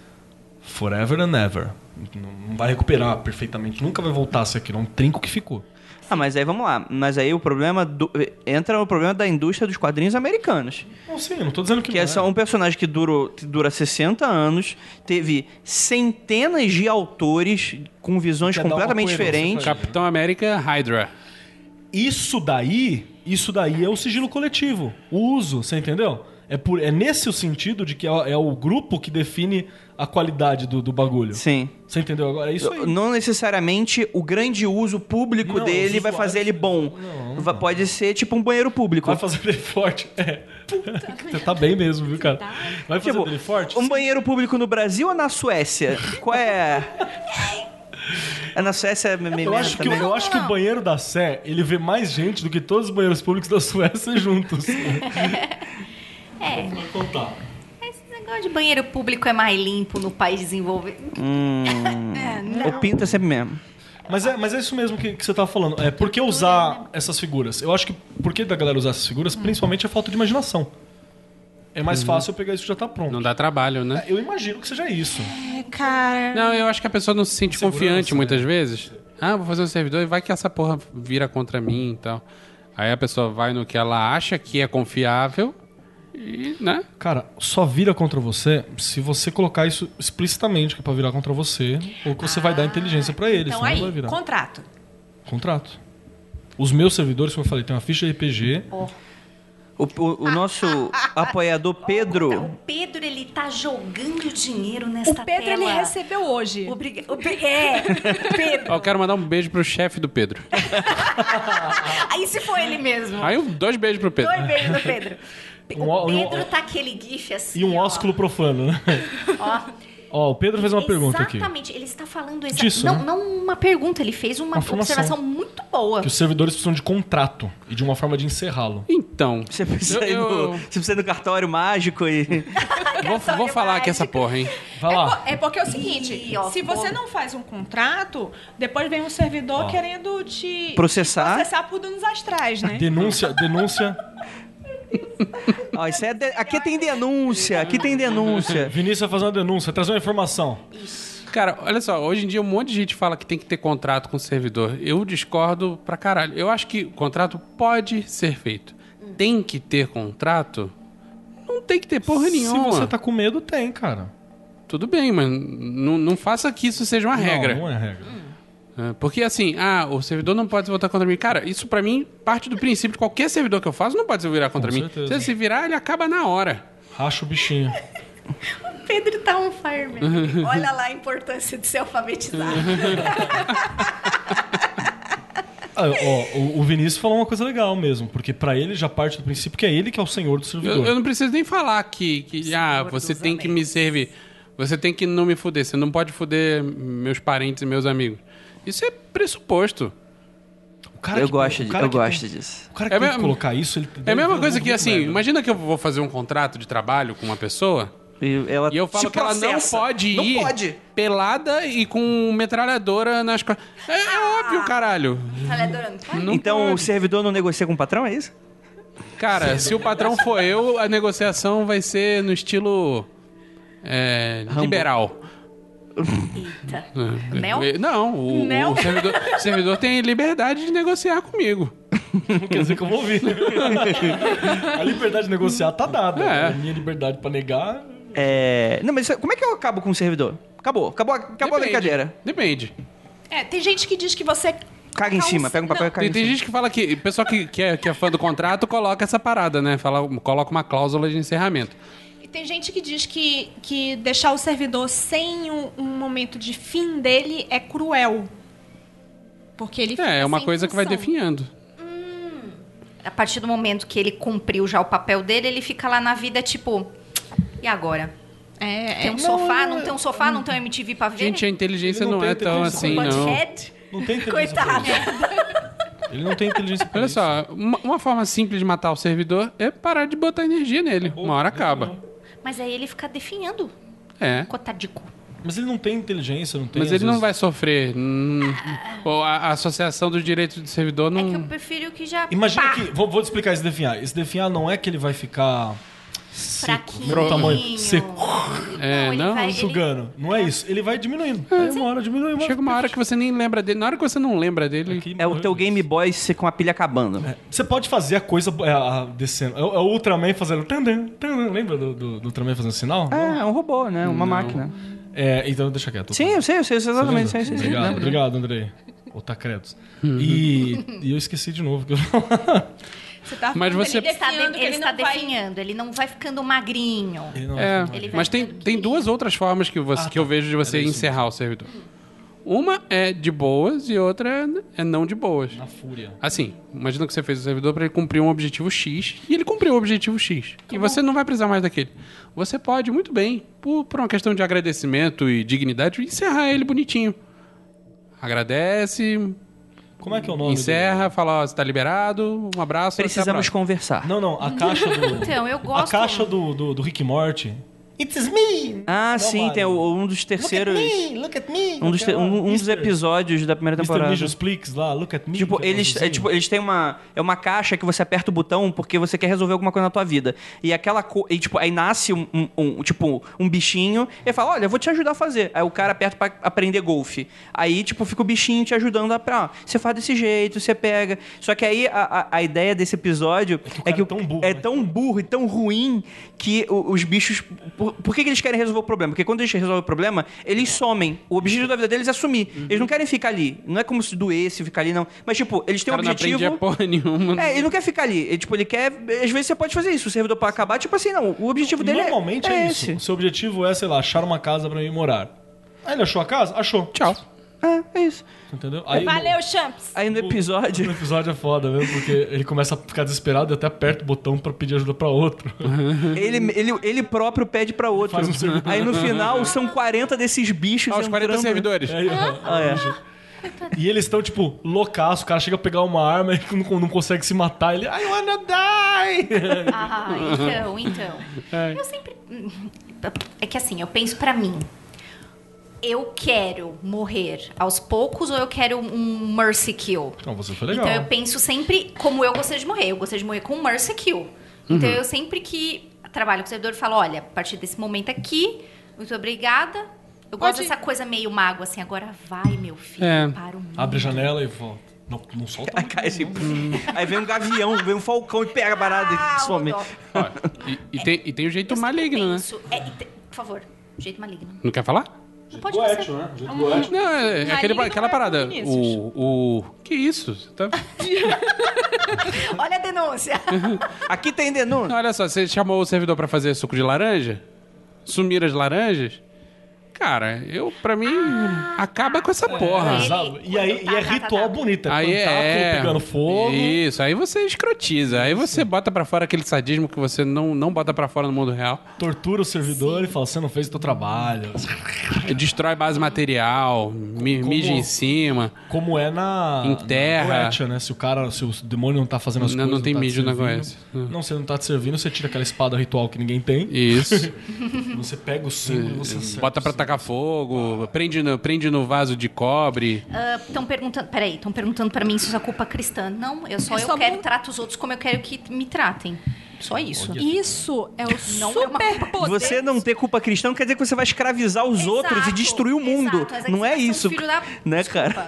S5: forever and ever. Não não vai recuperar perfeitamente, nunca vai voltar a ser aquilo. É um trinco que ficou.
S3: Ah, mas aí vamos lá. Mas aí o problema do... entra o problema da indústria dos quadrinhos americanos.
S5: Não, sim, eu não tô dizendo que,
S3: Que
S5: não
S3: é só um personagem que durou, que dura 60 anos, teve centenas de autores com visões
S5: Quer dar uma
S3: completamente
S5: coerência pra
S3: diferentes.
S5: ele.
S7: Capitão América Hydra.
S3: um-
S5: Isso daí, isso daí é o sigilo coletivo. O uso, você entendeu? É, por, é nesse o sentido de que é, o- é o grupo que define a qualidade do, do bagulho.
S3: Sim.
S5: Você entendeu agora? É isso aí.
S3: Não necessariamente o grande uso público
S5: Não,
S3: dele
S5: os
S3: vai
S5: usuários-
S3: fazer ele bom.
S5: Não,
S3: Va- Pode ser tipo um banheiro público.
S5: Vai fazer dele forte. É. (laughs) Você tá bem mesmo, viu, cara? Vai fazer
S3: Tipo,
S5: dele forte?
S3: Um banheiro público no Brasil ou na Suécia? Qual é? é na Suécia é me- me-
S5: Eu acho, que,
S3: também.
S5: eu acho que o banheiro da Sé, ele vê mais gente do que todos os banheiros públicos da Suécia (laughs) juntos.
S6: É,
S5: então tá.
S6: esse negócio de banheiro público é mais limpo no país desenvolvido.
S3: Hum,
S6: É, não.
S3: o pinto é sempre mesmo.
S5: Mas é, mas é isso mesmo que, que você tava falando. É, por que usar essas figuras? Eu acho que por que da galera usar essas figuras, principalmente, é falta de imaginação. É mais fácil eu pegar isso que já tá pronto. É,
S7: Não dá trabalho, né?
S5: Eu imagino que seja isso.
S4: É, cara.
S7: Não, eu acho que a pessoa não se sente
S5: Segurança,
S7: confiante
S5: né?
S7: muitas vezes. Ah, vou fazer um servidor e vai que essa porra vira contra mim e tal. Aí a pessoa vai no que ela acha que é confiável E, né?
S5: Cara, só vira contra você se você colocar isso explicitamente que é pra virar contra você ou que você vai dar inteligência pra eles.
S4: Então
S5: senão
S4: aí,
S5: não vai virar.
S4: contrato.
S5: Contrato. Os meus servidores, como eu falei, tem uma ficha RPG.
S3: O, o- o nosso apoiador Pedro.
S6: Pedro, ele tá jogando dinheiro nesta
S4: O Pedro, ele
S6: tela.
S4: recebeu hoje.
S6: Obrig- o Pe- (laughs) É, Pedro.
S7: Ó, eu quero mandar um beijo pro chefe do Pedro.
S6: Aí se foi ele mesmo.
S7: Aí, um- dois beijos pro Pedro.
S6: Dois beijos do Pedro. Pe-
S5: Ah, (laughs) Um ó-
S6: O
S5: um ó-
S6: Pedro tá aquele gif assim.
S5: E um
S6: ó.
S5: ósculo profano, né?
S6: Ó.
S5: Ó, o Pedro fez uma pergunta aqui.
S6: Exatamente, ele está falando exa...
S5: Disso,
S6: não,
S5: né?
S6: não uma pergunta, ele fez uma,
S5: Uma afirmação.
S6: observação muito boa.
S5: Que os servidores precisam de contrato e de uma forma de encerrá-lo.
S7: Então,
S3: Você precisa,
S7: Eu-
S3: ir no,
S7: eu-
S3: você precisa ir no cartório mágico e.
S7: vou, vou falar aqui essa porra, hein?
S5: Vai lá.
S4: É porque é o seguinte,
S6: Ih, ó,
S4: se você
S6: bom.
S4: não faz um contrato, depois vem um servidor querendo te
S3: Processar.
S4: processar por danos astrais,
S6: É
S4: né?
S5: Denúncia, denúncia.
S3: Ó, isso é de- Aqui tem denúncia, aqui tem denúncia.
S5: Vinícius vai fazer uma denúncia, trazer uma informação.
S7: Cara, olha só, hoje em dia um monte de gente fala que tem que ter contrato com o servidor. Eu discordo pra caralho. Eu acho que o contrato pode ser feito. Tem que ter contrato? Não tem que ter porra nenhuma.
S5: Se você tá com medo, tem, cara.
S7: Tudo bem, mas não, não faça que isso seja uma regra.
S5: Não, não é regra.
S7: É, Porque assim, ah, o servidor não pode se votar contra mim. Cara, isso pra mim parte do princípio de qualquer servidor que eu faço não pode se virar contra
S5: Com
S7: mim.
S5: certeza.
S7: Se ele se virar, ele acaba na hora.
S5: Racha o bichinho.
S6: Pedro tá on fire,
S5: (laughs)
S6: meu. Olha lá a importância de ser alfabetizado.
S5: Ah, ó, o- o Vinícius falou uma coisa legal mesmo, porque pra ele já parte do princípio que é ele que é o senhor do servidor.
S7: Eu, eu não preciso nem falar que, que ah,
S6: Senhor
S7: você
S6: dos
S7: tem que me servir. Você tem que não me fuder. Você não pode fuder meus parentes e meus amigos. Isso é pressuposto.
S5: O cara
S3: Eu
S5: que-
S3: gosto,
S5: o
S3: de-
S5: cara
S3: eu
S5: que
S3: gosto
S5: tem-
S3: disso.
S5: O cara que
S7: É
S5: tem que
S7: mesmo-
S5: colocar isso, ele deve
S7: É a mesma
S5: ver
S7: coisa
S5: muito
S7: que, assim,
S5: merda.
S7: imagina que eu vou fazer um contrato de trabalho com uma pessoa
S3: E, ela
S7: e eu falo
S3: te
S7: que ela não
S3: processa.
S7: pode ir
S3: Não pode.
S7: pelada e com metralhadora nas costas. É, é óbvio, caralho.
S5: Uhum.
S6: Falei, Tá adorando. Vai.
S7: Não
S3: então o
S7: pode.
S3: servidor não negocia com o patrão, é isso?
S7: Cara, se o patrão for eu, a negociação vai ser no estilo é, liberal.
S6: Eita.
S7: É,
S6: Mel?
S7: é, Não, o,
S6: Mel?
S7: o servidor, o servidor tem liberdade de negociar comigo.
S5: Quer dizer que eu vou ouvir. (laughs) a liberdade de negociar tá dada.
S7: É.
S5: A minha liberdade pra negar.
S3: É. Não, mas isso- como é que eu acabo com o servidor? Acabou, acabou, acabou a
S7: Depende.
S3: brincadeira.
S7: Depende.
S4: É, tem gente que diz que você
S3: Caga em
S4: Calça-
S3: cima, pega um papel e
S4: não.
S3: caga
S7: Tem,
S3: em
S7: tem
S3: cima.
S7: gente que fala que. Pessoal que, que, é, que é fã do contrato coloca essa parada, né? Fala, coloca uma cláusula de encerramento.
S4: E Tem gente que diz que, que deixar o servidor sem um, um momento de fim dele é cruel. Porque ele
S7: É, é
S4: fica
S7: uma
S4: sem
S7: coisa que vai
S4: função.
S7: definhando.
S6: A partir do momento que ele cumpriu já o papel dele, ele fica lá na vida, tipo... E agora?
S4: É, é,
S6: Tem um
S4: não,
S6: sofá? Não tem um sofá? Não tem um MTV pra ver?
S7: Gente, a inteligência
S5: Ele não
S7: não,
S5: tem
S7: é tão
S5: inteligência
S7: assim,
S6: Um
S7: não.
S6: Butthead?
S5: Não tem inteligência. pra
S6: Coitado.
S5: isso. Ele não tem inteligência pra
S7: Olha
S5: isso.
S7: só, uma, uma forma simples de matar o servidor é parar de botar energia nele. Uma hora acaba.
S6: (laughs) Mas aí ele fica definhando.
S7: É.
S6: Cotadico.
S5: Mas ele não tem inteligência, não tem.
S7: Mas
S5: às
S7: ele não
S5: vezes-
S7: vai sofrer. hum, ou a, a associação dos direitos do servidor
S6: É que eu
S7: não.
S6: prefiro que já...
S5: Imagina
S6: pá,
S5: que. Vou, vou te explicar esse definhar. Esse definhar não é que ele vai ficar. Seco,
S6: Fraquinho.
S5: mesmo tamanho. Seco.
S7: É,
S6: Então, ele
S7: não,
S6: vai- ele-
S5: Sugando. Não é isso. Ele vai diminuindo. Aí uma hora diminui.
S7: Chega uma hora que você nem lembra dele. Na hora que você não lembra dele.
S3: É o teu Game Boy ser com a pilha acabando.
S7: É.
S5: Você pode fazer a coisa é, a- descendo. É, o- é o Ultraman fazendo. tan, tan, tan. Lembra do, do- do Ultraman fazendo sinal?
S3: É, é um robô, né? Uma máquina.
S5: É, então deixa quieto.
S3: Sim, eu sei, eu sei, eu sei exatamente.
S7: é
S5: Beleza?
S3: Sei, sei, sei.
S5: obrigado,
S3: Lembro.
S7: né?
S5: Tá obrigado, Andrei. Otacredos.
S3: Hum.
S5: E, e eu esqueci de novo. que eu-
S4: Você tá
S7: Mas
S4: falando
S7: você-
S4: ele
S6: Ele está, de-
S4: definhando que
S6: ele
S4: ele
S6: está
S4: não vai-
S6: definhando, ele não vai ficando magrinho.
S5: (laughs) Ele não-
S7: É,
S6: Ele vai
S7: mas tem,
S6: ficando
S7: tem duas outras formas que, você,
S5: Ah,
S7: que eu
S5: tá.
S7: vejo de você
S5: Era isso
S7: encerrar o servidor. Uma é de boas e outra é não de boas.
S5: Na fúria.
S7: Assim, imagina que você fez o servidor para ele cumprir um objetivo X e ele cumpriu o objetivo X. E você não vai precisar mais daquele. Você pode muito bem, por, por uma questão de agradecimento e dignidade, encerrar ele bonitinho. Agradece,
S5: Como é que é o nome? do-
S7: encerra, fala, ó, você tá liberado, um abraço, até a
S3: Precisamos
S6: (laughs)
S7: próxima.
S3: conversar.
S5: Não, não, a caixa do.
S6: Então, eu
S5: A
S6: gosto.
S5: caixa do, do, do Rick Morty. It's me!
S3: Ah,
S5: Não,
S3: sim,
S5: Mario.
S3: tem o- um dos terceiros.
S5: look at me!
S3: Um dos, te- um- um dos episódios da primeira
S5: Mr.
S3: temporada.
S5: Mijos Plix lá, look at me.
S3: Tipo,
S5: que é
S3: eles, é,
S5: azulzinho.
S3: tipo, eles têm uma. É uma caixa que você aperta o botão porque você quer resolver alguma coisa na tua vida. E aquela co- e, tipo, aí nasce um, um- um- tipo, um bichinho e fala: Olha, eu vou te ajudar a fazer. Aí o cara aperta pra aprender golfe. Aí, tipo, fica o bichinho te ajudando a. pra- ó, você faz desse jeito, você pega. Só que aí a, a- a ideia desse episódio é que o
S5: é tão burro,
S3: é
S5: né?
S3: tão burro e tão ruim que o- os bichos. Por, por que, que eles querem resolver o problema? Porque quando eles resolvem o problema, eles somem. O objetivo da vida deles é sumir. Eles não querem ficar ali. Não é como se doesse ficar ali, não. Mas, tipo, eles têm um
S7: cara não
S3: objetivo.
S7: aprendia porra nenhuma.
S3: É, ele não quer ficar ali. Ele, tipo, ele quer. Às vezes você pode fazer isso. O servidor pode acabar, tipo assim, não. O objetivo dele é-
S5: Normalmente é, isso.
S3: esse.
S5: O seu objetivo é, sei lá, achar uma casa pra mim morar. Aí ele achou a casa? Achou.
S7: Tchau. Tá,
S3: É, é isso.
S5: Entendeu? Aí,
S4: Valeu, Champs!
S3: Aí no
S5: No (laughs)
S3: episódio.
S5: Tipo, episódio é foda mesmo, porque ele começa a ficar desesperado e até aperta o botão pra pedir ajuda pra outro.
S6: Uhum.
S3: Ele, ele, ele próprio pede pra outro.
S5: Faz um servidor.
S3: Aí no final são 40 desses bichos.
S7: Ah, os 40
S3: entrando.
S7: servidores.
S5: Aí,
S3: Ah, é.
S5: E eles estão, tipo, loucaço. O cara chega a pegar uma arma e não, não consegue se matar. Ele, I wanna die!
S6: Ah,
S7: (laughs)
S6: então, então. Eu sempre. É que assim, eu penso pra mim. Eu quero morrer aos poucos ou eu quero um mercy kill?
S5: Então, você foi legal.
S6: Então eu penso sempre como eu gostaria de morrer. Eu gostaria de morrer com um mercy kill. Então
S7: Uhum.
S6: eu sempre que trabalho com o servidor falo, olha, a partir desse momento aqui, muito obrigada. Eu gosto dessa coisa meio mago, assim, agora vai, meu filho,
S7: É.
S6: para o mundo.
S5: Abre a janela e volta. Não, não solta.
S3: Aí cai assim, pum. (laughs) Aí vem um gavião, vem um falcão e pega a parada
S6: Ah,
S3: e some.
S6: Rodolfo.
S7: Ó, e, e tem, e tem o jeito
S6: Eu sempre
S7: maligno, né?
S6: penso- é, e te- por favor, jeito maligno.
S7: Não quer falar?
S6: Não pode você.
S5: né? Jeito goético.
S7: Não, é, é aquele,
S4: Maligno
S7: aquela
S4: é com
S7: parada.
S4: Vinícius.
S7: O, o. Que isso? Você Tá...
S6: Olha a denúncia.
S3: Aqui tem
S7: Não,
S3: denúncia.
S7: olha só, você chamou o servidor pra fazer suco de laranja? Sumir as laranjas? Cara, eu, pra mim, acaba com essa porra.
S5: Ah, é. Exato. E aí e é
S6: Tá, tá,
S5: ritual
S6: tá.
S5: bonito. É
S7: Aí
S5: pentáculo
S7: é.
S5: pegando fogo.
S7: Isso, aí você escrotiza. Aí você bota pra fora aquele sadismo que você não, não bota pra fora no mundo real.
S5: Tortura o servidor e fala, você não fez o teu trabalho.
S7: Destrói base material, mi-
S5: Como-
S7: mija em cima.
S5: Como é na...
S7: Em terra.
S5: na Goetia, né? Se o cara, se o demônio não tá fazendo as
S7: Não- não
S5: coisas...
S7: tem
S5: tá te
S7: mídia na É.
S5: servindo.
S7: Goetia.
S5: Não, você não tá te servindo, você tira aquela espada ritual que ninguém tem. (laughs)
S7: Isso.
S5: Você pega o símbolo e você acerta
S7: Uhum. Bota pra
S5: o símbolo.
S7: tacar fogo, prende no, prende no vaso de cobre.
S6: Estão perguntando, peraí, estão perguntando pra mim se isso é culpa cristã. Não, eu só
S4: É
S6: eu
S4: só
S6: quero
S4: bom.
S6: trato os outros como eu quero que me tratem. Só isso.
S4: Isso é o
S6: Não é uma
S4: super poder.
S3: Você não ter culpa cristã não quer dizer que você vai escravizar os
S6: Exato,
S3: outros e destruir o mundo.
S6: exato, mas que
S3: não
S6: você
S3: é
S6: vai ser um
S3: isso.
S6: filho da-
S3: Né,
S6: Desculpa.
S3: cara?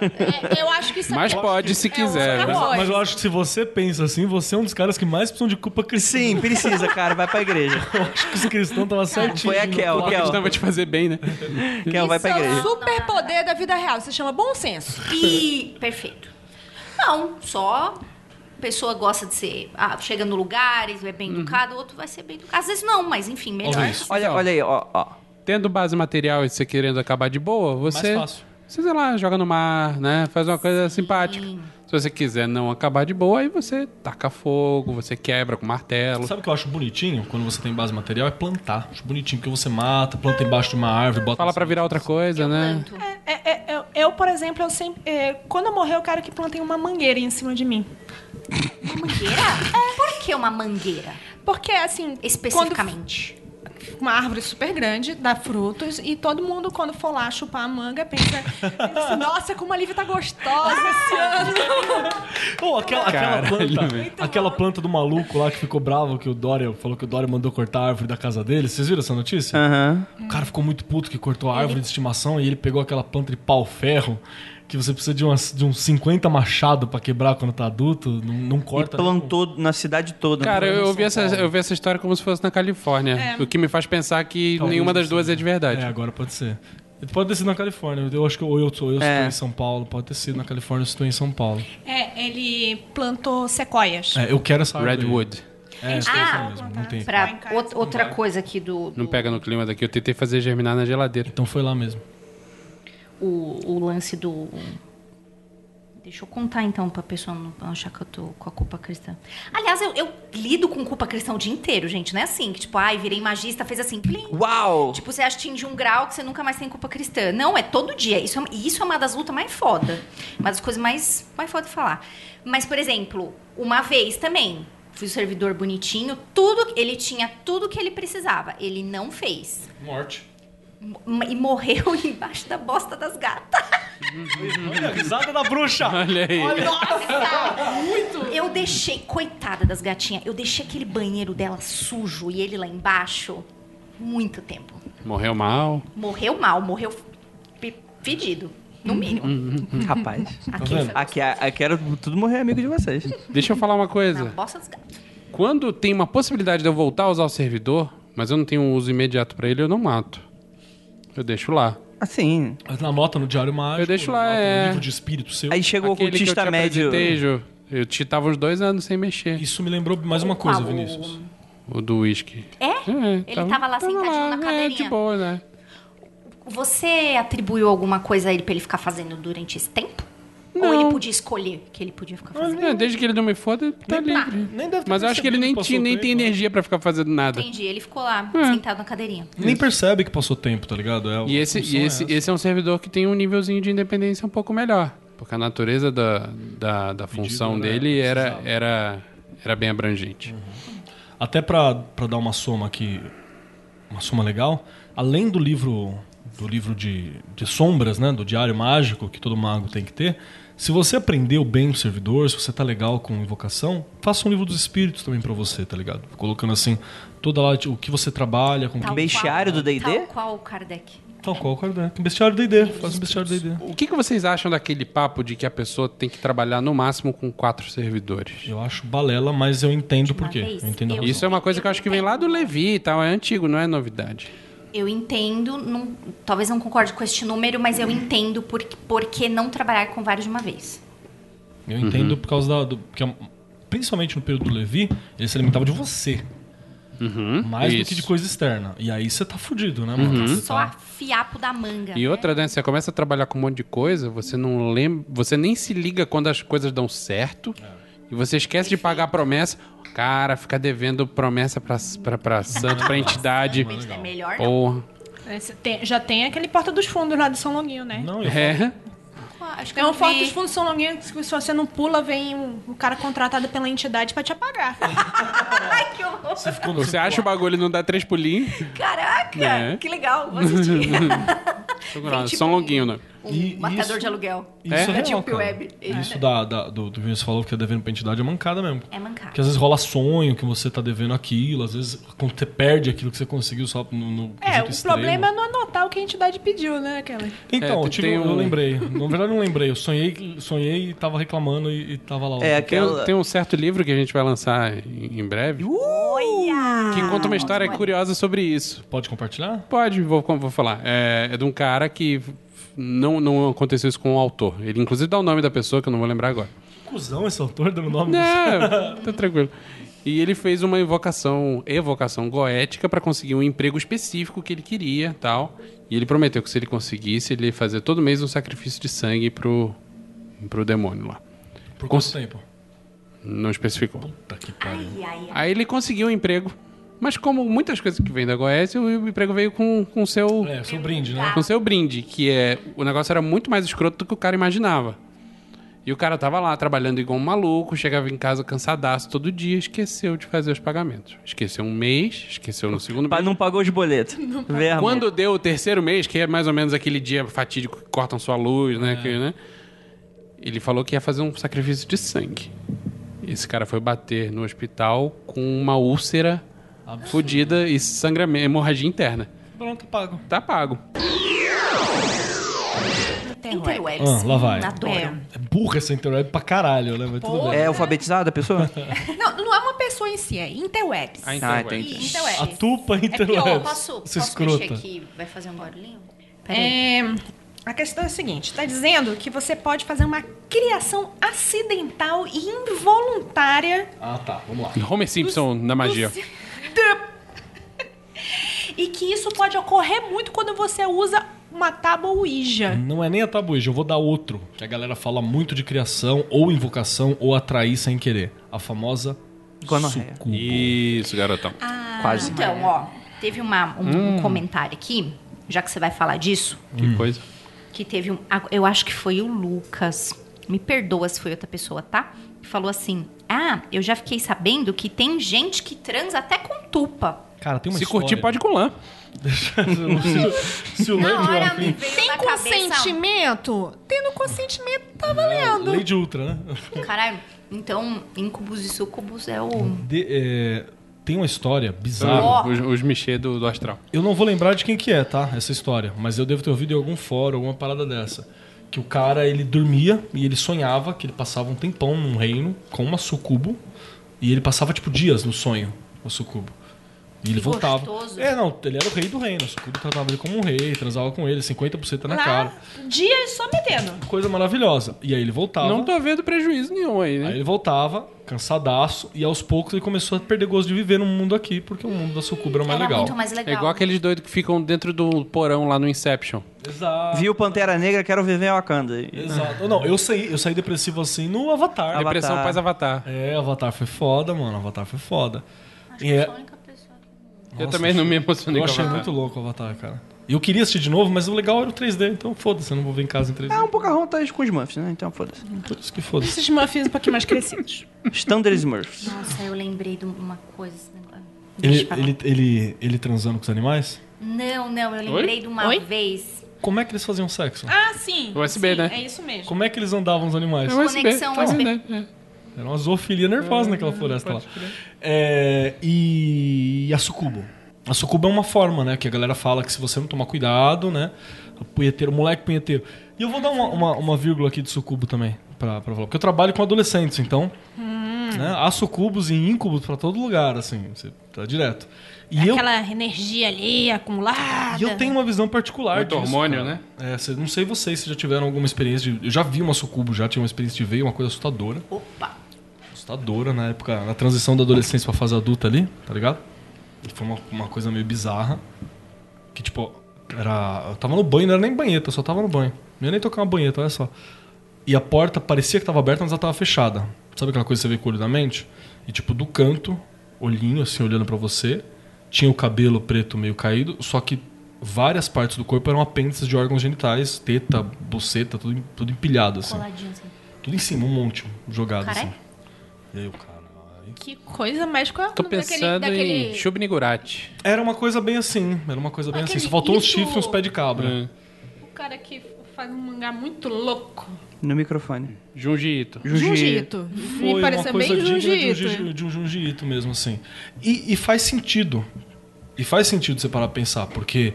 S2: É, eu acho que isso é
S7: Mas
S4: um
S2: bom.
S7: pode se
S2: É,
S7: quiser,
S2: eu
S7: né?
S5: Mas,
S2: acho que
S5: mas eu
S2: pode.
S5: acho que se você pensa assim, você é um dos caras que mais precisam de culpa cristã.
S3: Sim, precisa, cara. Vai pra igreja.
S5: (laughs) Eu acho que os cristãos estavam certinhos.
S3: Foi a Kel,
S7: A
S3: Kel.
S7: cristã vai te fazer bem,
S5: (laughs)
S7: né?
S3: Kel, vai pra
S4: um
S2: Isso é o
S3: igreja.
S2: super poder da vida real. Se chama bom senso.
S6: E perfeito. Não, só pessoa gosta de ser, ah, chega no lugar, é bem educado, o outro vai ser bem educado. Às vezes não, mas enfim, melhor.
S5: Olha isso.
S3: Olha, olha aí, ó, ó.
S7: Tendo base material e você querendo acabar de boa, você.
S5: Mais fácil.
S7: Você, sei lá, joga no mar, né? Faz uma coisa simpática. Se você quiser não acabar de boa, aí você taca fogo, você quebra com martelo.
S5: Sabe o que eu acho bonitinho quando você tem base material? É plantar. Acho bonitinho porque você mata, planta embaixo de uma árvore, bota. assim.
S7: Fala pra virar outra coisa, né?
S6: Tanto.
S4: É, é, é, eu- eu, por exemplo, eu sempre. é, quando eu morrer, eu quero que plantem uma mangueira em cima de mim.
S6: Uma mangueira?
S4: É.
S6: Por que uma mangueira?
S4: Porque, assim.
S6: Especificamente.
S4: quando- uma árvore super grande, dá frutos, e todo mundo, quando for lá chupar a manga, pensa: pensa, assim, Nossa, como a Lívia tá gostosa esse ano.
S5: Pô, aquela, aquela
S7: Caralho, Então
S5: planta.
S7: velho.
S5: Aquela planta do maluco lá que ficou bravo que o Dória falou que o Dória mandou cortar a árvore da casa dele. Vocês viram essa notícia?
S3: Aham.
S5: O cara ficou muito puto que cortou a árvore de estimação e ele pegou aquela planta de pau-ferro que você precisa de, umas, de uns 50 machado pra quebrar quando tá adulto. Não, não
S3: E
S5: corta. né?
S3: plantou na cidade toda. né?
S7: Cara, eu
S5: São
S7: vi, essa,
S5: Paulo.
S7: eu vi essa história como se fosse na Califórnia. O que me faz pensar que
S5: Talvez
S7: nenhuma das
S5: não
S7: duas
S5: seja.
S7: é de verdade.
S5: É, agora pode ser. Pode ter sido na Califórnia. Eu acho que ou eu, ou eu
S3: É.
S5: estou em São Paulo. Pode ter sido na Califórnia, eu estou em São Paulo.
S4: É, ele plantou sequoias.
S5: É, eu quero essa árvore.
S7: Redwood.
S5: É, isso
S6: Ah,
S5: mesmo. Não tem.
S4: Pra-
S6: Pra, out- outra coisa aqui do, do-
S7: Não pega no clima daqui. Eu tentei fazer germinar na geladeira.
S5: Então foi lá mesmo.
S6: o, o lance do. Deixa eu contar então pra pessoa não achar que eu tô com a culpa cristã. Aliás, eu, eu lido com culpa cristã o dia inteiro, gente. Não é assim que, tipo, ai, virei magista, fez assim, plim.
S3: Uau!
S6: Tipo, você atinge um grau que você nunca mais tem culpa cristã. Não, é todo dia. Isso é, e isso é uma das lutas mais foda. Uma das coisas mais, mais foda de falar. Mas, por exemplo, uma vez também, Fiz o servidor bonitinho, tudo, ele tinha tudo que ele precisava. Ele não fez.
S5: Morte.
S6: M- E morreu (laughs) embaixo da bosta das gatas.
S5: Olha a risada da bruxa.
S7: Olha aí.
S6: Eu deixei, coitada das gatinhas, eu deixei aquele banheiro dela sujo e ele lá embaixo muito tempo.
S7: Morreu mal.
S6: Morreu mal, morreu fe- fedido,
S5: Uhum.
S6: no mínimo.
S3: Hum, Rapaz.
S6: Aquele
S5: vendo?
S6: foi-
S3: Aqui, é, aqui era tudo morrer amigo de vocês.
S7: Deixa eu falar uma
S6: na
S7: coisa.
S6: bosta dos gatos.
S7: Quando tem uma possibilidade de eu voltar a usar o servidor, mas eu não tenho um uso imediato pra ele, eu não mato. Eu deixo lá.
S3: Assim.
S5: Mas na nota no diário mágico.
S7: Eu deixo
S5: na
S7: lá,
S5: nota no
S7: é.
S5: livro de espírito seu.
S3: Aí chegou o
S7: Aquele que eu te
S3: cultista médio.
S7: apresentei, Jô. Eu te tava uns dois anos sem mexer.
S5: Isso me lembrou mais uma coisa,
S6: Opa, o- tá.
S5: Vinícius.
S7: O do uísque.
S6: É? Ele tava lá sentadinho na
S7: É,
S6: cadeirinha.
S7: de boa, né?
S6: Você atribuiu alguma coisa a ele pra ele ficar fazendo durante esse tempo? Ou ele podia escolher que ele podia ficar fazendo?
S7: É, desde que ele não me foda, tá livre.
S5: nem deve ter
S7: Mas eu acho que ele
S5: percebido
S7: nem,
S5: que
S7: tinha-
S5: passou
S7: nem
S5: o
S7: tem
S5: tempo, né?
S7: energia pra ficar fazendo nada.
S6: Entendi, ele ficou lá, sentado na cadeirinha.
S5: Nem percebe que passou tempo, tá ligado? É,
S7: E, esse,
S5: a
S7: e
S5: função
S7: esse,
S5: é essa.
S7: esse é um servidor que tem um nívelzinho de independência um pouco melhor. Porque a natureza da, da, da função
S5: né?
S7: dele era,
S5: Precisava.
S7: era, era bem abrangente.
S5: Até pra, pra dar uma soma aqui, uma soma legal, além do livro do livro de, de sombras, né, do diário mágico que todo mago tem que ter, se você aprendeu bem o servidor, se você tá legal com invocação, faça um livro dos espíritos também pra você, tá ligado? Colocando assim toda lá de- o que você trabalha, com
S6: Tal
S5: que...
S3: Bestiário
S6: qual-
S3: do D&D?
S6: Tal qual o Kardec.
S5: Tal qual, cara, um bestiário D&D, faz um bestiário D&D.
S7: O que, que vocês acham daquele papo de que a pessoa tem que trabalhar no máximo com quatro servidores?
S5: Eu acho balela, mas eu entendo por
S6: Uma
S5: quê.
S6: vez,
S5: Eu entendo a
S6: eu-
S5: razão.
S7: Isso é uma coisa que eu acho que vem lá do Levi e tal, é antigo, não é novidade.
S6: Eu entendo, não- talvez não concorde com este número, mas eu entendo por, por que não trabalhar com vários de uma vez.
S5: Eu entendo
S7: Uhum.
S5: por causa da. Do, porque, principalmente no período do Levi, ele se alimentava de você. mais do
S7: isso. Uhum.
S5: que de coisa externa. E aí você tá fudido, né, mano? Você
S6: Só a fiapo da manga.
S7: E
S6: né?
S7: outra, né? Você começa a trabalhar com um monte de coisa, você não lembra. Você nem se liga quando as coisas dão certo. E você esquece de pagar a promessa. Cara, fica devendo promessa pra, pra, pra santo, pra entidade.
S6: É melhor não.
S7: Porra.
S4: Esse tem- já tem aquele Porta dos Fundos lá de São Longuinho, né?
S5: Não, eu,
S7: É.
S6: Acho que
S4: Tem um
S6: eu
S4: Porta
S6: vi.
S4: dos Fundos de São Longuinho que se você não pula, vem um, um cara contratado pela entidade pra te apagar.
S6: Ai, que horror.
S5: você ficou
S7: Você acha o bagulho e não dá três pulinhos.
S6: Caraca,
S5: É.
S7: Né?
S6: que legal.
S5: (laughs)
S6: Vou assistir.
S7: Só
S6: tipo
S7: um longuinho, né?
S6: um
S5: E-
S6: matador
S5: isso-
S6: de aluguel.
S5: Isso
S7: É?
S5: é,
S7: Da
S5: real,
S4: tipo
S6: Deep
S5: cara.
S6: Web.
S4: é.
S5: Isso da, da- do, do Vinícius falou que tá devendo pra entidade é mancada mesmo.
S6: É mancar.
S5: Porque às vezes rola sonho que você tá devendo aquilo, às vezes quando você perde aquilo que você conseguiu só no. no
S4: É,
S5: quesito
S4: o
S5: extremo.
S4: problema é não anotar o que a entidade pediu, né, Kelly?
S5: Então,
S7: É,
S5: eu,
S7: tem-
S5: tive,
S7: tem
S5: eu
S7: um-
S5: lembrei. Na verdade, eu não lembrei. Eu sonhei, sonhei e tava reclamando e, e tava lá.
S3: É,
S7: Tem,
S3: aquela...
S7: tem um certo livro que a gente vai lançar em em breve
S3: Uh,
S6: Olha!
S7: que conta uma história curiosa sobre isso.
S5: Pode compartilhar?
S7: Pode, vou, vou falar. É, é de um cara que f- não, não aconteceu isso com o autor. Ele inclusive dá o nome da pessoa, que eu não vou lembrar agora.
S5: Cusão esse autor dando nome do
S7: Não, tá tranquilo. E ele fez uma invocação, evocação goética pra conseguir um emprego específico que ele queria tal. E ele prometeu que se ele conseguisse, ele ia fazer todo mês um sacrifício de sangue pro, pro demônio lá.
S5: Por
S7: Cons-
S5: quanto tempo?
S7: Não especificou.
S5: Puta que pariu.
S6: Ai, ai, ai.
S7: Aí ele conseguiu um emprego. Mas como muitas coisas que vêm da Goécia, o emprego veio com o seu
S5: É, seu brinde, né?
S6: Tá.
S7: com seu brinde, que é o negócio era muito mais escroto do que o cara imaginava. E o cara tava lá trabalhando igual um maluco, chegava em casa cansadaço todo dia, esqueceu de fazer os pagamentos. Esqueceu um mês, esqueceu no segundo
S3: pa-
S7: mês.
S3: Não pagou os boletos. Verbo.
S7: Quando deu o terceiro mês, que é mais ou menos aquele dia fatídico que cortam sua luz,
S5: É.
S7: né? que, né? Ele falou que ia fazer um sacrifício de sangue. Esse cara foi bater no hospital com uma úlcera fodida e sangramento, hemorragia interna.
S5: Pronto, pago.
S7: Tá pago.
S6: Interwebs.
S5: Ah, lá vai.
S6: Adoro.
S5: É burra essa interweb pra caralho, né? Mas tudo bem.
S3: É alfabetizada a pessoa?
S4: Não, não é uma pessoa em si, é interwebs.
S7: Ah,
S3: Ah,
S7: então,
S3: entendi.
S6: Interwebs.
S5: A tupa
S6: É
S5: interweb.
S6: pior, posso,
S5: Isso
S6: posso
S5: é
S6: mexer
S5: escrota.
S6: aqui? Vai fazer um barulhinho? Peraí.
S4: É, a questão é a seguinte: está dizendo que você pode fazer uma criação acidental e involuntária
S5: Ah, tá. Vamos lá.
S7: Homer Simpson na magia.
S4: e que isso pode ocorrer muito quando você usa uma tábua Ouija.
S5: Não é nem a tabuíja, eu vou dar outro. Que a galera fala muito de criação, ou invocação, ou atrair sem querer. A famosa
S3: Gonorreia.
S5: sucubo.
S7: Isso, garotão.
S3: Quase.
S6: Então, ó, teve uma- um,
S5: Hum.
S6: um comentário aqui, já que você vai falar disso,
S7: Que coisa.
S6: que teve um. ah, Eu acho que foi o Lucas. Me perdoa se foi outra pessoa, tá? Que falou assim: Ah, eu já fiquei sabendo que tem gente que transa até com tupa.
S5: Cara, tem uma
S7: Se
S5: história.
S7: curtir,
S5: (laughs)
S7: pode com lã.
S5: Se o
S6: Na
S5: Lady
S6: hora
S5: Warfin-
S6: me veio
S2: Tem
S6: na cabeça...
S2: consentimento? Tendo consentimento, tá valendo.
S5: Lady Ultra, né?
S6: um, Caralho, então incubus e sucubus é o...
S5: De- é, tem uma história bizarra.
S6: Ó.
S7: Os, os michê do, do astral.
S5: Eu não vou lembrar de quem que é, tá? Essa história. Mas eu devo ter ouvido em algum fórum, alguma parada dessa. Que o cara, ele dormia e ele sonhava que ele passava um tempão num reino com uma sucubo. E ele passava, tipo, dias no sonho, o sucubo. E ele
S6: Que
S5: voltava.
S6: gostoso.
S5: É, não, ele era o rei do reino. O sucubo tratava ele como um rei, transava com ele, 50% na
S4: Lá,
S5: cara.
S4: dias só metendo.
S5: Coisa maravilhosa. E aí ele voltava.
S7: Não tô vendo prejuízo nenhum aí, né?
S5: Aí ele voltava, cansadaço, e aos poucos ele começou a perder gosto de viver no mundo aqui, porque o mundo da sucuba era mais
S6: Era
S5: legal.
S6: muito mais legal.
S7: É igual aqueles doidos que ficam dentro do porão lá no Inception.
S5: Exato.
S3: Viu Pantera Negra, quero viver em Wakanda.
S5: Exato. Não, eu saí, eu saí depressivo assim no Avatar.
S3: Avatar.
S7: Depressão faz avatar.
S5: É, Avatar foi foda, mano. Avatar foi foda.
S6: Acho
S5: E
S6: que eu
S5: é-
S6: sou a única pessoa que...
S7: eu
S5: Nossa,
S7: também não me emocionei
S5: Eu
S7: com
S5: achei
S7: avatar.
S5: muito louco o Avatar, cara. Eu queria assistir de novo, mas o legal era o 3D, então foda-se, eu não vou ver em casa em 3D.
S3: É um Pocahontas com os Muffs, né? Então foda-se.
S5: Por isso que foda-se.
S4: Esses muffins um pouquinho mais crescidos.
S3: Standard Smurfs.
S6: Nossa, eu lembrei de uma coisa. esse negócio. Deixa
S5: Ele,
S6: eu falar.
S5: ele, ele, ele transando com os animais?
S6: Não, não, eu lembrei de uma
S4: Oi?
S6: vez.
S5: Como é que eles faziam sexo?
S4: (laughs) Ah, sim.
S7: USB,
S4: sim,
S7: né?
S4: É isso mesmo.
S5: Como é que eles andavam os animais?
S7: É um USB.
S6: Conexão
S7: tá
S6: USB.
S7: bom, né?
S5: Era uma zoofilia nervosa naquela floresta lá. É, e a sucubo. A sucubo é uma forma, né? Que a galera fala que se você não tomar cuidado, né? O punheteiro, o moleque punheteiro. E eu vou dar uma, uma, uma vírgula aqui de sucubo também, pra, pra falar. Porque eu trabalho com adolescentes, então. Né, há sucubos e íncubos pra todo lugar, assim. Você tá direto. E eu,
S4: Aquela energia ali acumulada.
S5: e eu tenho uma visão particular
S7: Muito
S5: disso,
S7: hormônio,
S5: cara.
S7: né?
S5: É, cê- não sei vocês se já tiveram alguma experiência de... Eu já vi uma sucubo, já tive uma experiência de ver, uma coisa assustadora.
S6: Opa!
S5: assustadora na época, na transição da adolescência pra fase adulta ali, tá ligado? E foi uma, uma coisa meio bizarra. Que tipo, era. Eu tava no banho, não era nem banheta, eu só tava no banho. Não ia nem tocar uma banheta, olha só. E a porta parecia que tava aberta, mas ela tava fechada. Sabe aquela coisa que você vê com o olho da mente? E tipo, do canto, olhinho assim, olhando pra você, tinha o cabelo preto meio caído, só que várias partes do corpo eram apêndices de órgãos genitais, teta, buceta, tudo, tudo empilhado assim.
S6: Coladinho assim.
S5: Tudo em cima, um monte jogado
S6: Caralho.
S5: assim. E aí o caralho.
S4: Que coisa mais... Qual é o
S7: Tô
S4: nome
S7: pensando
S4: daquele,
S7: em
S4: daquele...
S7: Shubnigurati.
S5: Era uma coisa bem assim, era uma coisa bem assim. Só
S4: Aquele
S5: faltou uns
S4: isso-
S5: chifres e uns pés de cabra.
S7: É.
S4: O cara que faz um mangá muito louco.
S3: No microfone.
S7: Junji Ito.
S2: Jujito.
S5: Foi
S2: Me
S5: uma
S2: pareceu
S5: coisa
S2: bem né?
S5: de, de, um
S2: Jujito.
S5: jiu- de um jungito mesmo, assim. E, e faz sentido. E faz sentido você parar pra pensar, porque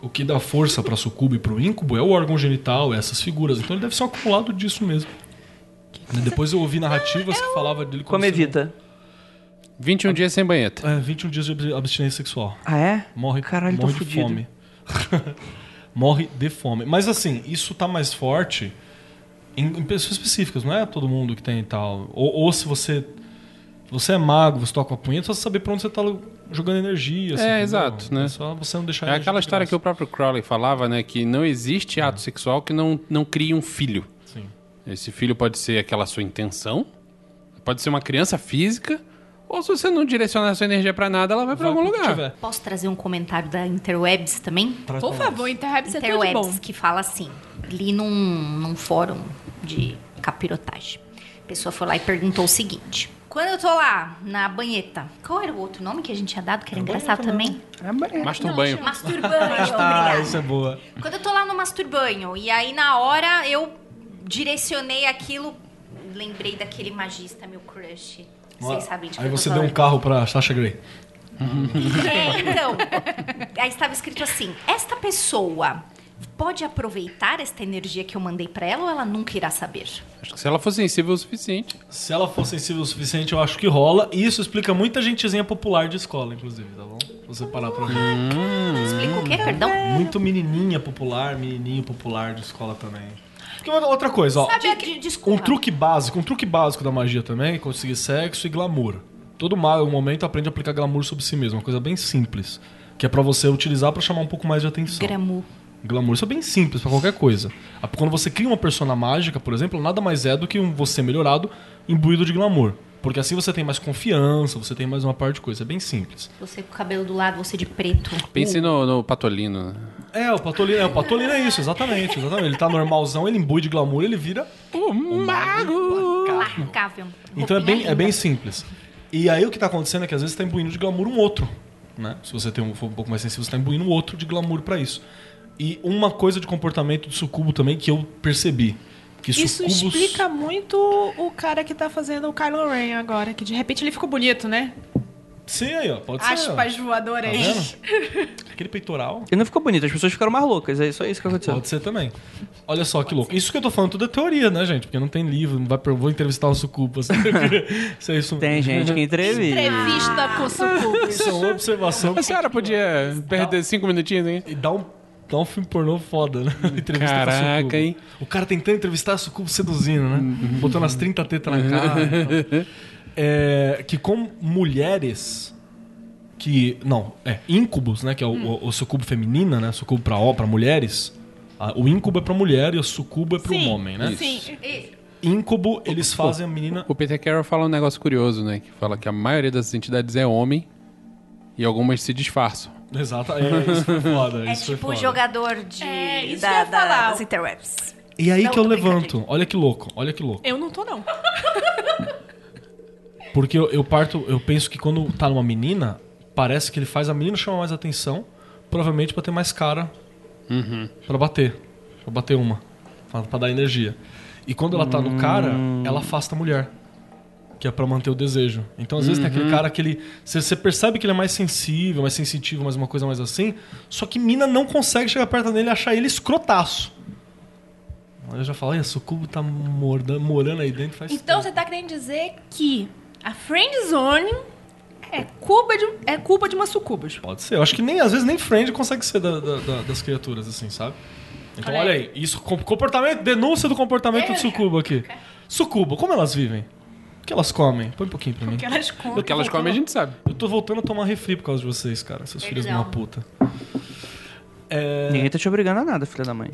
S5: o que dá força pra sucubo e pro íncubo é o órgão genital, é essas figuras. Então ele deve ser um acumulado disso mesmo. Depois eu ouvi narrativas
S2: é um
S5: que falava dele como
S3: Como evita.
S7: 21 dias sem banheta.
S5: sendo- É, 21 dias de ab- abstinência sexual.
S3: Ah, é?
S5: Morre,
S3: Caralho, tô
S5: morre de
S3: fudido.
S5: fome. (laughs) morre de fome. Mas assim, isso tá mais forte em, em pessoas específicas, não é todo mundo que tem e tal. Ou, ou se você. Você é mago, você toca a punheta, só você saber pra onde você tá jogando energia. assim, entendeu?
S7: exato, né?
S5: É só você não deixar
S7: É aquela história que o próprio Crowley falava, né? Que não existe ato sexual que não, não crie um filho.
S5: Sim.
S7: Esse filho pode ser aquela sua intenção, pode ser uma criança física, ou se você não direcionar sua energia pra nada, ela vai pra algum lugar.
S6: Posso trazer um comentário da Interwebs também?
S2: Por favor, interrap você é tudo de bom.
S6: Interwebs, que fala assim, li num, num fórum de capirotagem. A pessoa foi lá e perguntou o seguinte. Quando eu tô lá na banheta, qual era o outro nome que a gente tinha dado, que era engraçado
S5: né?
S6: também?
S3: É,
S7: Masturbanho.
S5: um (laughs)
S6: Masturbanho,
S5: Ah,
S6: obrigada.
S5: isso é boa.
S6: Quando eu tô lá no masturbanho, e aí na hora eu direcionei aquilo, lembrei daquele magista, meu crush. Vocês sabem de
S5: Aí
S6: quem eu tô
S5: você deu um
S6: falando.
S5: carro pra Sasha Grey.
S6: É, então. Aí estava escrito assim: esta pessoa pode aproveitar esta energia que eu mandei pra ela ou ela nunca irá saber?
S7: Acho que se ela for sensível o suficiente.
S5: Se ela for sensível o suficiente, eu acho que rola. E isso explica muita gentezinha popular de escola, inclusive, tá bom? Se Você parar pra ver. Hum.
S6: Explica o quê, perdão?
S5: Muito menininha popular, menininho popular de escola também. Porque uma- outra coisa, ó.
S6: Sabe, de-
S5: Um
S6: desculpa.
S5: truque básico, um truque básico da magia também é conseguir sexo e glamour. Todo mago, em um momento, aprende a aplicar glamour sobre si mesmo. Uma coisa bem simples. Que é pra você utilizar pra chamar um pouco mais de atenção.
S6: Gramu.
S5: Glamour, isso é bem simples pra qualquer coisa. A- Quando você cria uma persona mágica, por exemplo, nada mais é do que um você melhorado imbuído de glamour. Porque assim você tem mais confiança, você tem mais uma parte de coisa. É bem simples.
S6: Você com o cabelo do lado, você de preto.
S7: Pense no, no Patolino. né?
S5: É, o Patolino é, o Patolino é isso, exatamente, exatamente. Ele tá normalzão, ele imbui de glamour, ele vira.
S7: O mago!
S6: marcável.
S5: Então é
S6: Roupinha
S5: bem, é
S6: linda.
S5: bem simples. E aí o que tá acontecendo é que às vezes você tá imbuindo de glamour um outro. Né? Se você tem um, for um pouco mais sensível, você tá imbuindo um outro de glamour pra isso. E uma coisa de comportamento do sucubo também que eu percebi. Que
S4: Isso
S5: sucubos...
S4: explica muito o cara que tá fazendo o Kylo Ren agora, que de repente ele ficou bonito, né?
S5: Sim, aí, ó. Pode ser. ó.
S4: Aspas
S5: Tá
S4: voadoras.
S5: vendo? Aquele peitoral.
S3: Ele não ficou bonito, as pessoas ficaram mais loucas. É só isso que aconteceu.
S5: Pode ser também. Olha só que louco. Isso que eu tô falando tudo é teoria, né, gente? Porque não tem livro, não vai pra... eu vou entrevistar o sucubo. Assim, (laughs) isso é isso.
S3: Tem gente que entrevista.
S2: Entrevista com o
S5: Isso é
S2: sucubo.
S5: uma observação.
S7: A senhora podia perder cinco minutinhos aí?
S5: E dá um, dá um filme pornô foda, né? Entrevista com a
S7: Hum, Caraca,
S5: Sucubo.
S7: hein? Uhum.
S5: O cara tentando entrevistar a Sucubo seduzindo, né? Botando as 30 tetas na
S7: (laughs)
S5: cara. e tal. É, que com mulheres que... Não, é íncubos, né? Que é o,
S7: Hum.
S5: o, o Sucubo feminina, né? Sucubo pra, ó- pra mulheres. Ah, O íncubo é pra mulher e o sucubo é pro
S4: Sim,
S5: homem, né?
S4: Sim.
S5: Íncubo, eles fazem a menina...
S7: O Peter Carroll fala um negócio curioso, né? Que fala que a maioria dessas entidades é homem e algumas se disfarçam.
S5: Exato, é, isso foi foda.
S9: É
S5: isso foi
S9: tipo o
S5: foda.
S9: jogador de,
S4: É, isso que eu
S9: da,
S4: ia
S9: da-
S4: falar.
S9: das interwebs.
S5: E aí
S9: Não,
S5: que eu
S9: tô brincando,
S5: levanto. Olha que louco, olha que louco.
S4: Eu não tô, não.
S5: Porque eu, eu parto, eu penso que quando tá numa menina, parece que ele faz a menina chamar mais atenção, provavelmente pra ter mais cara pra bater. Pra bater uma. Pra, pra dar energia. E quando ela tá no cara, ela afasta a mulher. Que é pra manter o desejo. Então, às vezes, tem aquele cara que ele. Você você percebe que ele é mais sensível, mais sensitivo, mais uma coisa mais assim. Só que mina não consegue chegar perto dele e achar ele escrotaço. Aí eu já falo, olha, sucubo tá morda- morando aí dentro faz
S4: Então você tá querendo dizer que a friend zone é culpa de, é culpa de uma sucubus.
S5: Pode ser. Eu acho que nem, às vezes, nem friend consegue ser da- da- da- das criaturas, assim, sabe? Então, olha aí. Isso, com- comportamento, denúncia do comportamento de sucubo aqui. Sucubo, como elas vivem? O que elas comem? Põe um pouquinho pra mim.
S4: Que elas contam.
S7: O que elas comem a gente sabe.
S5: Eu tô voltando a tomar refri por causa de vocês, cara. Seus filhos de uma puta. É,
S3: Ninguém tá te obrigando a nada, filha da mãe.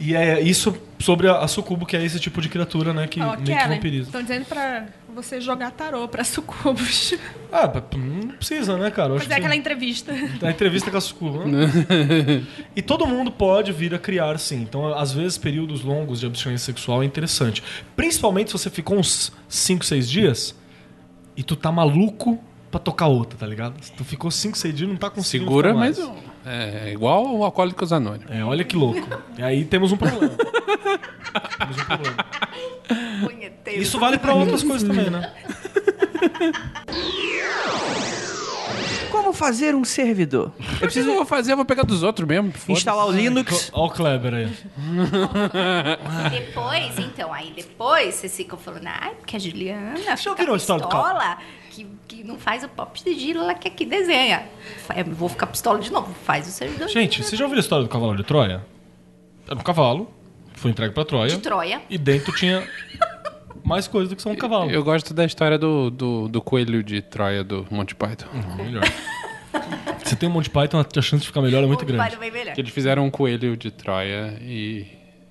S5: e é isso sobre a, a sucubo, que é esse tipo de criatura, né? Que
S4: Ó,
S5: meio que
S4: Kellen,
S5: vampiriza.
S4: Estão dizendo pra você jogar tarô pra sucubus.
S5: Ah, p- p- não precisa, né, cara? Eu acho
S4: Fazer
S5: que-
S4: aquela entrevista.
S5: Na entrevista com a Sucuba.
S7: (laughs)
S5: e todo mundo pode vir a criar, sim. Então, às vezes, períodos longos de abstinência sexual é interessante. Principalmente se você ficou uns 5, 6 dias e tu tá maluco pra tocar outra, tá ligado? Se tu ficou 5, 6 dias não tá conseguindo.
S7: Segura,
S5: ficar
S7: mas
S5: mais.
S7: é igual o Alcoólicos Anônimos.
S5: É, olha que louco. E aí temos um problema. temos um problema.
S9: Punheteiro.
S5: Isso vale pra outras coisas também, né?
S3: Como fazer um servidor?
S7: Eu preciso vou fazer, eu vou pegar dos outros mesmo. foda-se.
S3: Instalar o Linux.
S5: Olha o Kleber aí.
S6: Depois, então, aí depois vocês ficam falando, ai, porque a Juliana
S5: Deixa eu
S6: fica
S5: virar o estado do carro.
S6: pistola que, que não faz o pop de Gila que aqui desenha. É, vou ficar pistola de novo, faz o servidor.
S5: Gente, vocês já ouviram a história do cavalo de Troia? Era um cavalo, foi entregue pra Troia.
S6: de Troia.
S5: E dentro tinha mais coisas do que só um cavalo.
S7: Eu gosto da história do, do, do coelho de Troia do Monty Python.
S5: Melhor. Você tem um Monty Python, a chance de ficar melhor é muito grande.
S9: Vai melhor.
S7: Que eles fizeram um coelho de Troia e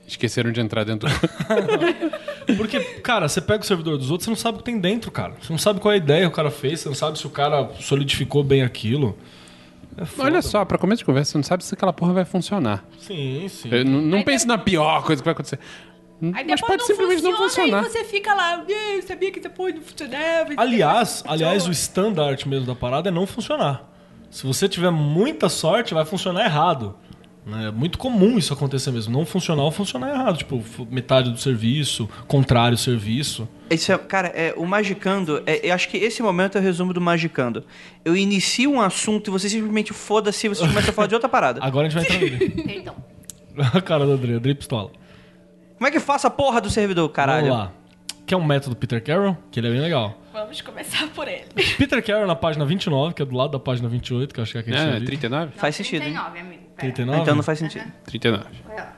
S7: esqueceram de entrar dentro do (laughs)
S5: Porque, cara, você pega o servidor dos outros, você não sabe o que tem dentro, cara. Você não sabe qual é a ideia que o cara fez, você não sabe se o cara solidificou bem aquilo. É foda.
S7: Olha só, pra começo de conversa, você não sabe se aquela porra vai funcionar.
S5: Sim, sim.
S7: Eu n- não pense na pior coisa que vai acontecer.
S4: Aí
S7: Mas
S4: depois
S7: pode
S4: não
S7: simplesmente
S4: funciona,
S7: não funcionar.
S4: E você fica lá, "Ei, sabia que depois não funcionava. é
S5: Aliás,
S4: Então-
S5: aliás, o standard mesmo da parada é não funcionar. Se você tiver muita sorte, vai funcionar errado. né? É muito comum isso acontecer mesmo. Não funcionar ou funcionar errado. Tipo, fu- metade do serviço, contrário ao serviço.
S3: Isso é- cara, é, o Magicando, é- eu acho que esse momento é o resumo do Magicando. Eu inicio um assunto e você simplesmente foda-se e você começa a falar de outra parada.
S5: Agora (laughs) a gente vai entrar nele.
S6: Perdão.
S5: (laughs) A cara do André, André Pistola.
S3: Como é que faço a porra do servidor, caralho?
S5: Vamos lá. Que é um método Peter Carroll, que ele é bem legal.
S4: Vamos começar por ele.
S5: (laughs) Peter Carroll na página 29, que é do lado da página 28, que eu acho que é a que a gente
S7: É,
S5: tinha lido.
S7: 39?
S3: Faz sentido, hein?
S6: 39, amigo. pera.
S5: 39?
S3: Então não faz sentido.
S7: 39.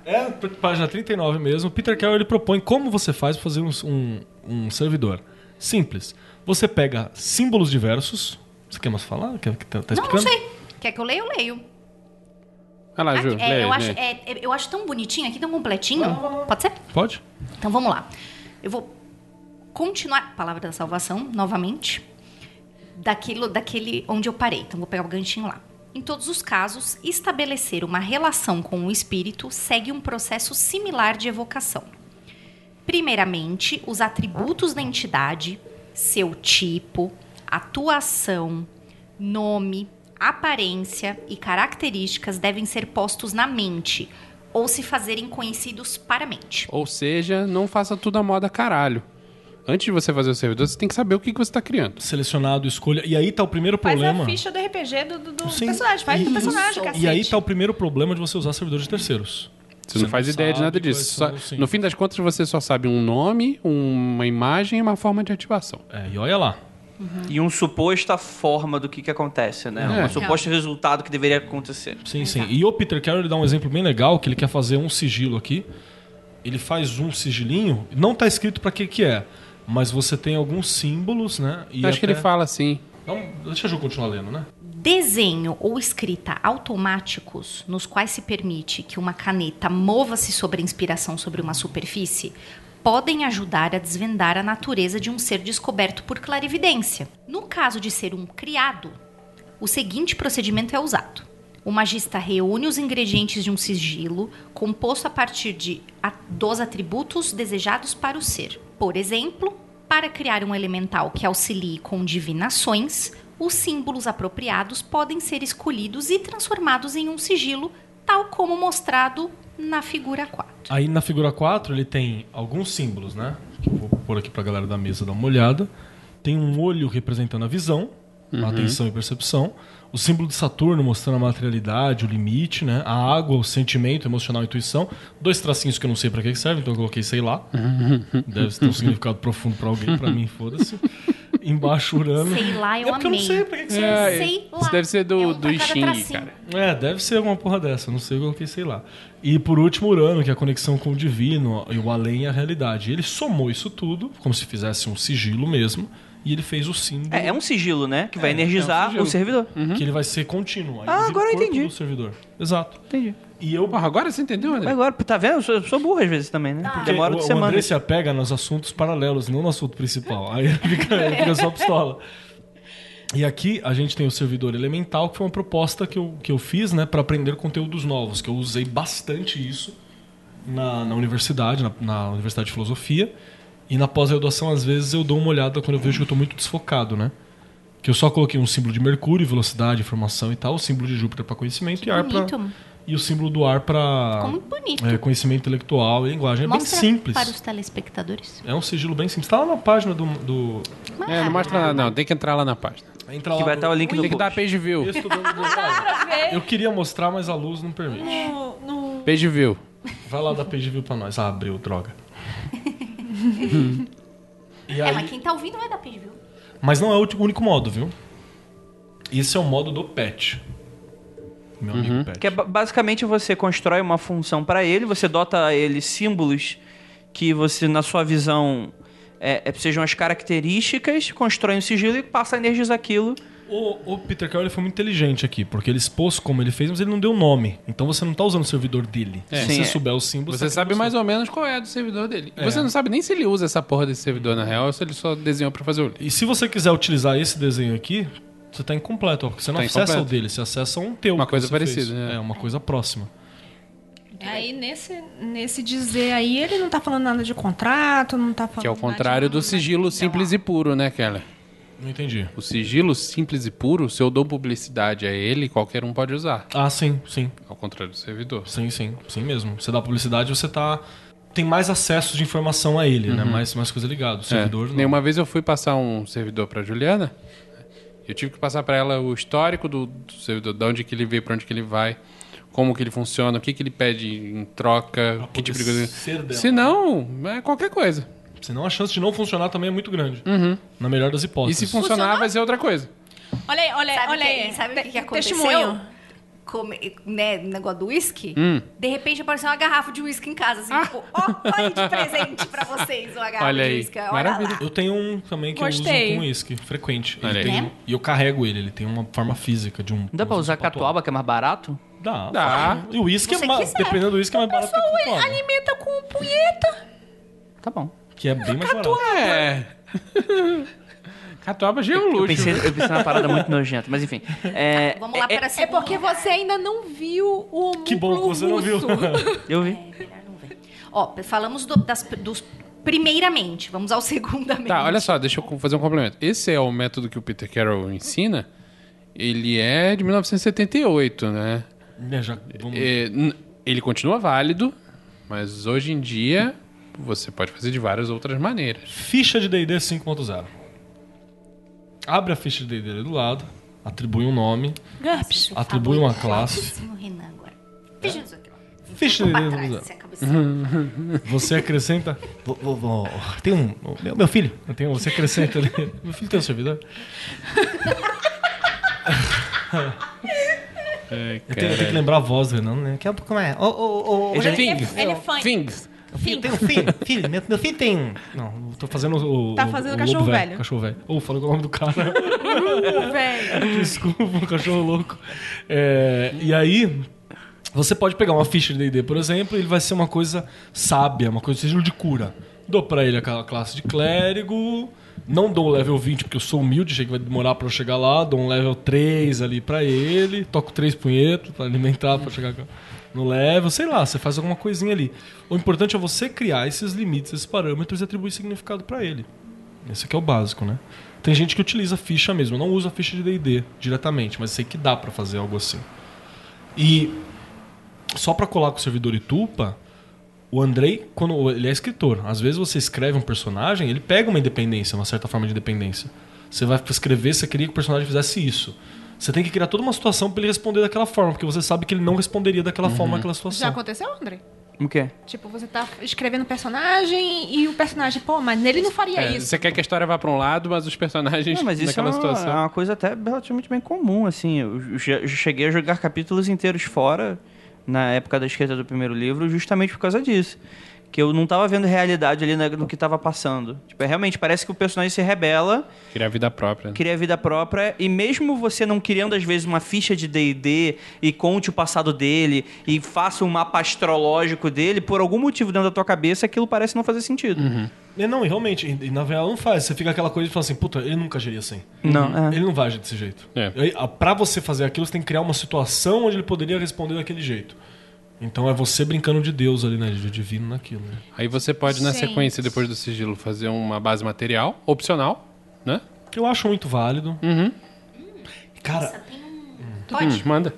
S5: É, p- página 39 mesmo. Peter Carroll ele propõe como você faz pra fazer um, um- um servidor. Simples. Você pega símbolos diversos. Você quer mais falar? Quer que tá, tá
S6: Não, não
S5: explicando?
S6: sei. Quer que eu leia? Eu leio.
S7: Vai lá,
S6: Ah,
S7: Ju.
S6: é,
S7: lê,
S6: eu,
S7: lê.
S6: acho, é, é, eu acho tão bonitinho aqui, tão completinho. Pode ser?
S5: Pode?
S6: Então vamos lá. Eu vou continuar. Palavra da salvação, novamente. Daquilo, daquele onde eu parei. Então vou pegar o ganchinho lá. Em todos os casos, estabelecer uma relação com o espírito segue um processo similar de evocação. primeiramente, os atributos da entidade, seu tipo, atuação, nome, aparência e características devem ser postos na mente ou se fazerem conhecidos para a mente.
S7: Ou seja, não faça tudo à moda caralho. Antes de você fazer o servidor, você tem que saber o que, que você está criando.
S5: Selecionado, escolha. E aí tá o primeiro
S4: Faz
S5: problema.
S4: a ficha do RPG do, do- do
S5: Sim.
S4: personagem. Faz do
S5: Isso.
S4: personagem, cacete.
S5: E aí tá o primeiro problema de você usar servidor de terceiros.
S7: Você não faz ideia de
S5: sabe
S7: nada
S5: quais
S7: disso.
S5: são,
S7: Só-
S5: sim.
S7: no fim das contas, você só sabe um nome, uma imagem e uma forma de ativação.
S5: É, e olha lá.
S10: E um suposta forma do que, que acontece, né?
S5: É.
S10: Um suposto resultado que deveria acontecer.
S5: Sim, sim. E o Peter Carroll ele dá um exemplo bem legal, que ele quer fazer um sigilo aqui. Ele faz um sigilinho, não tá escrito pra que que é, mas você tem alguns símbolos, né? E
S7: Eu acho que ele
S5: até-
S7: fala assim.
S5: Então, deixa eu continuar lendo, né?
S6: Desenho ou escrita automáticos, nos quais se permite que uma caneta mova-se sobre a inspiração sobre uma superfície, podem ajudar a desvendar a natureza de um ser descoberto por clarividência. No caso de ser um criado, o seguinte procedimento é usado. O magista reúne os ingredientes de um sigilo composto a partir de a- dos atributos desejados para o ser. Por exemplo, para criar um elemental que auxilie com divinações, os símbolos apropriados podem ser escolhidos e transformados em um sigilo, tal como mostrado na figura 4.
S5: Aí na figura 4 ele tem alguns símbolos, né? Vou pôr aqui pra galera da mesa dar uma olhada. Tem um olho representando a visão,
S7: Uhum.
S5: a atenção e percepção. O símbolo de Saturno mostrando a materialidade, o limite, né? A água, o sentimento, emocional, a intuição. Dois tracinhos que eu não sei pra que que servem, então eu coloquei sei lá.
S7: Uhum.
S5: Deve ter um significado profundo pra alguém, pra mim,
S7: (laughs)
S5: foda-se. Embaixo, Urano.
S6: Sei lá, eu
S5: é porque eu não
S6: amei.
S5: sei pra que que serve.
S7: É,
S6: Sei lá.
S7: isso deve ser
S6: É
S7: do,
S6: um
S7: do
S6: pra cada
S7: Xing,
S6: tracinho.
S7: cara.
S5: É, deve ser alguma porra dessa, não sei, eu coloquei, sei lá. E por último, Urano, que é a conexão com o divino, e o além e a realidade. Ele somou isso tudo, como se fizesse um sigilo mesmo, e ele fez o símbolo
S10: É, é um sigilo, né? Que vai energizar
S7: sigilo.
S10: o servidor.
S5: que ele vai ser contínuo. Aí
S10: Ah,
S5: vira o
S10: agora eu
S5: corpo
S10: entendi.
S5: do servidor. Exato.
S10: Entendi.
S5: E eu
S7: Porra, agora você entendeu, André?
S10: Mas agora, tá vendo? Eu sou, eu sou burro às vezes também,
S7: Tá.
S10: né?
S5: porque
S10: Demora
S5: o,
S10: de
S5: o
S10: semana.
S5: André se apega nos assuntos paralelos, não no assunto principal. Aí (laughs) ele fica, ele fica só pistola. E aqui a gente tem o servidor elemental, que foi uma proposta que eu, que eu fiz, né, para aprender conteúdos novos, que eu usei bastante isso na, na universidade, na, na Universidade de Filosofia. E na pós-graduação, às vezes, eu dou uma olhada quando eu vejo que eu tô muito desfocado, né? Que eu só coloquei um símbolo de Mercúrio, velocidade, informação e tal, o símbolo de Júpiter para conhecimento e ar pra,
S6: Bonito.
S5: e o símbolo do ar para
S6: Como bonito.
S7: É.
S5: É, conhecimento intelectual e linguagem. É
S6: Mostra
S5: bem simples.
S6: para os telespectadores.
S5: É um sigilo bem simples. Tá lá na página do. do...
S7: É, não mostra nada, não. Tem que entrar lá na página.
S5: Entra lá
S10: Que vai tá
S5: no-
S10: estar o link
S7: Tem
S10: no
S7: que dar
S10: post.
S7: page view.
S5: texto do- do- Eu queria mostrar, mas a luz não permite.
S4: No- no-
S7: Page view.
S5: Vai lá dar page view pra nós. Ah, abriu, droga. E
S6: É,
S5: aí-
S6: mas quem tá ouvindo vai dar page view.
S5: Mas não é o último- único modo, viu? Esse é o modo do pet. Meu amigo pet.
S10: Que é ba- basicamente você constrói uma função para ele, você dota a ele símbolos que você, na sua visão, é, é- sejam as características, constrói um sigilo e passa a energizar aquilo.
S5: O, o Peter Carroll ele foi muito inteligente aqui, porque ele expôs como ele fez, mas ele não deu nome. Então você não tá usando o servidor dele.
S7: É.
S10: Sim,
S5: Se você
S10: é.
S5: souber os símbolos...
S7: Você
S5: tá
S7: sabe
S5: criando
S7: mais ou menos qual é do servidor dele. E Você não sabe nem se ele usa essa porra desse servidor na real ou se ele só desenhou pra fazer o livro.
S5: E se você quiser utilizar esse desenho aqui, você tá incompleto, ó, porque você não
S7: Tá
S5: acessa
S7: incompleto.
S5: o dele, você acessa um teu.
S7: Uma
S5: que
S7: coisa
S5: você fez.
S7: parecida, né?
S5: É, uma coisa próxima.
S4: Aí nesse, nesse dizer aí, ele não tá falando nada de contrato, não tá falando.
S7: Que é o
S4: nada de
S7: contrário do
S4: nada.
S7: sigilo simples e puro, né, Keller?
S5: Não entendi.
S7: O sigilo simples e puro, se eu dou publicidade a ele, qualquer um pode usar.
S5: Ah, sim, sim.
S7: Ao contrário do servidor.
S5: Sim, sim. Sim mesmo. Você dá publicidade, você tá. Tem mais acesso de informação a ele, né? Mais, mais coisa ligada. O servidor
S7: Uhum. é.
S5: não.
S7: Nenhuma vez eu fui passar um servidor pra Juliana. Eu tive que passar pra ela o histórico do, do servidor, de onde que ele veio, pra onde que ele vai, como que ele funciona, o que que ele pede em troca,
S5: Pra
S7: que tipo de
S5: poder
S7: coisa.
S5: ser dela.
S7: Se não, é qualquer coisa.
S5: Senão a chance de não funcionar também é muito grande. Na melhor das
S7: Uhum. E
S5: hipóteses.
S7: se funcionar, vai ser outra coisa.
S4: Olha aí, olha aí,
S6: Sabe,
S4: É, olha
S6: que- é-
S4: aí.
S6: sabe o que, que
S4: Te-
S6: aconteceu?
S4: Testemunho.
S6: Come- né, negócio do uísque?
S7: Hum. Ah.
S6: De repente apareceu uma garrafa de uísque em casa, assim, tipo, ó, olha de presente pra vocês uma garrafa
S7: Olha
S6: de
S7: aí.
S6: uísque. Olha
S7: Maravilha.
S5: Eu tenho um também que
S4: Gostei.
S5: eu uso com uísque, frequente. Ele
S7: Olha aí.
S5: tem- um-
S6: É?
S5: E eu carrego ele, ele tem uma forma física de um.
S10: Não dá pra usar catuaba, que é mais barato?
S5: Dá.
S7: Dá.
S5: E o uísque é
S6: Você
S5: mais.
S6: quiser.
S5: Dependendo do uísque, é mais barato que a catuaba.
S4: Alimenta com punheta.
S10: Tá bom.
S5: Que é bem mais barato.
S7: É. (laughs) Catuaba já é um
S10: Eu
S7: luxo.
S10: pensei, eu pensei numa parada muito nojenta, mas enfim. É,
S6: lá. Vamos lá
S10: é-
S6: para a
S2: É
S6: segunda.
S2: porque você ainda não viu o
S4: um
S2: homúnculo
S5: (laughs) Que bom que você não viu.
S2: russo.
S10: Eu vi.
S6: Ó, falamos do- das- dos primeiramente, vamos ao (laughs) segundamente.
S7: Tá, olha só, deixa eu fazer um complemento. Esse é o método que o Peter Carroll ensina. Ele é de 1978, né?
S5: É, já- vamos-
S7: É, n- ele continua válido, mas hoje em dia você pode fazer de várias outras maneiras.
S5: Ficha de D&D 5.0. Abre a ficha de D&D ali do lado, atribui um nome,
S6: GURPS.
S5: atribui uma classe.
S6: Sim, o Renan agora.
S7: Tá.
S6: Veja isso aqui.
S5: Ficha de D&D 5.0.
S7: Uhum.
S5: Você acrescenta. Vou- vou- vou- Tem um. Meu, meu filho. Eu tenho- você acrescenta ali. Meu filho tem um servidor?
S4: (laughs)
S5: Eu tenho, eu tenho que lembrar a voz do Renan, né? Que é, como é? Ô, ô, ô, ô,
S7: Ele é
S5: Renan,
S7: Fing.
S5: eu-
S4: Elefante.
S5: Meu filho tem um filho. filho meu, meu filho tem um. Não, eu tô fazendo o.
S4: Tá
S5: o-
S4: fazendo
S5: o
S4: cachorro
S5: lobo
S4: velho.
S5: Cachorro velho. Ou falou com o nome do cara.
S4: Velho.
S5: (laughs) Desculpa, um cachorro louco. É, e aí, você pode pegar uma ficha de D&D, por exemplo, e ele vai ser uma coisa sábia, uma coisa de sigilo de cura. Dou pra ele aquela classe de clérigo, não dou o level 20 porque eu sou humilde, achei que vai demorar pra eu chegar lá, dou um level 3 ali pra ele, toco três punhetos pra alimentar, pra chegar no level, sei lá, você faz alguma coisinha ali. O importante é você criar esses limites, esses parâmetros e atribuir significado pra ele. Esse aqui é o básico, né? Tem gente que utiliza ficha mesmo. Eu não uso a ficha de D&D diretamente, mas sei que dá pra fazer algo assim. E só pra colar com o servidor Itupa, o Andrei, quando ele é escritor, às vezes você escreve um personagem, ele pega uma independência, uma certa forma de independência. Você vai escrever, você queria que o personagem fizesse isso. Você tem que criar toda uma situação pra ele responder daquela forma, porque você sabe que ele não responderia daquela forma naquela
S4: Uhum. Já
S5: situação.
S4: aconteceu, André?
S10: O quê?
S4: Tipo, você tá escrevendo um personagem e o personagem, pô, mas ele não faria
S7: É,
S4: isso.
S7: Você quer que a história vá pra um lado, mas os personagens
S10: Não, mas isso é
S7: naquela
S10: uma,
S7: situação.
S10: é uma coisa até relativamente bem comum, assim. Eu eu já- eu cheguei a jogar capítulos inteiros fora na época da escrita do primeiro livro, justamente por causa disso. Que eu não tava vendo realidade ali na- no que tava passando. Tipo, é, realmente, parece que o personagem se rebela,
S7: Criar vida própria. né?
S10: cria a vida própria, e mesmo você não criando, às vezes, uma ficha de D&D e conte o passado dele, e faça um mapa astrológico dele, por algum motivo dentro da tua cabeça, aquilo parece não fazer sentido.
S5: E Não, e realmente, e, e na real não faz. Você fica aquela coisa de falar assim, puta, ele nunca agiria assim.
S3: Uhum.
S10: Não,
S7: Uhum.
S10: é.
S5: Ele não vai agir desse jeito.
S7: É.
S5: E aí, a- Pra você fazer aquilo, você tem que criar uma situação onde ele poderia responder daquele jeito. Então é você brincando de Deus ali, né? De divino naquilo. né?
S7: Aí você pode, na
S6: Gente.
S7: sequência, depois do sigilo, fazer uma base material, opcional, né?
S5: Que eu acho muito válido.
S7: Uhum.
S5: Cara,
S6: Pode?
S7: Hum, manda.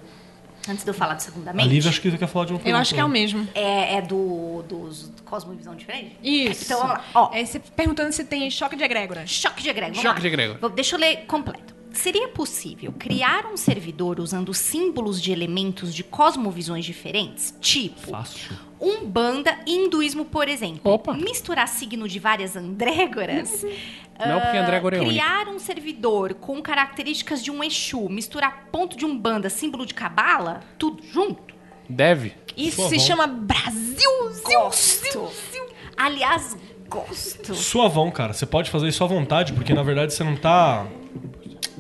S6: Antes de eu falar do
S5: a
S6: segundamente.
S5: Lívia acho que quer falar de uma
S4: Eu
S5: pergunta,
S4: acho que é o mesmo.
S6: É, é do, dos Cosmovisão Diferente?
S4: Isso.
S6: Então, vamos lá. Ó,
S4: É você perguntando se tem choque de egrégoras.
S6: choque de egrégor. vamos
S7: Choque
S6: lá.
S7: de egrégor.
S6: Vou- Deixa eu ler completo. Seria possível criar um servidor usando símbolos de elementos de cosmovisões diferentes? Tipo,
S5: Fácil.
S6: Umbanda e hinduísmo, por exemplo.
S7: Opa.
S6: Misturar signo de várias andrégoras.
S7: Não, porque
S6: Ah,
S7: andrégora é
S6: Criar um servidor com características de um Exu, misturar ponto de Umbanda, símbolo de Cabala, tudo junto.
S7: Deve.
S4: Isso
S5: Sua
S4: se
S5: avó.
S4: chama Brasil.
S6: Gosto. Aliás, gosto.
S7: É
S5: Sua vão, cara. Você pode fazer isso à vontade, porque na verdade você não tá.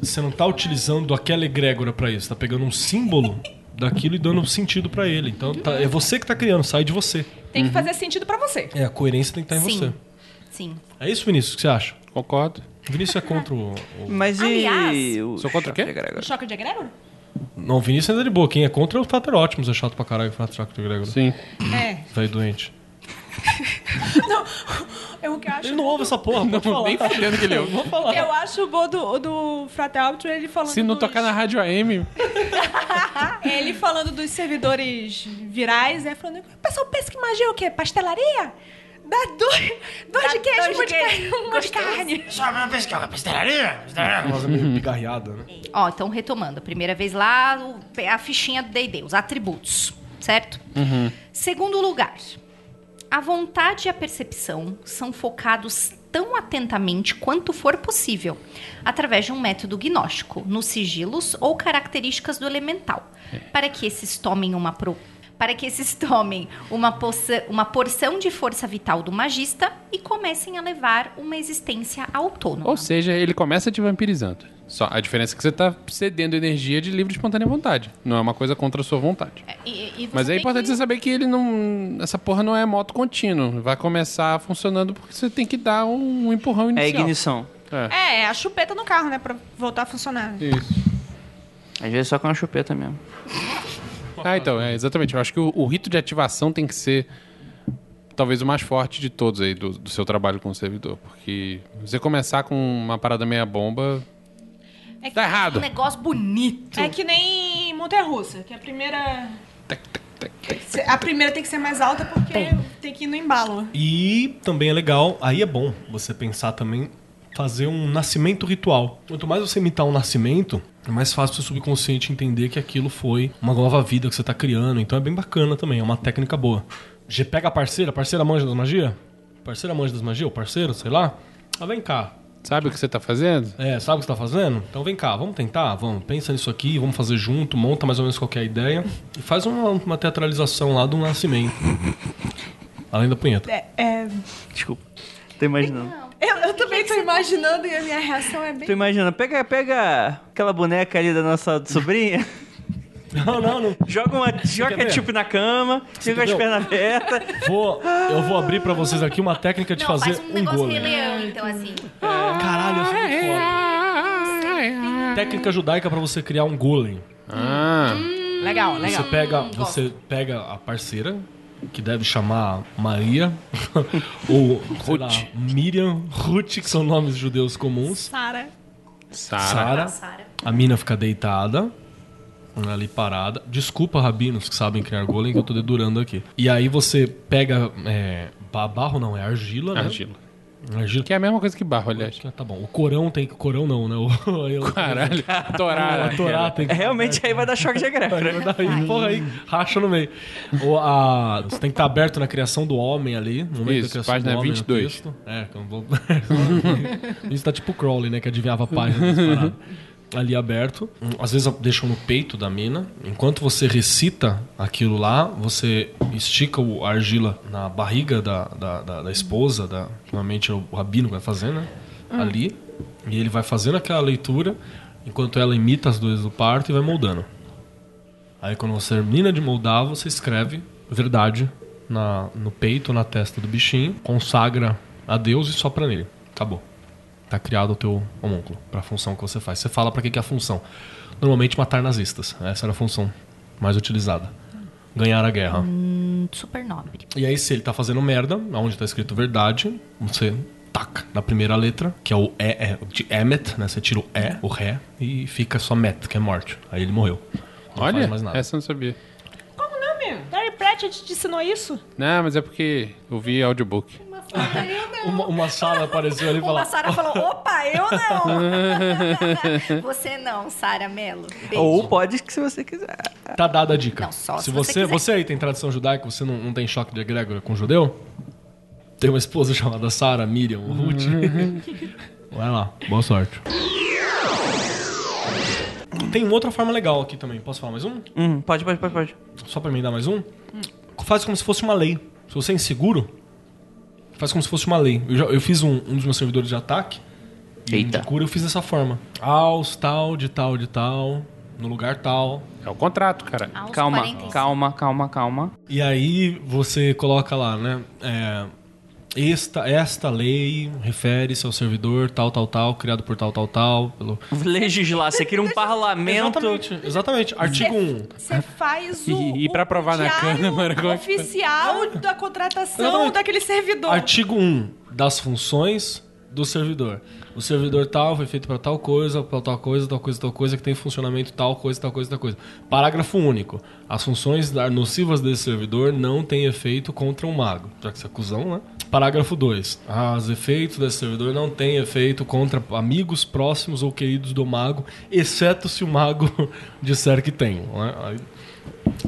S5: Você não tá utilizando aquela egrégora pra isso. Tá pegando um símbolo daquilo e dando sentido pra ele. Então tá- é você que tá criando, sai de você.
S4: Tem
S7: Uhum.
S4: que fazer sentido pra você.
S5: É, a coerência tem que estar em
S6: Sim.
S5: você.
S6: Sim.
S5: É isso, Vinícius, o que você acha?
S7: Concordo.
S5: Vinícius é contra o. o-
S10: Mas
S6: Aliás,
S10: e... o
S7: sou contra o quê?
S10: choque de egrégor?
S4: Choque de egrégor?
S5: Não, o Vinícius ainda é de boa. Quem é contra é o Tater Ótimos, é chato pra caralho falar Traco do Gregor.
S7: Sim.
S4: É.
S5: Velho doente.
S4: É o que eu acho.
S5: Ele não ouve essa porra, pode falar.
S7: Nem
S10: (laughs)
S7: fudendo que ele é. ouve.
S5: Vou falar.
S4: Eu acho bom do, do Frater Alto ele falando.
S7: Se não
S4: dos-
S7: tocar na rádio AM,
S4: Ele falando dos servidores virais, né? Falando, o pessoal pensa que magia é o quê? Pastelaria? Dá dois, dois de queijo, uma de carne. Uma de carne.
S5: Nossa, É meio pigarreada, né?
S6: Ó, então retomando. A primeira vez lá, o- a fichinha do D&D, os atributos, certo? Segundo lugar, a vontade e a percepção são focados tão atentamente quanto for possível, através de um método gnóstico, nos sigilos ou características do elemental, para que esses tomem uma pro- para que esses (laughs) tomem uma, poça- uma porção de força vital do magista e comecem a levar uma existência autônoma.
S7: ou seja, ele começa te vampirizando. Só a diferença é que você tá cedendo energia de livre e espontânea vontade. Não é uma coisa contra a sua vontade.
S6: E- e você
S7: Mas é
S6: tem
S7: importante
S6: que-
S7: você saber que ele não. Essa porra não é moto contínuo. Vai começar funcionando porque você tem que dar um empurrão
S10: É
S7: inicial.
S10: ignição.
S7: É.
S4: É, é a chupeta no carro, né? Pra voltar a funcionar.
S7: Isso.
S10: Às vezes é só com uma chupeta mesmo.
S7: Ah, então, é, exatamente. Eu acho que o, o rito de ativação tem que ser talvez o mais forte de todos aí do, do seu trabalho como servidor. Porque você começar com uma parada meia bomba.
S4: É que
S7: Tá errado.
S6: Um negócio bonito.
S4: É que nem montanha russa, que a primeira. A primeira tem que ser mais alta porque tem que ir no embalo.
S5: E também é legal, aí é bom você pensar também fazer um nascimento ritual. Quanto mais você imitar um nascimento, é mais fácil o seu subconsciente entender que aquilo foi uma nova vida que você tá criando. Então é bem bacana também, é uma técnica boa. Você pega a parceira, parceira manja das magia? Parceira manja das magia, ou parceiro, sei lá. Ah, vem cá.
S7: Sabe o que você tá fazendo?
S5: É, sabe o que você tá fazendo? Então vem cá, vamos tentar, vamos, pensa nisso aqui, vamos fazer junto, monta mais ou menos qualquer ideia e faz uma, uma teatralização lá do nascimento. Além da punheta.
S4: É, é,
S10: Desculpa. Tô imaginando.
S7: Então.
S4: Eu, eu também tô imaginando e a minha reação é bem.
S10: Tô imaginando. Pega, pega aquela boneca ali da nossa sobrinha. (laughs)
S5: Não, não, não.
S10: Joga, uma, joga
S5: quer ver?
S10: ketchup na cama, fica com as
S5: entendeu?
S10: pernas abertas.
S5: Vou, eu vou abrir pra vocês aqui uma técnica de
S6: Não,
S5: fazer
S6: faz um
S5: um
S6: negócio
S5: golem.
S6: Rei Leão, então, assim.
S5: Caralho, eu sou muito foda. Técnica judaica pra você criar um golem.
S7: Ah.
S4: Legal,
S5: Você pega, você pega a parceira, que deve chamar Maria, (laughs) ou sei lá, Miriam, Ruth, que são nomes judeus comuns.
S4: Sara.
S7: Sara.
S6: Sara.
S5: A mina fica deitada, ali parada. Desculpa, rabinos que sabem criar golem, que eu tô dedurando aqui. E aí você pega. É, ba- barro não, é argila, né?
S7: Argila.
S5: Argila.
S7: Que é a mesma coisa que barro, aliás.
S5: Ah, Tá bom. O corão tem que. Corão não, né? O, (laughs) eu-
S7: Caralho. (laughs) Torá.
S5: A Torá tem que.
S10: É, Realmente aí vai dar choque de agrégio.
S5: Vai dar aí, porra aí, racha no meio. O, a, você tem que estar aberto na criação do homem ali. No momento
S7: Isso,
S5: da criação
S7: página
S5: do homem no
S7: 22.
S5: texto. É, que eu não vou. (laughs) Isso tá tipo Crowley, né? Que adivinhava a página das paradas. Ali aberto. Às vezes deixam no peito da mina. Enquanto você recita aquilo lá, você estica o a argila na barriga da, da, da, da esposa, da, normalmente é o rabino que vai fazer, né? Ali. E ele vai fazendo aquela leitura, enquanto ela imita as duas do parto e vai moldando. Aí quando você termina de moldar, você escreve verdade na, no peito, na testa do bichinho, consagra a Deus e sopra nele. Acabou. Tá criado o teu homúnculo pra função que você faz. Você fala pra que que é a função. Normalmente matar nazistas. Essa era a função mais utilizada. Ganhar a guerra.
S6: Hum, Super nobre.
S5: E aí, se ele tá fazendo merda, onde tá escrito verdade, você taca na primeira letra, que é o E, é, de Emmet, né? Você tira o E, o Ré, e fica só Met, que é morte. Aí ele morreu. Não
S7: Olha, é
S5: faz mais nada.
S7: essa eu não sabia.
S4: Como não, meu? Terry Pratchett te ensinou isso?
S7: Não, mas é porque eu vi audiobook.
S5: Uma, uma sala apareceu ali e
S6: Uma
S5: falou.
S7: "Ah."
S6: Sara falou, opa, eu não.
S7: (laughs)
S9: Você não, Sara Mello. Beijo.
S10: Ou pode que se você quiser.
S5: Tá dada a dica.
S6: Não, só
S5: se,
S6: se você
S5: você, você,
S6: quiser.
S5: aí tem tradição judaica, você não, não tem choque de egrégora com judeu? Tem uma esposa chamada Sara, Miriam, ou Ruth.
S6: Uhum.
S5: (laughs) Vai lá, boa sorte. Tem uma outra forma legal aqui também. Posso falar mais um?
S10: Hum, pode, pode, pode, pode.
S5: Só pra mim dar mais um? Faz como se fosse uma lei. Se você é inseguro, faz como se fosse uma lei. Eu, já- eu fiz um, um dos meus servidores de ataque. E um
S10: Eita.
S5: de cura eu fiz dessa forma. Aos tal, de tal, de tal, no lugar tal.
S7: É o contrato, cara.
S4: Ah,
S6: Aos
S10: Calma,
S6: 45.
S10: calma, calma, calma.
S5: E aí você coloca lá, né? é, esta, esta lei refere-se ao servidor tal, tal, tal, criado por tal, tal, tal. Pelo...
S10: Legislar, você cria um parlamento.
S5: Exatamente, exatamente. Artigo 1.
S4: Você faz o.
S7: E- e pra provar
S4: o
S7: na
S4: diário
S7: Câmara, como é que faz?
S4: oficial da contratação
S5: Exatamente.
S4: daquele servidor.
S5: Artigo 1 das funções do servidor. O servidor tal foi feito para tal coisa, para tal coisa, tal coisa, tal coisa, que tem funcionamento tal coisa, tal coisa, tal coisa. Parágrafo único. As funções da- nocivas desse servidor não têm efeito contra o mago. Já que você é cuzão, né? Parágrafo 2. Os efeitos desse servidor não têm efeito contra amigos próximos ou queridos do mago, exceto se o mago (laughs) disser que tem. Né? Aí-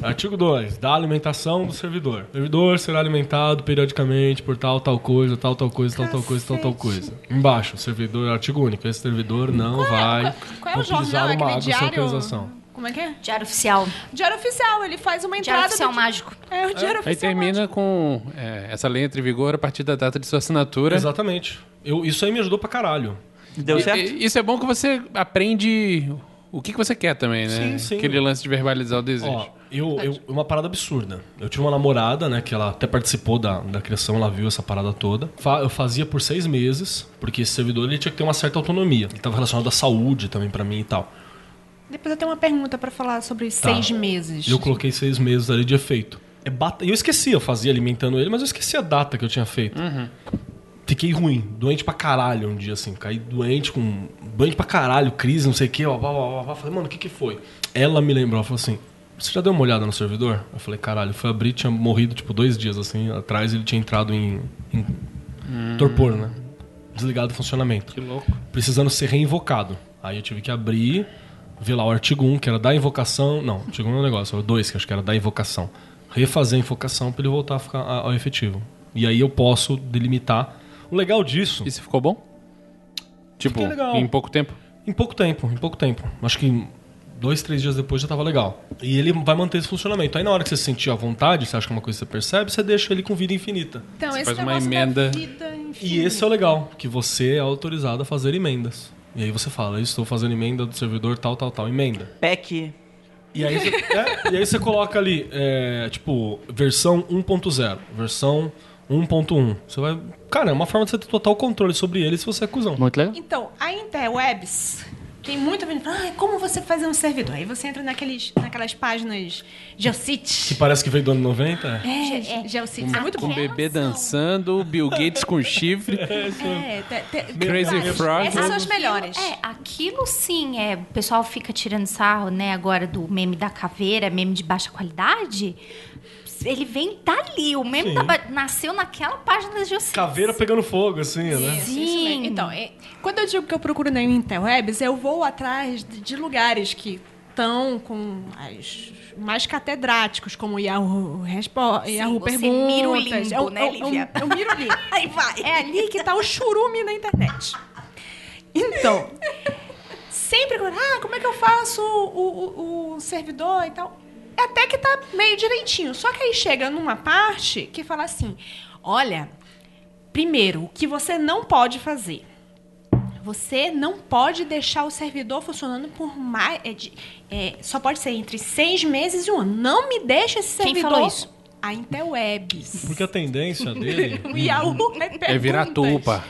S5: Artigo 2. Da alimentação do servidor. O servidor será alimentado periodicamente por tal, tal coisa, tal, tal coisa, tal, tal coisa, tal, tal coisa. Embaixo, servidor, artigo único. Esse servidor não vai
S4: Qual é o jornal?
S5: utilizar uma
S4: Aquele
S5: água sem
S4: diário.
S5: autorização.
S4: Como é que é?
S6: Diário oficial.
S4: Diário oficial, ele faz uma
S6: Diário
S4: entrada.
S6: oficial
S4: do-
S6: mágico.
S4: É o diário
S7: Aí
S4: oficial.
S7: termina com é, essa lei entra em vigor a partir da data de sua assinatura.
S5: Exatamente. Eu, isso aí me ajudou pra caralho.
S10: Deu
S7: E-
S10: certo?
S7: e- Isso é bom que você aprende o que, que você quer também, né?
S5: Sim, sim.
S7: Aquele lance de verbalizar o desejo.
S5: Ó, eu, eu, uma parada absurda. Eu tive uma namorada, né, que ela até participou da, da criação, ela viu essa parada toda. Fa- eu fazia por seis meses, porque esse servidor ele tinha que ter uma certa autonomia. Ele tava relacionado à saúde também pra mim e tal.
S4: Depois eu tenho uma pergunta pra falar sobre os
S5: Tá.
S4: seis meses.
S5: Eu coloquei seis meses ali de efeito. É bata... Eu esqueci, eu fazia alimentando ele, mas eu esqueci a data que eu tinha feito. Fiquei ruim, doente pra caralho um dia, assim. Caí doente com. Doente pra caralho, crise, não sei o quê. Ó, blá, blá, blá, blá. Falei, mano, o que que foi? Ela me lembrou, ela falou assim: Você já deu uma olhada no servidor? Eu falei, caralho, foi abrir, tinha morrido, tipo, dois dias, assim, atrás ele tinha entrado em. em
S7: Hum.
S5: torpor, né? Desligado o funcionamento.
S7: Que louco.
S5: Precisando ser reinvocado. Aí eu tive que abrir, ver lá o artigo 1, que era da invocação. Não, o artigo 1 é um negócio, era o 2, que acho que era da invocação. Refazer a invocação pra ele voltar a ficar a- ao efetivo. E aí eu posso delimitar. O legal disso. E
S7: se ficou bom? Tipo, em pouco tempo?
S5: Em pouco tempo, em pouco tempo. Acho que em dois, três dias depois já tava legal. E ele vai manter esse funcionamento. Aí na hora que você se sentir à vontade, você acha que é uma coisa que você percebe, você deixa ele com vida infinita.
S2: Então,
S7: Você
S2: esse
S7: faz uma
S2: negócio da
S7: emenda.
S2: vida
S5: E
S2: infinita.
S5: esse é o legal, que você é autorizado a fazer emendas. E aí você fala, eu estou fazendo emenda do servidor tal, tal, tal, emenda.
S3: PEC.
S5: E aí você, (laughs) é, e aí você coloca ali, é, tipo, versão 1.0, versão 1.1. Você vai. Cara, é uma forma de você ter total controle sobre ele se você é cuzão.
S7: Muito legal.
S4: Então, a Interwebs tem muita gente falando, ah, como você faz um servidor? Aí você entra naqueles, naquelas páginas Geocities.
S7: Tipo,
S5: Que parece que veio do ano 90. é?
S4: É, é, Geocities é muito
S7: com
S4: bom.
S7: o Um bebê dançando, o Bill Gates
S4: (laughs)
S7: com chifre.
S4: É, te- te-
S7: Crazy
S4: várias.
S7: Frog.
S4: Essas são as melhores.
S6: É, aquilo sim, é, o pessoal fica tirando sarro, né, agora do meme da caveira, meme de baixa qualidade. Ele vem dali, o meme
S5: Sim.
S6: tava- nasceu naquela página da Geocities.
S5: Caveira pegando fogo, assim, né?
S6: Sim.
S4: mesmo. Então, é- quando eu digo que eu procuro na Interwebs, eu vou atrás de, de lugares que estão com as- mais catedráticos, como Yahoo, Respo,
S6: Sim,
S4: Yahoo
S6: você
S4: Perguntas.
S6: mira o limbo,
S4: eu,
S6: né,
S4: eu- eu-
S6: Lívia?
S4: eu miro
S6: (laughs)
S4: ali. Aí vai. É ali que tá o churume da internet. Então, sempre quando, ah, como é que eu faço o, o- o servidor e tal? Até que tá meio direitinho. Só que aí chega numa parte que fala assim: olha, primeiro, o que você não pode fazer? Você não pode deixar o servidor funcionando por mais. é de- é, só pode ser entre seis meses e um ano. Não me deixa esse
S6: Quem
S4: servidor.
S6: falou isso?
S4: A Interwebs.
S5: Porque a
S4: (laughs)
S5: tendência dele.
S4: O
S5: (laughs)
S4: Yahoo é,
S7: É virar
S4: perguntas.
S7: tupa.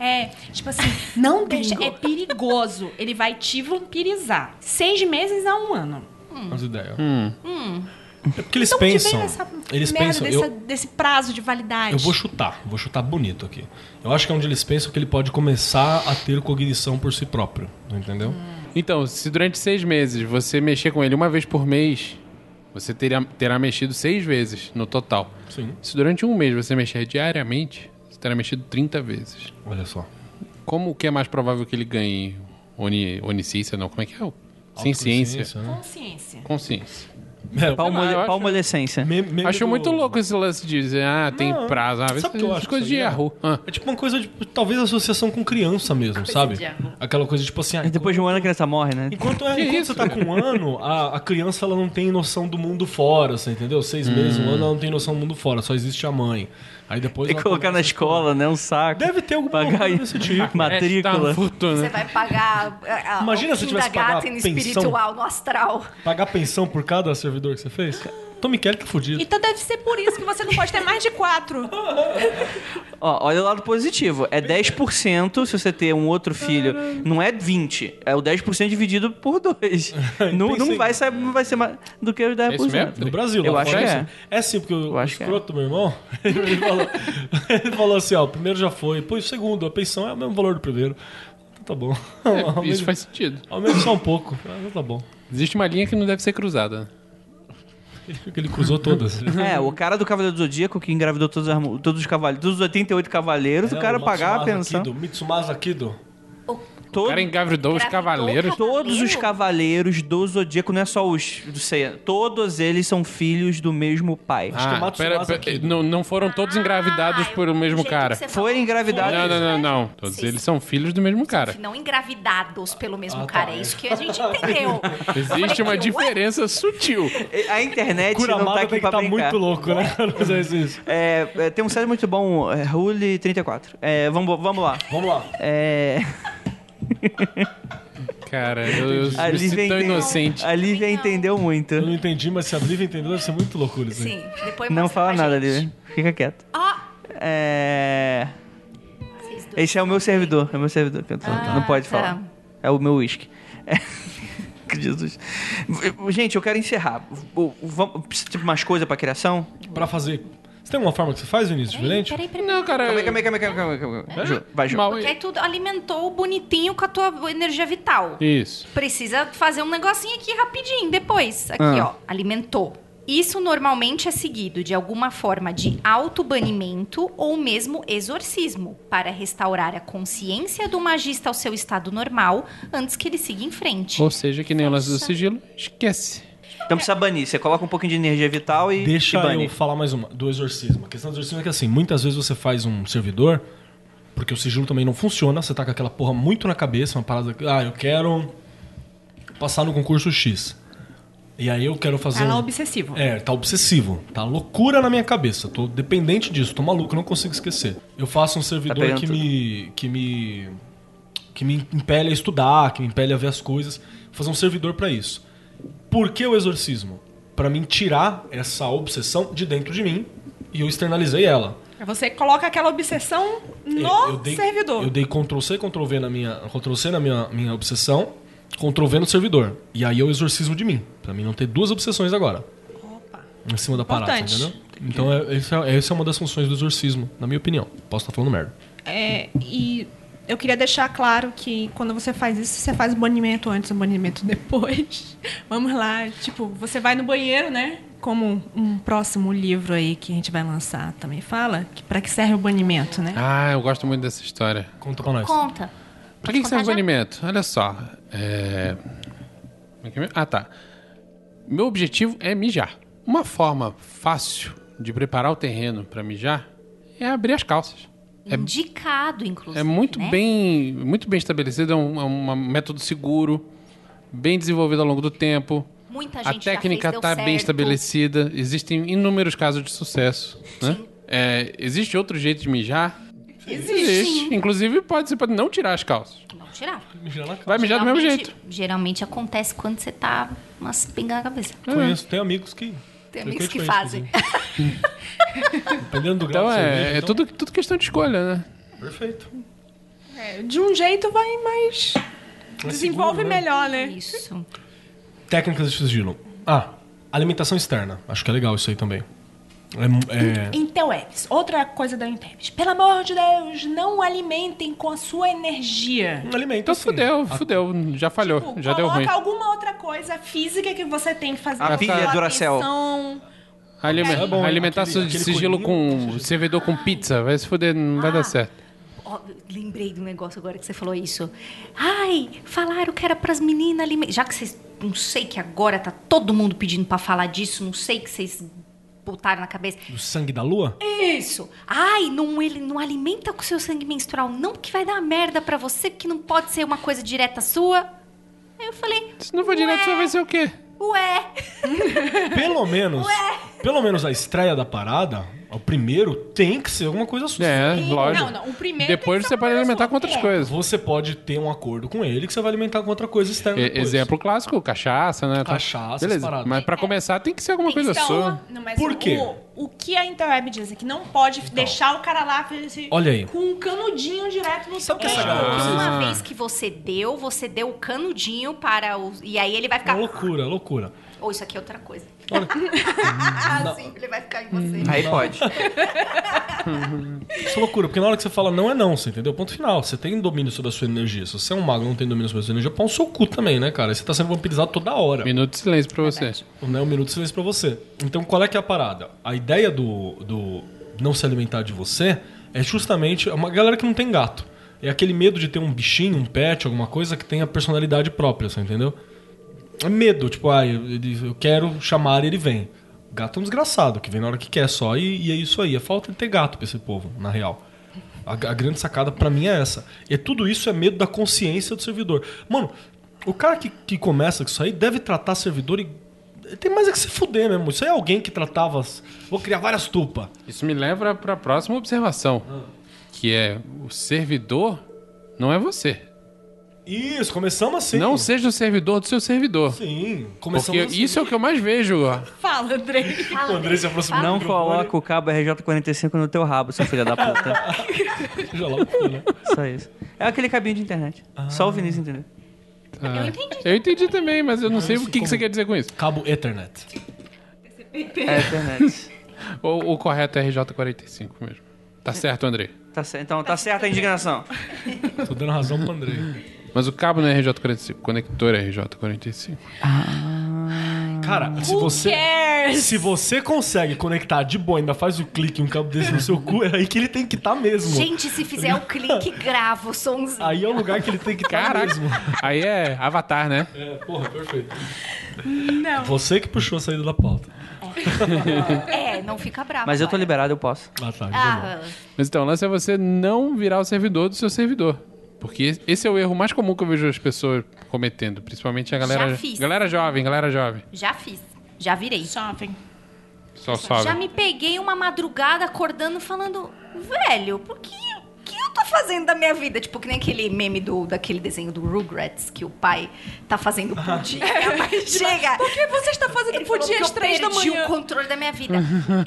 S4: É, tipo assim, não deixa, é perigoso. Ele vai te vampirizar. Seis meses a um ano.
S5: As ideias.
S4: Hum.
S5: É porque eles
S4: Então, que vem
S5: pensam.
S4: essa
S5: Eles
S4: merda
S5: pensam.
S4: dessa-
S5: eu,
S4: desse prazo de validade.
S5: eu vou chutar, vou chutar bonito aqui. Eu acho que é onde eles pensam que ele pode começar a ter cognição por si próprio, entendeu?
S7: Então, se durante seis meses você mexer com ele uma vez por mês, você teria, terá mexido seis vezes no total.
S5: Sim.
S7: Se durante um mês você mexer diariamente, você terá mexido 30 vezes.
S5: Olha só.
S7: Como o que é mais provável que ele ganhe? Oni, onisciência, não? Como é que é? Sem ciência.
S5: Autoconsciência, né?
S4: Consciência.
S7: Consciência.
S5: É,
S7: Sei lá, eu
S3: Palmole-
S7: acho-
S3: Palmolescência.
S7: Acho muito louco esse lance de dizer, ah, tem
S5: Não.
S7: prazo. Ah,
S5: Sabe o que eu acho?
S7: Coisa
S5: que
S7: de
S5: isso aí é?
S7: erro. Ah,
S5: É tipo uma coisa, de, talvez associação com criança mesmo, sabe?
S3: de arro.
S5: Aquela coisa tipo assim. ah,
S3: Depois de um ano a criança morre,
S7: Então,
S3: né?
S5: Enquanto, é, enquanto você tá com um ano, a, a criança ela não tem noção do mundo fora, você entendeu? Seis meses,
S3: Hum.
S5: um ano, ela não tem noção do mundo fora, só existe a mãe. Aí depois.
S3: Tem que É
S5: ela
S3: colocar na escola, né? Um saco.
S5: Deve ter alguma coisa desse
S3: (laughs)
S5: tipo.
S7: tá É,
S3: Matrícula.
S7: um né?
S9: Você vai pagar a, a,
S5: Imagina
S9: o
S5: se eu tivesse
S9: kindergarten
S5: pagado a pensão.
S9: espiritual no astral.
S5: Pagar pensão por cada servidor que você fez? Tommy Kelly tá fudido.
S4: Então deve ser por isso que você não pode ter mais de
S6: (laughs)
S4: quatro.
S3: Ó, olha o lado positivo. É 10% se você ter um outro filho. Não é 20. É o 10% dividido por dois.
S5: (laughs)
S3: não, não,
S5: Pensei.
S3: vai ser, não vai ser mais do que os 10%.
S7: É isso mesmo?
S5: No Brasil, lá
S3: Eu acho que
S5: fora
S3: é.
S5: assim. É sim, porque o
S3: acho que é.
S5: escroto do meu irmão, (laughs) ele falou, ele falou assim, ó, o primeiro já foi, pô, e o segundo, a pensão é o mesmo valor do primeiro. Então Tá bom. (laughs)
S7: É, isso faz sentido.
S5: Aumenta só um pouco. Ah, então Tá bom.
S7: Existe uma linha que não deve ser cruzada.
S5: Porque ele
S3: (laughs)
S5: cruzou todas.
S3: É, o cara do Cavaleiro do Zodíaco que engravidou todos, as mu- todos os cavaleiros, todos os 88 cavaleiros,
S5: É
S3: o cara pagar a pensão.
S5: Né, Kido, Mitsumasa Kido.
S3: Todo-
S7: O cara engravidou os cavaleiros.
S3: Todos os cavaleiros do Zodíaco, não é só os do Seiya, todos eles são filhos do mesmo pai.
S7: Ah,
S5: Matsumaza
S7: pera, pera,
S5: Kido.
S7: não, não foram todos engravidados
S6: Ah,
S7: por Ah, o mesmo cara.
S3: Foi engravidado.
S7: Não, não, não, não. Todos eles são filhos do mesmo cara.
S6: Não engravidados pelo mesmo
S7: Ah, tá.
S6: cara, é isso que a gente
S5: (laughs)
S6: entendeu.
S7: Existe uma diferença sutil.
S3: A internet não tá
S5: Kuramada
S3: aqui
S5: tem que
S3: pra
S5: tá
S3: brincar.
S5: muito louco, né? (laughs) Pra fazer isso.
S3: É, é, tem um série muito bom, é, Rule 34. É, vamos, vamos lá.
S5: Vamos lá.
S3: É...
S7: Cara, eu, eu
S3: A
S7: me
S3: Lívia,
S7: sinto tão
S3: entende-
S7: inocente.
S3: a Lívia entendeu muito.
S5: Eu não entendi, mas se a Lívia entendeu, deve ser muito loucura isso aí.
S9: Sim, depois
S3: Não
S9: mostra
S3: fala
S9: pra
S3: nada,
S9: gente.
S5: né?
S3: Lívia. Fica quieto. É... Esse é o meu servidor. É o meu servidor que eu tô-
S9: Ah,
S3: Não pode
S9: tá.
S3: falar. É (laughs) o meu uísque. É. Jesus. Gente, eu quero encerrar. O- o- vamos- Precisa de mais coisa pra criação?
S5: Pra fazer. Você tem alguma forma que você faz, Vinícius, diferente?
S6: Peraí, peraí. Não, cara.
S3: Calma aí, calma aí, calma aí, calma aí, calma aí,
S9: É?
S3: calma aí. Ju, vai, Ju.
S6: Porque aí tudo alimentou bonitinho com a tua energia vital.
S7: Isso.
S6: Precisa fazer um negocinho aqui rapidinho, depois. Aqui,
S7: Ah.
S6: ó. Alimentou. Isso normalmente é seguido de alguma forma de autobanimento ou mesmo exorcismo, para restaurar a consciência do magista ao seu estado normal antes que ele siga em frente.
S7: Ou seja, que nem o lance do sigilo, esquece.
S3: Então precisa banir. Você coloca um pouquinho de energia vital e.
S5: Deixa
S3: e bane.
S5: eu falar mais uma, do exorcismo. A questão do exorcismo é que assim, muitas vezes você faz um servidor, porque o sigilo também não funciona, você tá com aquela porra muito na cabeça, uma parada. Ah, eu quero passar no concurso X. E aí eu quero fazer.
S4: Tá lá
S5: um-
S4: obsessivo.
S5: É, tá obsessivo. Tá loucura na minha cabeça. Tô dependente disso, tô maluco, não consigo esquecer. Eu faço um servidor
S3: Tá pegando
S5: que
S3: tudo.
S5: me. que me. que me impele a estudar, que me impele a ver as coisas. Vou fazer um servidor pra isso. Por que o exorcismo? Pra mim tirar essa obsessão de dentro de mim e eu externalizei ela.
S4: Você coloca aquela obsessão
S5: Eu-
S4: no
S5: É, eu dei-
S4: servidor.
S5: Eu dei Ctrl C, Ctrl V na minha, Ctrl C na minha, minha obsessão, Ctrl V no servidor. E aí é o exorcismo de mim. Pra mim não ter duas obsessões agora. Em cima da parada,
S4: Importante.
S5: entendeu? Então é, essa, é, essa é uma das funções do exorcismo, na minha opinião. Posso estar falando merda.
S4: É, e eu queria deixar claro que quando você faz isso, você faz o banimento antes, o banimento (laughs) depois. Vamos lá, tipo, você vai no banheiro, né? Como um próximo livro aí que a gente vai lançar também fala, que para que serve o banimento, né?
S7: Ah, eu gosto muito dessa história.
S5: Conta pra nós.
S6: Conta.
S7: Pra que, que serve o banimento? Olha só. É... como é que é mesmo? Ah, tá. Meu objetivo é mijar. Uma forma fácil de preparar o terreno pra mijar é abrir as calças. É,
S6: Indicado, inclusive.
S7: é muito,
S6: né?
S7: bem, muito bem estabelecido, é um, é um método seguro, bem desenvolvido ao longo do tempo.
S6: Muita
S7: a
S6: gente já
S7: técnica
S6: fez, deu
S7: está bem
S6: certo.
S7: estabelecida, existem inúmeros casos de sucesso. Né? É, existe outro jeito de mijar? Existe. Inclusive, pode ser para não tirar as calças.
S6: Não tirar.
S7: Vai mijar do mesmo
S6: Geralmente-
S7: jeito.
S6: Geralmente acontece quando você tá umas pingas na cabeça.
S5: Conheço, tem amigos que.
S6: Tem amigos que
S5: frequentemente
S6: fazem.
S5: Dependendo do grau
S7: Então
S5: de
S7: é,
S5: cerveja,
S7: é tudo, tudo questão de escolha, né?
S5: Perfeito.
S4: É, de um jeito vai mais. Desenvolve
S5: É seguro, né?
S4: melhor, né?
S6: (laughs) Isso.
S5: Técnicas de sigilo. Ah, alimentação externa. Acho que é legal isso aí também. É mu- é-
S4: Interwebs. Então, Outra coisa da Interwebs. Pelo amor de Deus, não alimentem com a sua energia.
S5: Um alimento.
S7: Então fudeu, fudeu, já falhou, (laughs) já
S4: Tipo,
S7: deu
S4: Coloca
S7: ruim.
S4: alguma outra coisa física que você tem que fazer.
S3: A
S4: com
S3: pilha
S4: sua
S3: Duracell.
S4: atenção.
S7: Alime-
S5: É bom, hein?
S7: alimentar
S5: Aquele-
S7: su-
S5: aquele
S7: sigilo com servidor com pizza, vai se fuder, não vai dar
S4: Ah.
S7: certo.
S6: Ó, lembrei de um negócio agora que você falou isso. Ai, falaram que era pras meninas ali. Já que vocês. Não sei que agora tá todo mundo pedindo pra falar disso, não sei que vocês botaram na cabeça.
S5: Do sangue da lua?
S6: Isso! Ai, não, ele não alimenta com o seu sangue menstrual, não, porque vai dar merda pra você, porque não pode ser uma coisa direta sua. Aí eu falei,
S7: Se não for direto,
S4: é.
S7: só vai ser o quê?
S6: ué,
S5: Pelo menos. Pelo menos a estreia da parada, o primeiro, tem que ser alguma coisa sua.
S7: É, lógico.
S4: Não, não. O primeiro.
S7: Depois você pode alimentar com outras coisas.
S5: Você pode ter um acordo com ele que você vai alimentar com outra coisa externa.
S7: E-
S5: depois.
S7: exemplo clássico, cachaça, né?
S5: Cachaça, essas
S7: Beleza.
S5: paradas.
S4: É.
S7: Mas pra começar tem que ser alguma coisa
S4: Então,
S7: sua.
S4: não, mas
S5: Por
S4: o-
S5: quê?
S4: O, o que a Interweb diz é que não pode deixar o cara lá fazer esse-
S5: Olha aí.
S4: com um canudinho direto no seu
S5: que é essa
S4: peito.
S5: galera-
S6: uma vez que você deu, você deu o canudinho para o. E aí ele vai
S5: É
S6: ficar.
S5: loucura, loucura.
S6: Ou isso aqui é outra coisa. (laughs)
S5: Olha.
S6: assim, ele vai ficar em você.
S3: Aí pode.
S5: Isso é loucura, porque na hora que você fala não é não, você entendeu? Ponto final. Você tem domínio sobre a sua energia. Se você é um mago e não tem domínio sobre a sua energia, põe o seu cu também, né, cara? Você tá sendo vampirizado toda hora.
S7: Minuto de silêncio pra você.
S5: né, um minuto de silêncio pra você. Então, qual é que é a parada? A ideia do, do não se alimentar de você é justamente uma galera que não tem gato. É aquele medo de ter um bichinho, um pet, alguma coisa que tenha personalidade própria, você entendeu? É medo, tipo, ah, eu, ele- eu quero chamar ele vem. Gato é um desgraçado, que vem na hora que quer só, e, e é isso aí. É falta de ter gato pra esse povo, na real. A, a grande sacada pra mim é essa. E tudo isso é medo da consciência do servidor. Mano, o cara que, que começa com isso aí deve tratar servidor e. Tem mais é que se fuder mesmo. Isso aí é alguém que tratava. as- Vou criar várias tupas.
S7: Isso me leva pra próxima observação,
S5: Ah.
S7: que é o servidor não é você.
S5: Isso, começamos assim.
S7: Não seja o servidor do seu servidor.
S5: Sim, começamos
S7: Porque
S5: assim.
S7: isso é o que eu mais vejo. ó.
S4: (laughs) Fala, Andrei.
S5: O André se aproximou
S3: Não
S5: do
S3: coloca o cabo RJ45 no teu rabo, seu filho da (laughs) puta.
S5: microfone. Já lá o cu, né?
S3: Ah. Só isso. É aquele cabinho de internet. Só o Vinícius entendeu.
S7: Eu entendi. Eu entendi também, mas eu não, sei o que, que você quer dizer com isso.
S5: Cabo Ethernet.
S3: É, internet.
S7: o, o correto é RJ45 mesmo. Tá certo, André.
S3: Tá cer- então tá certa a indignação.
S5: Tô dando razão pro André.
S7: Mas o cabo não é RJ45, o conector é RJ45.
S5: Cara, se
S7: Who
S5: você.
S4: É,
S5: (laughs)
S7: cares?
S5: Se você consegue conectar de boa, ainda faz o clique um cabo desse no seu cu, é aí que ele tem que estar mesmo.
S6: Gente, se fizer o clique, grava o somzinho.
S5: Aí é o lugar que ele tem que estar
S7: Caraca.
S5: mesmo.
S7: Aí é Avatar, né?
S5: É, porra, perfeito.
S6: Não.
S5: Você que puxou a saída da pauta.
S6: É, não fica bravo.
S7: Mas eu tô
S6: vai.
S7: liberado, eu posso.
S5: Ah, tá.
S6: Ah,
S7: Mas então, o lance é você não virar o servidor do seu servidor. Porque esse é o erro mais comum que eu vejo as pessoas cometendo, principalmente a galera.
S6: Já fiz.
S7: Galera jovem, galera jovem.
S6: já fiz. Já virei. Jovem.
S7: Só sobe.
S6: Já me peguei uma madrugada acordando falando, velho, por que, o que eu tô fazendo da minha vida? Tipo, que nem aquele meme do, daquele desenho do Rugrats, que o pai tá (laughs) fazendo pudim. a mãe chega. Por que você está fazendo Ele
S4: pudim às três da
S6: Eu
S4: manhã?"
S6: perdi o controle da minha vida.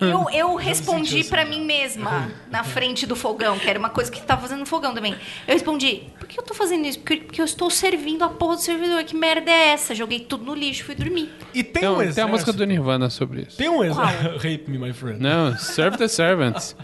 S6: Eu, eu respondi pra mim mesma, na frente do fogão, que era uma coisa que tava fazendo no fogão também. Eu respondi, por que eu tô fazendo isso? Porque, porque eu estou servindo a porra do servidor. Que merda é essa? Joguei tudo no lixo, fui (laughs) dormir.
S5: E tem
S7: então,
S5: um
S7: tem a
S5: exército.
S7: música do Né? Nirvana sobre isso.
S5: Tem um exemplo. (laughs) Rape me, my friend.
S7: Não, Serve the Servants.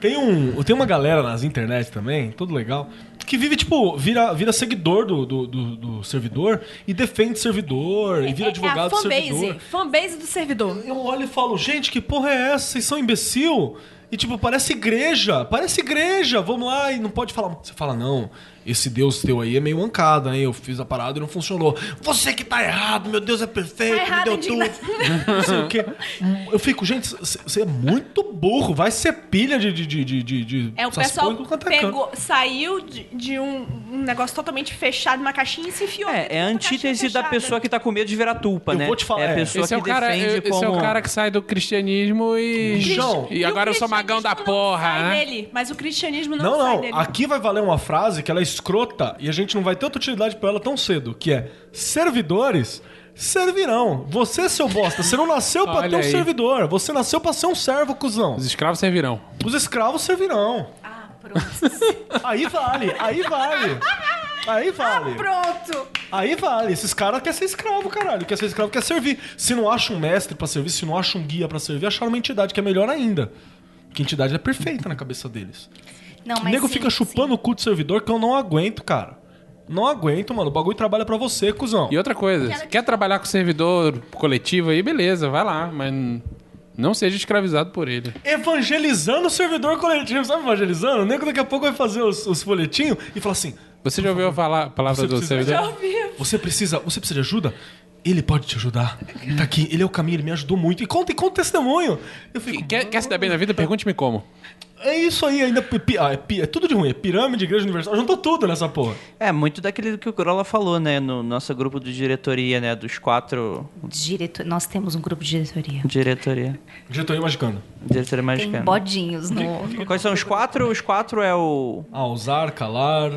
S5: Tem, um, tem uma galera nas internet também, tudo legal, que vive, tipo, vira, vira seguidor do, do, do- do servidor e defende o servidor e vira
S4: é a
S5: advogado do servidor.
S4: fanbase. Fanbase do servidor.
S5: Eu olho e falo, gente, que porra é essa? Vocês são imbecil? E tipo, parece igreja, parece igreja, vamos lá, e não pode falar. Você fala, não, esse Deus teu aí é meio mancada, hein? Eu fiz a parada e não funcionou. Você que tá errado, meu Deus é perfeito,
S4: Tá errado,
S5: me deu
S4: indigna-
S5: tudo. Não sei o quê. Eu fico, gente, c- você é muito burro, vai ser pilha de. de, de, de, de- de-
S4: É, o
S5: essas
S4: pessoal
S5: porra do Cantacã.
S4: pegou, saiu de, de um, um negócio totalmente fechado, uma caixinha e se enfiou.
S3: É,
S7: tá
S3: é a antítese da pessoa que tá com medo de virar tupa, né?
S5: vou te falar,
S3: É
S5: é.
S3: a pessoa
S7: Esse
S3: que
S7: é o cara,
S3: defende
S7: esse
S3: como...
S7: é o cara que sai do cristianismo e.
S5: Bichão.
S7: E agora eu sou magão da
S4: Sai
S7: porra, né?
S4: dele, mas o cristianismo não,
S5: Não,
S4: sai
S5: não.
S4: dele.
S5: Aqui vai valer uma frase que ela é escrota e a gente não vai ter outra utilidade pra ela tão cedo, que é servidores servirão. Você, seu bosta, você não nasceu pra
S7: Olha
S5: ter um
S7: aí.
S5: servidor. Você nasceu pra ser um servo, cuzão.
S7: Os escravos servirão.
S5: Os escravos servirão. Ah, pronto. aí vale, aí vale.
S4: Ah,
S5: Aí vale.
S6: Pronto.
S5: Aí vale. Esses caras querem ser escravo, caralho. Quer ser escravo, quer servir. Se não acha um mestre pra servir, se não acha um guia pra servir, acharam uma entidade que é melhor ainda. Que a entidade é perfeita na cabeça deles.
S6: Não,
S5: O
S6: mas
S5: nego
S6: sim,
S5: fica chupando o cu do servidor que eu não aguento, cara. Não aguento, mano. O bagulho trabalha pra você, cuzão.
S7: E outra coisa, se quer trabalhar com servidor coletivo aí, beleza, vai lá, mas não seja escravizado por ele.
S5: Evangelizando o servidor coletivo, sabe evangelizando? O nego daqui a pouco vai fazer os, os folhetinhos e fala assim:
S7: Você já ouviu falar a palavra do servidor?
S5: Você precisa, você precisa de ajuda? Ele pode te ajudar. Tá aqui, ele é o caminho, ele me ajudou muito. E conta, e conta testemunho. Eu fico,
S7: Quer, quer se dar bem na vida? Pergunte-me como.
S5: é isso aí, ainda. pi- pi- ah, é, pi- é tudo de ruim, é pirâmide, igreja universal. Juntou tudo nessa porra.
S3: É, muito daquele que o Grola falou, né? No nosso grupo de diretoria, né? Dos quatro...
S6: Diretor... Nós temos um grupo de diretoria.
S3: Diretoria.
S5: Diretoria magicana.
S3: Diretoria
S6: Tem
S3: magicana.
S6: bodinhos no.
S3: Quais são os quatro? Os quatro é o...
S5: Ah, usar, calar.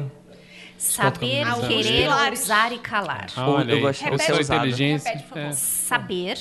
S6: Saber,
S5: Quatro caminhos.
S6: querer,
S4: Pilares.
S6: usar e calar.
S7: Ah, olha
S3: eu
S7: aí,
S3: gosto de
S7: essa
S3: ser
S7: é
S3: usado.
S7: inteligência.
S4: Repete, por favor.
S7: é.
S6: Saber,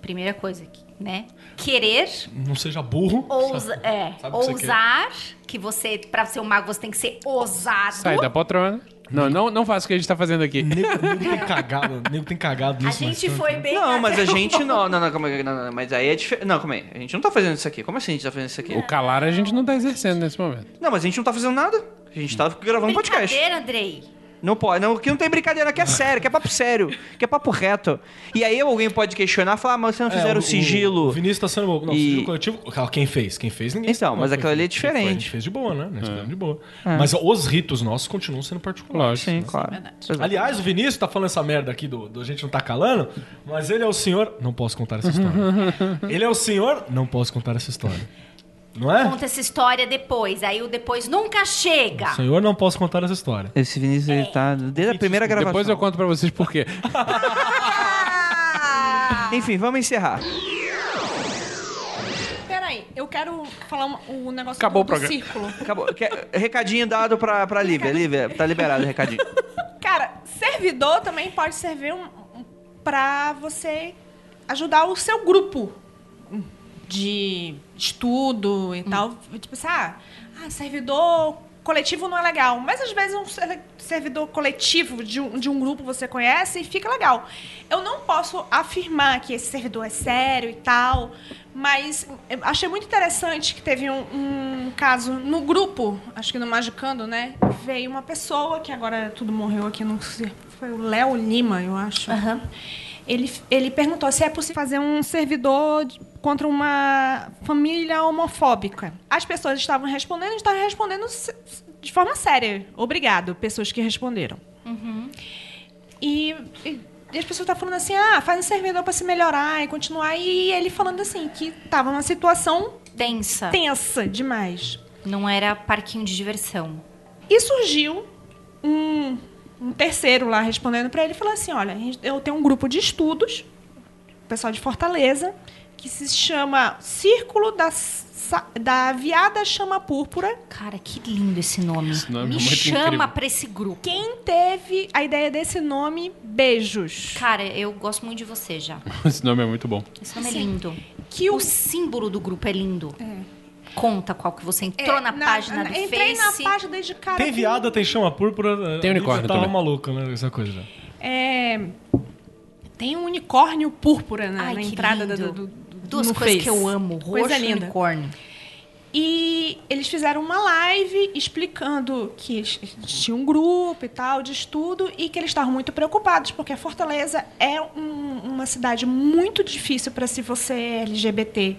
S6: primeira coisa aqui, né? Querer,
S5: Não seja burro.
S6: ousa, é,
S5: Sabe o que você
S6: ousar, que você, pra ser um mago, você tem que ser ousado.
S7: Sai da poltrona. Não, não, não faça o que a gente tá fazendo aqui.
S5: Nego, nego tem cagado, nego tem cagado
S6: A
S5: nisso. mas
S6: gente
S5: tanto.
S6: foi bem.
S3: Não, mas
S6: até
S3: a
S6: o-
S3: gente não, não, não, calma aí, não, não, mas aí é diferente. Não, calma aí, a gente não tá fazendo isso aqui. Como assim a gente tá fazendo isso aqui?
S7: O calar a gente não tá exercendo nesse momento.
S3: Não, mas a gente não tá fazendo nada. A gente tá gravando podcast.
S6: Brincadeira, Andrei.
S3: Não pode, não, aqui não tem brincadeira, aqui é sério, aqui é papo sério, aqui é papo reto. E aí alguém pode questionar, falar, ah, mas vocês não
S5: É,
S3: fizeram o,
S5: O
S3: sigilo.
S5: Vinícius tá sendo. Não,
S3: E-
S5: sigilo coletivo. ah, Quem fez? Quem fez ninguém.
S3: Então,
S5: não,
S3: mas
S5: foi-
S3: aquilo ali é
S5: quem foi, A
S3: diferente. É.
S5: gente fez de boa, né? Nós fizemos de boa. Mas os ritos nossos continuam sendo particulares.
S7: Lógico.
S3: Sim, claro. é.
S5: Aliás, o Vinícius tá falando essa merda aqui do, do a gente não tá calando, mas ele é o senhor. Não posso contar
S3: (laughs)
S5: essa história. ele é o senhor. Não posso contar essa história. Não é?
S6: Conta essa história depois. Aí o depois nunca chega.
S5: Senhor, não posso contar essa história.
S3: Esse Vinícius, ele tá desde a primeira gravação.
S7: Depois eu conto pra vocês por quê. (laughs) Ah!
S3: Enfim, vamos encerrar.
S4: Peraí, eu quero falar um, um negócio
S7: Acabou
S4: do,
S7: o programa.
S4: do círculo.
S3: Acabou. Quer- Recadinho dado pra, pra Lívia. Lívia, tá liberado o recadinho.
S4: Cara, servidor também pode servir um, um- pra você ajudar o seu grupo de estudo e tal. Tipo assim, ah, ah, servidor coletivo não é legal, mas às vezes um ser- servidor coletivo de um, de um grupo você conhece e fica legal. Eu não posso afirmar que esse servidor é sério e tal, mas eu achei muito interessante que teve um, um caso no grupo, acho que no Magicando, né? Veio uma pessoa que agora tudo morreu aqui, não sei, foi o Léo Lima, eu acho. Ele, ele perguntou se é possível fazer um servidor de- contra uma família homofóbica. As pessoas estavam respondendo, e estavam respondendo se- se- de forma séria. Obrigado, pessoas que responderam.
S6: Uhum.
S4: E, e- e as pessoas estavam falando assim, ah, faz um servidor para se melhorar e continuar. E ele falando assim, que estava numa situação
S6: Densa.
S4: tensa demais.
S6: Não era parquinho de diversão.
S4: E surgiu um, um terceiro lá respondendo para ele, falando assim, olha, eu tenho um grupo de estudos, pessoal de Fortaleza, que se chama Círculo da, Sa- da Viada Chama Púrpura.
S6: Cara, que lindo esse nome.
S7: nome é
S6: Me
S7: muito
S6: chama
S7: incrível.
S6: pra esse grupo.
S4: Quem teve a ideia desse nome? Beijos.
S6: Cara, eu gosto muito de você já.
S7: Esse nome é muito bom.
S6: Esse nome
S4: Sim.
S6: é lindo.
S4: Que o-
S6: o símbolo do grupo é lindo. Conta qual que você
S4: É,
S6: entrou na, página do
S4: Entrei
S6: Face.
S4: na página desde cara...
S5: Tem
S4: com-
S5: viada, tem chama púrpura.
S7: Tem
S5: a Lívia
S7: unicórnio
S5: Tava
S7: também.
S5: maluca, né? Essa coisa já.
S4: É, tem um unicórnio púrpura na,
S6: Ai,
S4: na
S6: que
S4: entrada
S6: lindo.
S4: do, do, do-
S6: Duas
S4: no
S6: coisas
S4: Face.
S6: que eu amo, roxo
S4: Coisa
S6: e
S4: linda.
S6: unicórnio.
S4: E eles fizeram uma live explicando que eles tinha um grupo e tal de estudo e que eles estavam muito preocupados, porque Fortaleza é um- uma cidade muito difícil para se você é LGBT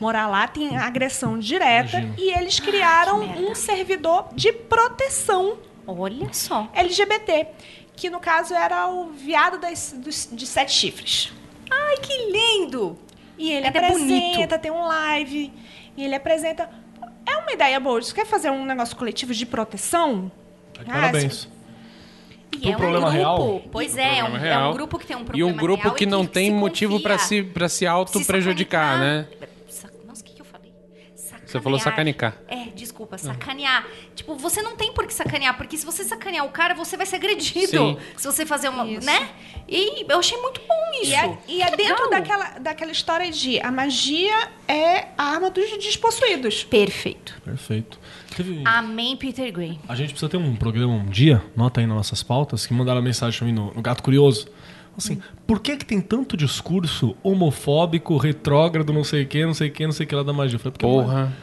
S4: morar lá, tem agressão direta.
S5: Imagino.
S4: E eles criaram
S6: Ah, que merda.
S4: um servidor de proteção
S6: Olha só.
S4: LGBT, que no caso era o viado das- dos- de sete chifres.
S11: Ai, que lindo!
S4: E ele
S6: Ainda é
S4: apresenta, tem um live. E ele apresenta. É uma ideia boa. Você quer fazer um negócio coletivo de proteção?
S5: Tá de
S4: Ah,
S5: parabéns.
S6: E
S5: Pro
S6: é um
S5: problema
S6: grupo.
S5: real?
S6: Pois
S7: Pro
S6: é, é um,
S7: problema
S6: é um
S7: real.
S6: grupo que tem um
S7: E
S6: problema
S7: um grupo
S6: real
S7: que
S6: e
S7: não tem
S6: se
S7: motivo pra
S6: confia.
S7: se, pra se
S6: Se
S7: auto-prejudicar, né?
S6: sacanear- Sa- Nossa, o que, que eu falei? Sacanear.
S7: Você falou Ah. sacanicar.
S6: É, desculpa, sacanear. Tipo, você não tem por que sacanear, porque se você sacanear o cara, você vai ser agredido.
S7: Sim.
S6: Se você fazer uma. né? E eu achei muito bom isso.
S4: E é, e é
S6: Que
S4: dentro
S6: legal.
S4: daquela, daquela história de a magia é a arma dos despossuídos.
S6: Perfeito.
S5: Perfeito. Teve...
S6: Amém, Peter Gray.
S5: A gente precisa ter um programa um dia, nota aí nas nossas pautas, que mandaram mensagem pra mim no, no Gato Curioso. Assim, por que que tem tanto discurso homofóbico, retrógrado, não sei o que, não sei o que, não sei o que lá da magia? Eu falei, porque
S7: Porra.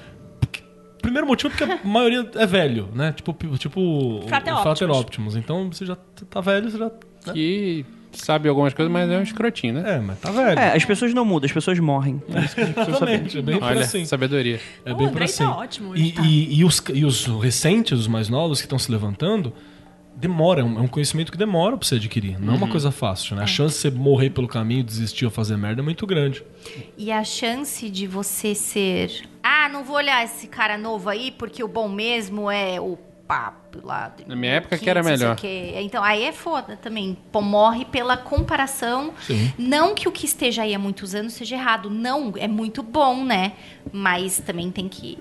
S5: Primeiro motivo é porque a maioria é velho, né? Tipo, pi- tipo o- o
S4: Frater Optimus.
S5: Frater Optimus. Então, você já t- tá velho, você já... né?
S7: Que sabe algumas coisas, mas é um escrotinho, né?
S5: É, mas tá velho.
S3: É, as pessoas não mudam, as pessoas morrem.
S5: Exatamente, é bem por
S7: Olha,
S5: assim.
S7: sabedoria.
S5: É
S4: O
S5: bem por
S4: Andrei
S5: assim.
S4: tá ótimo hoje,
S5: E, e- e os, e os recentes, os mais novos que estão se levantando, demora. É um é um conhecimento que demora pra você adquirir. Não é uma coisa fácil, né? A chance de você morrer pelo caminho, desistir ou fazer merda é muito grande.
S6: E a chance de você ser. Ah, não vou olhar esse cara novo aí, porque o bom mesmo é o papo lá. do-
S7: Na minha época que era
S6: não sei o
S7: melhor.
S6: quê. Então, aí é foda também. Pô, morre pela comparação.
S5: Sim.
S6: Não que o que esteja aí há muitos anos seja errado. Não, é muito bom, né? Mas também tem que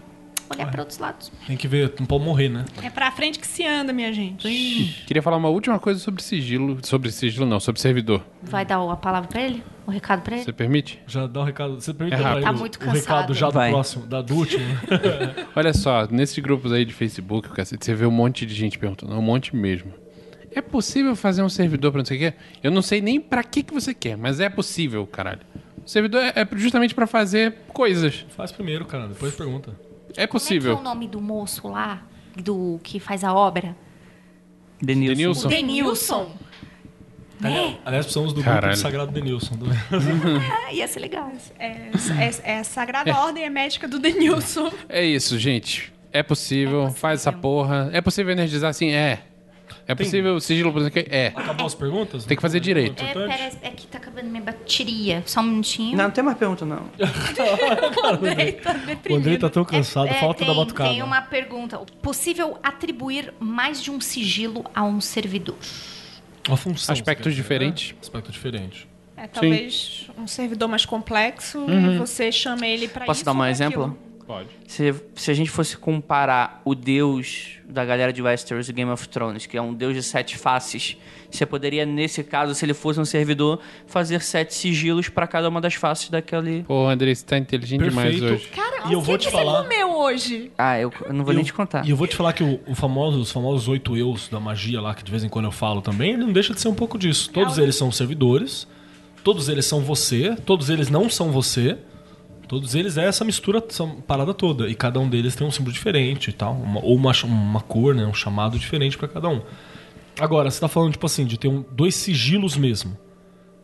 S6: olhar para outros lados.
S5: Tem que ver, não pode morrer, né?
S4: É pra frente que se anda, minha gente.
S7: Queria falar uma última coisa sobre sigilo. Sobre sigilo, não, sobre servidor.
S6: Vai dar a palavra para ele? O recado para ele?
S7: Você permite?
S5: Já dá o recado. Você permite
S7: É
S5: dar pra
S7: rápido.
S5: ele
S6: Tá muito
S5: o recado
S6: cansado.
S5: já do
S3: Vai.
S5: próximo, da, do (laughs) último.
S7: Olha só, nesses grupos aí de Facebook, o cacete, você vê um monte de gente perguntando, um monte mesmo. É possível fazer um servidor pra não sei o quê? Eu não sei nem pra que que você quer, mas é possível, caralho. O servidor é é justamente pra fazer coisas.
S5: Faz primeiro, cara. Depois pergunta.
S7: É
S6: Como é, que
S7: possível.
S6: é o nome do moço lá? Do que faz a obra?
S3: Denilson.
S7: Denilson.
S6: Denilson.
S5: Aliás, aliás, precisamos do
S7: Caralho.
S5: grupo do Sagrado Denilson. Do...
S6: Ah, ia ser legal.
S4: É, é, é a Sagrada Ordem é médica do Denilson.
S7: É isso, gente. É possível, faz essa porra. É possível energizar assim? É. É possível sigilo pra não sei o quê? É.
S5: Acabou as perguntas?
S7: Tem que fazer direito.
S5: (laughs)
S6: É,
S5: Importante.
S6: pera, é que tá acabando minha bateria. Só um minutinho.
S3: Não, não tem mais pergunta, não.
S5: O André tá tão cansado,
S6: tá É,
S5: falta
S6: tem,
S5: da batucada.
S6: Tem uma pergunta. Possível atribuir mais de um sigilo a um servidor?
S5: Uma função. você
S7: Aspectos
S5: quer dizer,
S7: diferentes.
S5: né? Aspecto diferente.
S4: É talvez um servidor mais complexo e você chama ele pra Tá, isso
S3: Posso dar um
S4: ou pra
S3: exemplo?
S4: aquilo.
S7: Pode.
S3: Se, se a gente fosse comparar o deus da galera de Westeros e Game of Thrones, que é um deus de sete faces, você poderia, nesse caso, se ele fosse um servidor, fazer sete sigilos pra cada uma das faces daquele...
S7: Pô, André, você tá inteligente demais
S5: Perfeito.
S7: hoje.
S4: Cara,
S5: E eu
S4: o
S5: vou
S4: que,
S5: te
S4: que
S5: falar-
S4: você comeu hoje?
S3: Ah, eu, eu não vou nem
S5: Eu-
S3: te contar.
S5: E eu vou te falar que o, o famoso- os famosos oito eus da magia lá, que de vez em quando eu falo também, ele não deixa de ser um pouco disso.
S3: É
S5: Todos eles são servidores, todos eles são você, todos eles não são você, todos eles é essa mistura, essa parada toda. E cada um deles tem um símbolo diferente e tal, uma- ou uma, ch- uma cor, né, um chamado diferente pra cada um. Agora, você tá falando, tipo assim, de ter um- dois sigilos mesmo,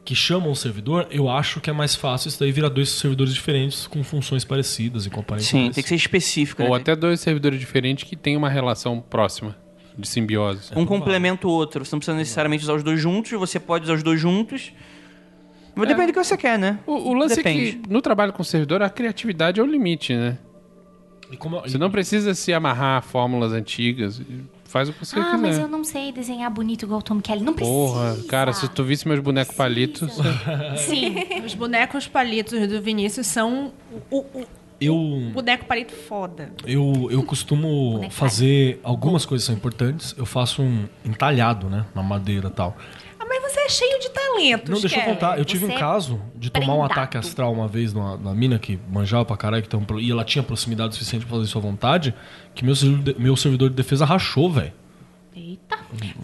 S5: que chamam o servidor, eu acho que é mais fácil isso daí virar dois servidores diferentes com funções parecidas e componentes
S3: Sim, tem que ser específico. né?
S7: Ou até dois servidores diferentes que têm uma relação próxima de simbiose.
S3: Um complementa o outro. Você não precisa necessariamente usar os dois juntos, você pode usar os dois juntos. Mas depende do que você quer, né?
S7: É. O, o lance é (laughs)
S3: Depende.
S7: que no trabalho com servidor a criatividade é o limite, né?
S5: E como-
S7: Você não precisa se amarrar a fórmulas antigas. Faz o que você
S6: ah,
S7: quiser.
S6: mas eu não sei desenhar bonito igual o Tom Kelly. Não precisa.
S7: é. Porra, cara, se tu visse meus bonecos palitos.
S4: (laughs) Sim, os bonecos palitos do Vinícius são o, o-
S5: Eu...
S4: o boneco palito foda.
S5: Eu, eu costumo fazer algumas coisas que são importantes. Eu faço um entalhado, né? Na madeira e tal.
S4: Ah, mas você é cheio de talentos,
S5: Não, deixa eu
S4: Kelly.
S5: contar. Eu tive
S6: Você
S5: um
S6: é
S5: caso de tomar um
S6: prendado.
S5: ataque astral uma vez numa, numa mina que manjava pra caralho, que tava pro- e ela tinha proximidade suficiente pra fazer isso à vontade, que meu, servidor de- meu servidor de defesa rachou, velho.
S6: Eita.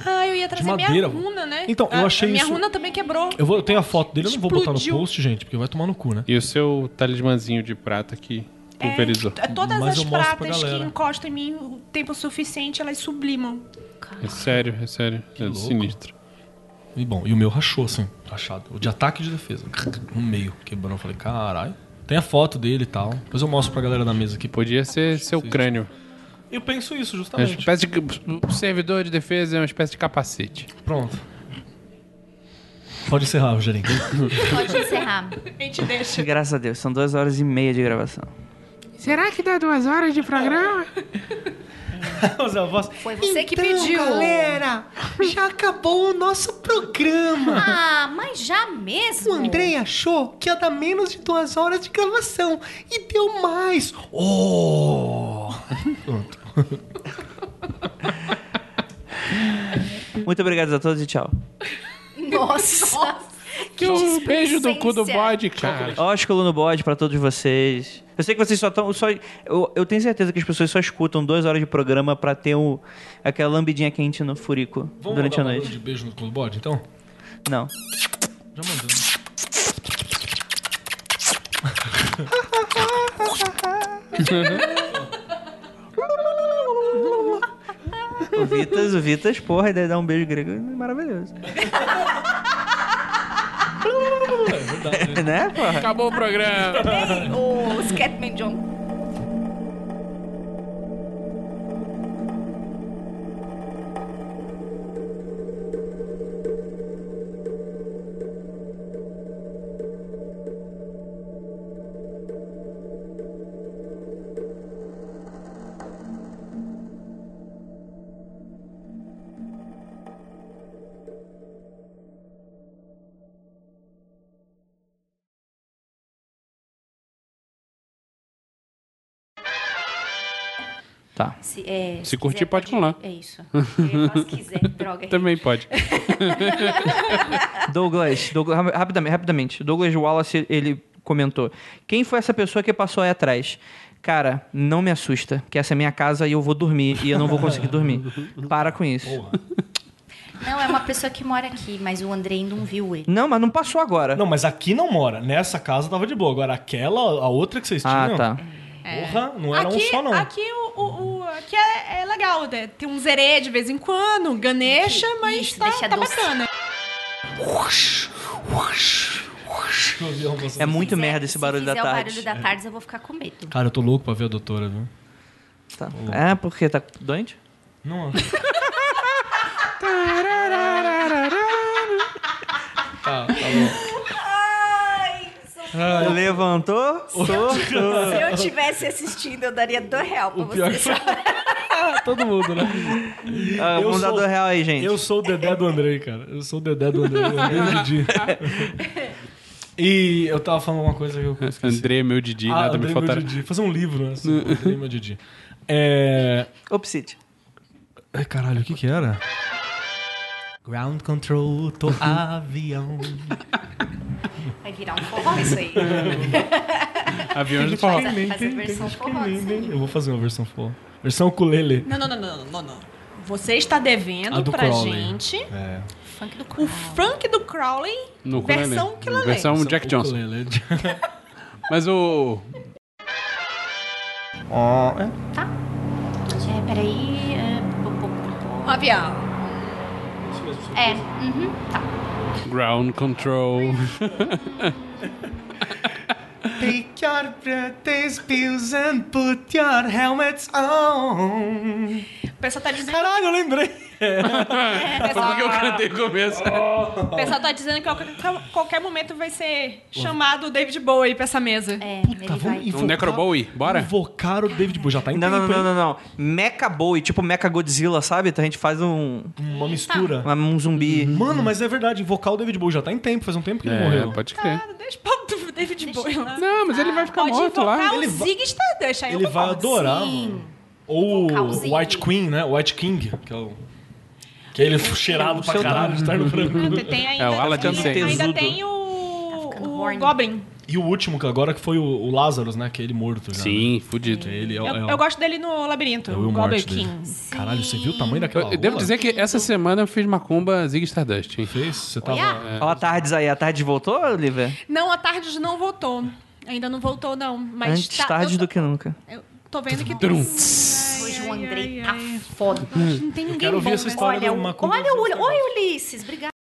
S4: Ah, eu ia trazer
S5: madeira.
S4: minha runa, né?
S5: Então, eu
S4: A-
S5: achei
S4: a minha
S5: isso-
S4: runa também quebrou.
S5: Eu, vou- eu tenho a foto dele, eu não vou botar no
S4: Explodiu.
S5: post, gente, porque vai tomar no cu, né?
S7: E o seu talismãzinho de prata que pulverizou.
S4: É, todas
S5: Mas
S4: as
S5: eu mostro pra
S4: pratas que
S5: galera.
S4: encostam em mim o tempo suficiente, elas sublimam.
S7: É, sério, é sério. é
S5: louco.
S7: sinistro.
S5: E bom, e o meu rachou, assim, rachado. O de ataque e de defesa. No meio, quebrou. Eu falei, caralho. Tem a foto dele e tal. Depois eu mostro pra galera da mesa aqui. pô.
S7: Podia ser seu crânio.
S5: Eu penso isso,
S7: É uma
S5: justamente.
S7: espécie de. O servidor de defesa é uma espécie de capacete.
S5: Pronto. Pode encerrar, Rogerinho.
S6: Pode encerrar.
S4: A gente deixa.
S3: Graças a Deus, são duas horas e meia de gravação.
S7: Será que dá duas horas de programa?
S5: Mas a voz-
S12: Foi você
S7: Então-
S12: que pediu.
S5: já acabou o nosso programa.
S6: Ah, mas já mesmo?
S5: achou que ia dar menos de duas horas de gravação e deu mais. Oh! Pronto.
S3: Muito obrigado a todos e tchau.
S7: (laughs)
S12: Nossa.
S7: Que um beijo do cu do
S12: displicência.
S7: bode, cara.
S3: Ósculo no bode pra todos vocês. Eu sei que vocês só estão. Só, eu, eu tenho certeza que as pessoas só escutam duas horas de programa pra ter o, aquela lambidinha quente no furico
S5: Vamos
S3: durante
S5: mandar
S3: a
S5: um
S3: noite.
S5: de beijo no Clubode, então?
S3: Não.
S5: Já mandamos.
S3: O Vitas, o Vitas, porra, e daí dá um beijo grego. é Maravilhoso. (laughs) né, porra?
S7: Acabou o programa.
S12: Os Catman John
S3: Tá.
S6: Se, é,
S7: Se curtir, pode colar.
S6: É isso. É, se
S7: (laughs)
S6: quiser, droga.
S7: Também pode.
S3: Douglas, Douglas ra- rapidamente, rapidamente. Douglas Wallace, ele comentou. Quem foi essa pessoa que passou aí atrás? Cara, não me assusta, que essa é minha casa e eu vou dormir e eu não vou conseguir dormir. Para com isso.
S6: Não, é uma pessoa que mora aqui, mas o Andrei ainda não viu ele.
S3: Não, mas não passou agora.
S5: Não, mas aqui não mora. Nessa casa tava de boa. Agora aquela, a outra que vocês
S3: ah,
S5: tinham.
S3: tá.
S5: Porra, não era
S4: aqui,
S5: um só, não.
S4: Aqui, o, o- o- aqui é, é legal, né? Tem um zerê de vez em quando, um ganesha, mas
S6: Isso,
S4: tá,
S6: deixa
S4: tá
S6: doce.
S4: bacana.
S3: É muito
S6: Se fizer-
S3: merda esse barulho
S6: se
S3: da
S6: fizer
S3: tarde.
S6: o barulho da tarde, eu vou ficar com medo.
S5: Cara, eu tô louco pra ver a doutora, viu?
S3: Tá. É, porque tá doente?
S5: Não. tá, tá bom.
S3: Levantou, soltou.
S12: Se eu tivesse assistindo, eu daria dois real pra
S5: O pior
S12: vocês.
S5: foi. Todo mundo, né?
S3: Ah,
S5: Eu
S3: vamos dar
S5: sou-
S3: dois real aí, gente.
S5: Eu sou o Dedé do Andrei, cara. Eu sou o Dedé do Andrei. Eu entendi. E eu tava falando uma coisa que eu esqueci.
S7: André, meu Didi,
S5: Ah,
S7: nada
S5: Andrei,
S7: me
S5: meu
S7: faltará.
S5: Didi. Fazer um livro, né? sobre Andrei, meu Didi. É...
S10: Opsite.
S5: Ai, caralho, o que que era? Ground control (laughs) to avião.
S9: Vai virar um forró isso aí.
S7: Aviões do
S9: Faz a-
S7: forró.
S9: faz a versão forró assim. disso aí.
S5: Eu vou fazer uma versão full. Versão ukulele.
S4: Não, não, não, não, não, não. Você está devendo
S5: A do
S4: pra
S5: Crowley.
S4: gente
S5: É.
S4: o funk do Crowley
S7: No ukulele.
S4: versão que
S7: Versão Jack Johnson.
S5: Ukulele.
S7: Mas o...
S6: É, peraí. É, pô, pô, pô,
S4: Um avião.
S6: pô. é uhum, tá.
S7: Ground Control.
S5: Take your breath, pills and put your helmets on.
S4: O pessoal tá (laughs) dizendo,
S5: Caralho, eu lembrei.
S7: Porque eu cantei o começo.
S5: Ah,
S4: o pessoal tá dizendo que a qualquer momento vai ser chamado o David Bowie pra essa mesa.
S6: É, ele
S5: Tá,
S6: vai.
S5: vamos invocar,
S7: Um Necrobowie, bora?
S5: invocar o David Bowie. Já tá em
S10: Não, não,
S5: tempo,
S10: não,
S5: hein?
S10: não, não. Mecha Bowie, tipo Mecha Godzilla, sabe? Então a gente faz um,
S5: Uma mistura.
S3: Tá.
S10: um zumbi.
S5: Mano, mas é verdade, invocar o David Bowie já tá em tempo, faz um tempo que ele morreu.
S7: É, pode crer.
S4: Cara, deixa o pobre (laughs) David Bowie lá.
S7: Não, mas ele vai ficar
S4: Ah. Pode
S7: morto
S4: invocar
S7: lá.
S4: o
S5: Ele vai-
S4: Zig Stardust. aí eu
S5: Ele vai
S4: concordo.
S5: adorar, mano. Ou
S9: Vocalzinho.
S5: o White Queen, né? White King, que é o. Que é ele cheirado pra
S10: seu
S5: caralho, de
S7: (laughs)
S5: terno branco.
S4: Ah, Tem- Tem ainda,
S7: É, o Alan
S4: tem-
S5: Tá
S7: Johnson.
S4: ainda
S10: Tesudo.
S4: tem o,
S6: ficando
S4: o
S6: horny.
S4: Goblin.
S5: E o último, que agora que foi o, o Lazarus, né? Que é ele morto já. né?
S7: Sim, fudido.
S5: Ele é, o-
S4: Eu,
S5: é o-
S4: eu gosto dele no Labirinto,
S5: é o
S4: o
S5: Will
S4: Goblin
S5: Morte dele.
S4: King.
S5: Caralho, você viu o tamanho daquela
S7: Eu, eu devo
S5: rola?
S7: dizer que essa semana eu fiz macumba Zig Stardust, hein?
S5: Fez? Você tava...
S7: é.
S10: Ó, a Tardes aí. A Tardes voltou, Oliver?
S4: Não, a Tardes não voltou. Ainda não voltou, não. Mas
S10: Antes
S4: tá-
S10: tarde
S4: eu tô-
S10: do que nunca.
S4: Eu tô vendo que
S7: Trum.
S9: Hoje o Andrei tá foda.
S4: não tem ninguém
S5: quero ouvir
S4: bom
S5: essa
S4: nessa-
S5: história
S9: Olha,
S5: do
S9: o-
S5: Macumba.
S9: olha o olho. Oi, Ulisses. Obrigada.